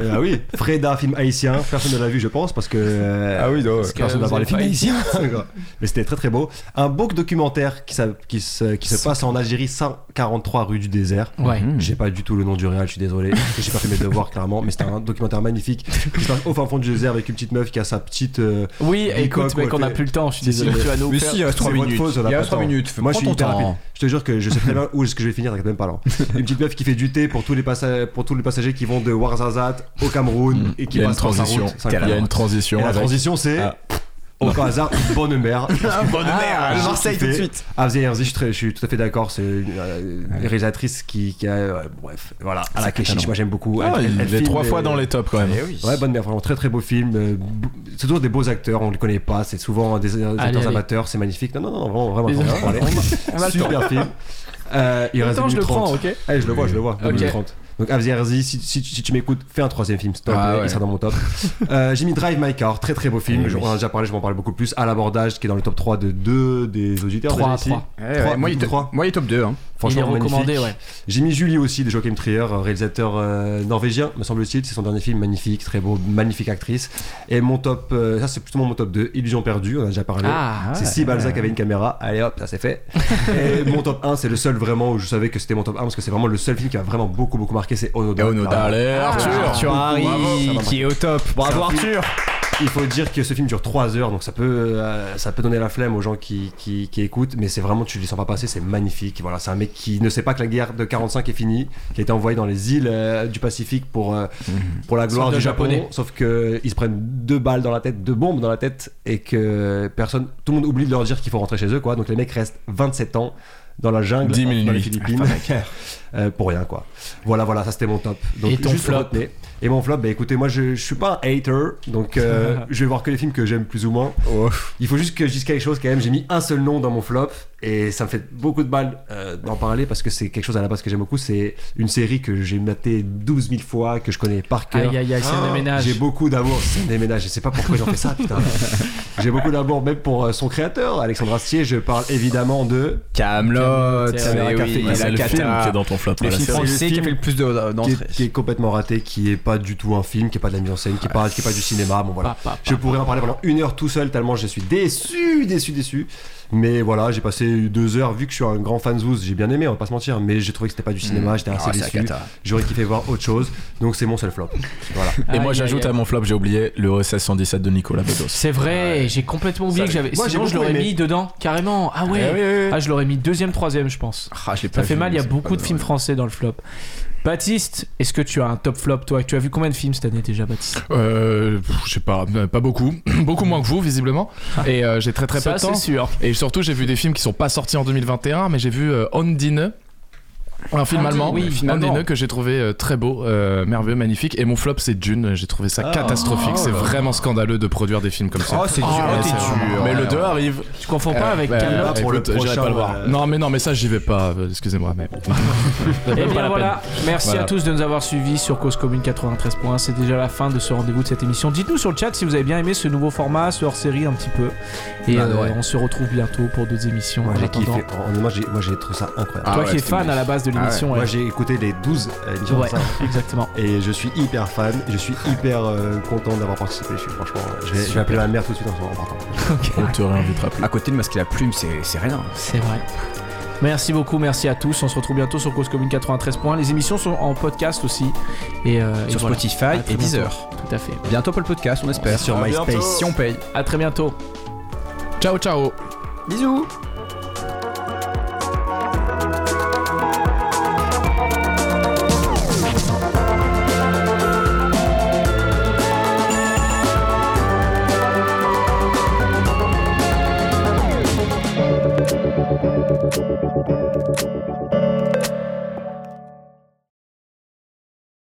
Speaker 4: Euh, ah oui, Freda, film haïtien. Personne ne l'a vu, je pense, parce que. euh,
Speaker 3: Ah oui, non.
Speaker 2: Parce que
Speaker 4: personne n'a
Speaker 2: vous
Speaker 4: parlé
Speaker 2: avez
Speaker 4: film
Speaker 2: pas-
Speaker 4: haïtien. <laughs> Mais c'était très très beau. Un beau documentaire qui, s'a- qui, se, qui se passe en Algérie, 143 rue du désert.
Speaker 2: Ouais.
Speaker 4: J'ai pas du tout le nom du réel, je suis désolé. J'ai pas fait mes devoirs, clairement. Mais c'était un documentaire
Speaker 2: <laughs>
Speaker 4: magnifique. qui se passe au fin fond du désert avec une petite meuf qui a sa petite. euh,
Speaker 2: Oui,
Speaker 4: Dis quoi,
Speaker 2: écoute, mec,
Speaker 4: quoi,
Speaker 2: on a
Speaker 4: t'es-
Speaker 2: plus le temps. Je suis désolé. Tu vas nous
Speaker 3: Mais
Speaker 2: faire-
Speaker 3: si, il reste 3
Speaker 4: c'est votre
Speaker 3: minutes.
Speaker 4: faute, ça n'a
Speaker 3: Il
Speaker 4: pas
Speaker 3: reste 3
Speaker 4: de temps.
Speaker 3: minutes.
Speaker 4: Moi, je
Speaker 3: Prends
Speaker 4: suis
Speaker 3: ton
Speaker 4: hyper
Speaker 3: temps.
Speaker 4: rapide. Je te jure que je sais très bien où est-ce que je vais finir, t'inquiète même
Speaker 6: <laughs>
Speaker 4: pas. là. Une petite meuf qui fait du thé pour tous les, passa- pour tous les passagers qui vont de Ouarzazate au Cameroun et qui
Speaker 6: Mm. Il y a une
Speaker 4: passent par sa
Speaker 6: transition.
Speaker 4: route. C'est
Speaker 6: Il y
Speaker 4: incroyable.
Speaker 6: a une
Speaker 4: Et
Speaker 6: transition.
Speaker 4: la
Speaker 6: avec-
Speaker 4: transition, c'est.
Speaker 6: Ah.
Speaker 4: Aucun hasard, une bonne
Speaker 6: <laughs>
Speaker 4: mère.
Speaker 3: Bonne mère,
Speaker 4: j'ai
Speaker 3: Marseille tout de
Speaker 4: kiffé.
Speaker 3: suite.
Speaker 4: Ah, vous avez raison, je, suis très- je suis tout à fait d'accord. C'est une, euh, une réalisatrice qui, qui a. euh, bref, voilà. À la Keshish, moi j'aime beaucoup.
Speaker 6: Ah,
Speaker 4: Elle- elle-
Speaker 6: il
Speaker 4: elle
Speaker 6: est
Speaker 4: filme,
Speaker 6: trois fois
Speaker 4: euh,
Speaker 6: dans les tops quand même.
Speaker 4: Ouais, bonne mère, vraiment très très beau film. euh, b- C'est toujours des beaux acteurs, on les connaît pas. C'est souvent des, des acteurs
Speaker 2: allez.
Speaker 4: amateurs, c'est magnifique. Non, non, non, vraiment, vraiment.
Speaker 2: Désolé.
Speaker 4: vraiment, allez.
Speaker 2: <laughs> On a le temps.
Speaker 4: Super film. Euh, il
Speaker 2: En même
Speaker 4: reste
Speaker 2: temps,
Speaker 4: 2
Speaker 2: je le
Speaker 4: minutes
Speaker 2: prends,
Speaker 4: 30.
Speaker 2: ok
Speaker 4: Eh, je le vois, je le vois. 2
Speaker 2: Ok.
Speaker 4: minutes 30. Donc, Avzi Herzi, si, si- si tu m'écoutes, fais un troisième film, s'il te plaît,
Speaker 3: Ah ouais.
Speaker 4: il sera dans mon
Speaker 2: <laughs>
Speaker 4: top. Euh, J'ai mis Drive My Car, très très beau film,
Speaker 2: Eh
Speaker 3: Oui,
Speaker 4: j'en
Speaker 3: oui.
Speaker 4: ai déjà parlé, je m'en parle beaucoup plus. À l'abordage, qui est dans le top 3 de 2 des auditeurs.
Speaker 2: Trois,
Speaker 4: déjà ici.
Speaker 2: trois.
Speaker 6: Eh
Speaker 4: Trois,
Speaker 3: Eh Moi, il est
Speaker 4: trois.
Speaker 3: top- moi, il est top 2. hein.
Speaker 2: Il est
Speaker 4: Franchement, magnifique.
Speaker 2: recommandé, ouais.
Speaker 4: J'ai mis Julie aussi de Joachim Trier, euh, réalisateur euh, norvégien, me semble-t-il. C'est son dernier film, magnifique, très beau, magnifique actrice. Et mon top, euh, ça c'est justement mon top 2, Illusion perdue, on en a déjà parlé.
Speaker 2: Ah,
Speaker 4: c'est si Balzac avait une caméra, allez hop, ça c'est
Speaker 2: <laughs>
Speaker 4: fait. Et mon top 1, c'est le seul vraiment où je savais que c'était mon top 1 parce que c'est vraiment le seul film qui m'a vraiment beaucoup beaucoup marqué, c'est Onoda.
Speaker 5: Ah,
Speaker 3: Onoda.
Speaker 6: Allez, Arthur.
Speaker 3: Arthur Harry, qui est au top. Bravo
Speaker 4: C'est un film-
Speaker 3: Arthur.
Speaker 4: Il faut dire que ce film dure 3 heures, donc ça peut, euh, ça peut donner la flemme aux gens qui, qui, qui écoutent, mais c'est vraiment, tu ne les sens pas passer, c'est magnifique. Voilà, c'est un mec qui ne sait pas que la guerre de 45 est finie, qui a été envoyé dans les îles euh, du Pacifique pour, euh, pour la gloire
Speaker 2: Soldat
Speaker 4: du Japon,
Speaker 2: japonais.
Speaker 4: sauf qu'ils se prennent deux balles dans la tête, deux bombes dans la tête, et que personne, tout le monde oublie de leur dire qu'il faut rentrer chez eux, quoi. Donc les mecs restent 27 ans dans la jungle,
Speaker 6: Dix mille
Speaker 4: dans les
Speaker 6: nuits.
Speaker 4: Philippines, <laughs> euh, pour rien, quoi. Voilà, voilà, ça c'était mon top. Donc,
Speaker 2: Et ton
Speaker 4: juste
Speaker 2: flop
Speaker 4: retenez. Et mon flop, bah écoutez, moi je, je suis pas un hater, donc
Speaker 2: <laughs>
Speaker 4: euh, je vais voir que les films que j'aime plus ou moins. Il faut juste que je dise quelque chose quand même. J'ai mis un seul nom dans mon flop, Et ça me fait beaucoup de mal euh, d'en parler parce que c'est quelque chose à la base que j'aime beaucoup. C'est une série que j'ai matée 12 000 fois, que je connais par cœur.
Speaker 2: Aïe aïe aïe, c'est un déménage.
Speaker 4: Ah, J'ai beaucoup d'amour, c'est un déménage, je sais pas pourquoi j'en fais ça,
Speaker 2: <laughs>
Speaker 4: putain. J'ai beaucoup d'amour même pour euh, son créateur, Alexandre Astier. Je parle évidemment de.
Speaker 3: Camelot,
Speaker 2: C'est
Speaker 3: mais
Speaker 4: vrai,
Speaker 3: oui,
Speaker 4: Café-
Speaker 3: la
Speaker 6: c'est le
Speaker 3: cata.
Speaker 6: film qui est dans ton flop.
Speaker 3: Le
Speaker 6: pas la
Speaker 3: film
Speaker 6: série.
Speaker 3: français qui a fait le plus de-
Speaker 4: Qui
Speaker 3: d'entrées.
Speaker 4: est, qui est complètement raté, qui est pas du tout un film, qui est pas de la mise en scène, qui est pas, qui est pas du cinéma. Bon
Speaker 3: Bah,
Speaker 4: voilà. je pourrais en parler pendant une heure tout seul tellement je suis déçu, déçu, déçu. Mais voilà, j'ai passé deux heures. Vu que je suis un grand fan de Zouz, j'ai bien aimé, on va pas se mentir. Mais j'ai trouvé que c'était pas du cinéma, j'étais assez
Speaker 3: Ah, c'est la
Speaker 4: déçu.
Speaker 3: cata.
Speaker 4: J'aurais kiffé voir autre chose. Donc c'est mon seul flop. Voilà.
Speaker 6: Et
Speaker 2: Aïe,
Speaker 6: moi
Speaker 2: aïe,
Speaker 6: j'ajoute
Speaker 2: aïe.
Speaker 6: à mon flop, j'ai oublié le OSS 117 de Nicolas Bedos.
Speaker 2: C'est vrai, j'ai complètement oublié que j'avais.
Speaker 4: Moi, j'ai
Speaker 2: Sinon, je
Speaker 4: beaucoup
Speaker 2: l'aurais
Speaker 4: aimé.
Speaker 2: mis dedans, carrément. Ah ouais. Ah, je l'aurais mis deuxième, troisième, je pense.
Speaker 3: Ah, je l'ai
Speaker 2: Ça
Speaker 3: pas
Speaker 2: fait
Speaker 3: vu,
Speaker 2: mal, il y a
Speaker 3: c'est
Speaker 2: beaucoup
Speaker 3: pas
Speaker 2: de films
Speaker 3: vrai.
Speaker 2: français dans le flop. Baptiste, est-ce que tu as un top flop toi Tu as vu combien de films cette année déjà, Baptiste
Speaker 5: Euh, pff, je sais pas, euh, pas beaucoup, <clears throat> beaucoup moins que vous visiblement.
Speaker 6: Ah.
Speaker 5: Et euh, j'ai très très peu
Speaker 2: Ça,
Speaker 5: de temps.
Speaker 2: c'est sûr.
Speaker 5: Et surtout, j'ai vu des films qui sont pas sortis en 2021, mais j'ai vu euh, Ondine. Un film
Speaker 3: Ah,
Speaker 2: Ondine,
Speaker 5: allemand,
Speaker 2: oui,
Speaker 5: Un
Speaker 2: film
Speaker 5: Ondine,
Speaker 2: allemand.
Speaker 5: que j'ai trouvé euh, très beau, euh, merveilleux, magnifique. Et mon flop, c'est Dune. J'ai trouvé ça catastrophique. c'est vraiment scandaleux de produire des films comme ça.
Speaker 3: Ah. Oh, c'est dur,
Speaker 5: ouais,
Speaker 3: t'es
Speaker 5: c'est
Speaker 3: dur.
Speaker 6: Mais
Speaker 5: Ouais,
Speaker 6: le
Speaker 5: ouais.
Speaker 6: 2 arrive.
Speaker 2: Tu confonds pas
Speaker 5: Euh,
Speaker 2: avec
Speaker 5: bah,
Speaker 2: Camelot
Speaker 4: Là, pour le
Speaker 5: écoute, j'irai
Speaker 4: prochain,
Speaker 5: pas le voir.
Speaker 4: euh,
Speaker 5: Non, mais non, mais ça, j'y vais pas. euh, Excusez-moi, mais bon.
Speaker 2: Et
Speaker 5: Pas la
Speaker 2: Eh bien
Speaker 5: peine.
Speaker 2: voilà, merci
Speaker 5: Voilà.
Speaker 2: à tous de nous avoir suivis sur Cause Commune 93.1. C'est déjà la fin de ce rendez-vous de cette émission. Dites-nous sur le chat si vous avez bien aimé ce nouveau format, ce hors-série un petit peu. Et
Speaker 3: Ah,
Speaker 2: euh,
Speaker 3: ouais.
Speaker 2: on se retrouve bientôt pour d'autres émissions.
Speaker 4: Moi
Speaker 2: En
Speaker 4: j'ai
Speaker 2: attendant,
Speaker 4: kiffé. Moi j'ai, moi, j'ai trouvé ça incroyable.
Speaker 3: Ah
Speaker 2: toi
Speaker 3: ouais,
Speaker 2: qui es
Speaker 3: c'était Ah,
Speaker 2: fan
Speaker 3: magnifique.
Speaker 2: à la base de l'émission,
Speaker 4: Moi
Speaker 2: ouais.
Speaker 4: j'ai écouté les 12 émissions
Speaker 2: Ouais,
Speaker 4: de ça.
Speaker 2: <laughs> exactement.
Speaker 4: Et je suis hyper fan, je suis hyper euh, content d'avoir participé. Je suis, franchement, je vais, je vais appeler ma mère tout de suite en ce moment. pardon.
Speaker 6: On te réinvitera plus.
Speaker 3: À côté de Masque et la Plume, c'est c'est rien.
Speaker 2: C'est vrai. Merci beaucoup, merci à tous. On se retrouve bientôt sur Cause Commune 93.1. Les émissions sont en podcast aussi. Et, euh, et
Speaker 3: Sur
Speaker 2: voilà. À
Speaker 3: Spotify
Speaker 2: très
Speaker 3: et
Speaker 2: bientôt.
Speaker 3: Deezer.
Speaker 2: Tout à fait.
Speaker 3: Bientôt pour le podcast, on espère.
Speaker 1: À bientôt.
Speaker 3: si on paye.
Speaker 2: À très bientôt.
Speaker 5: Ciao, ciao.
Speaker 3: Bisous.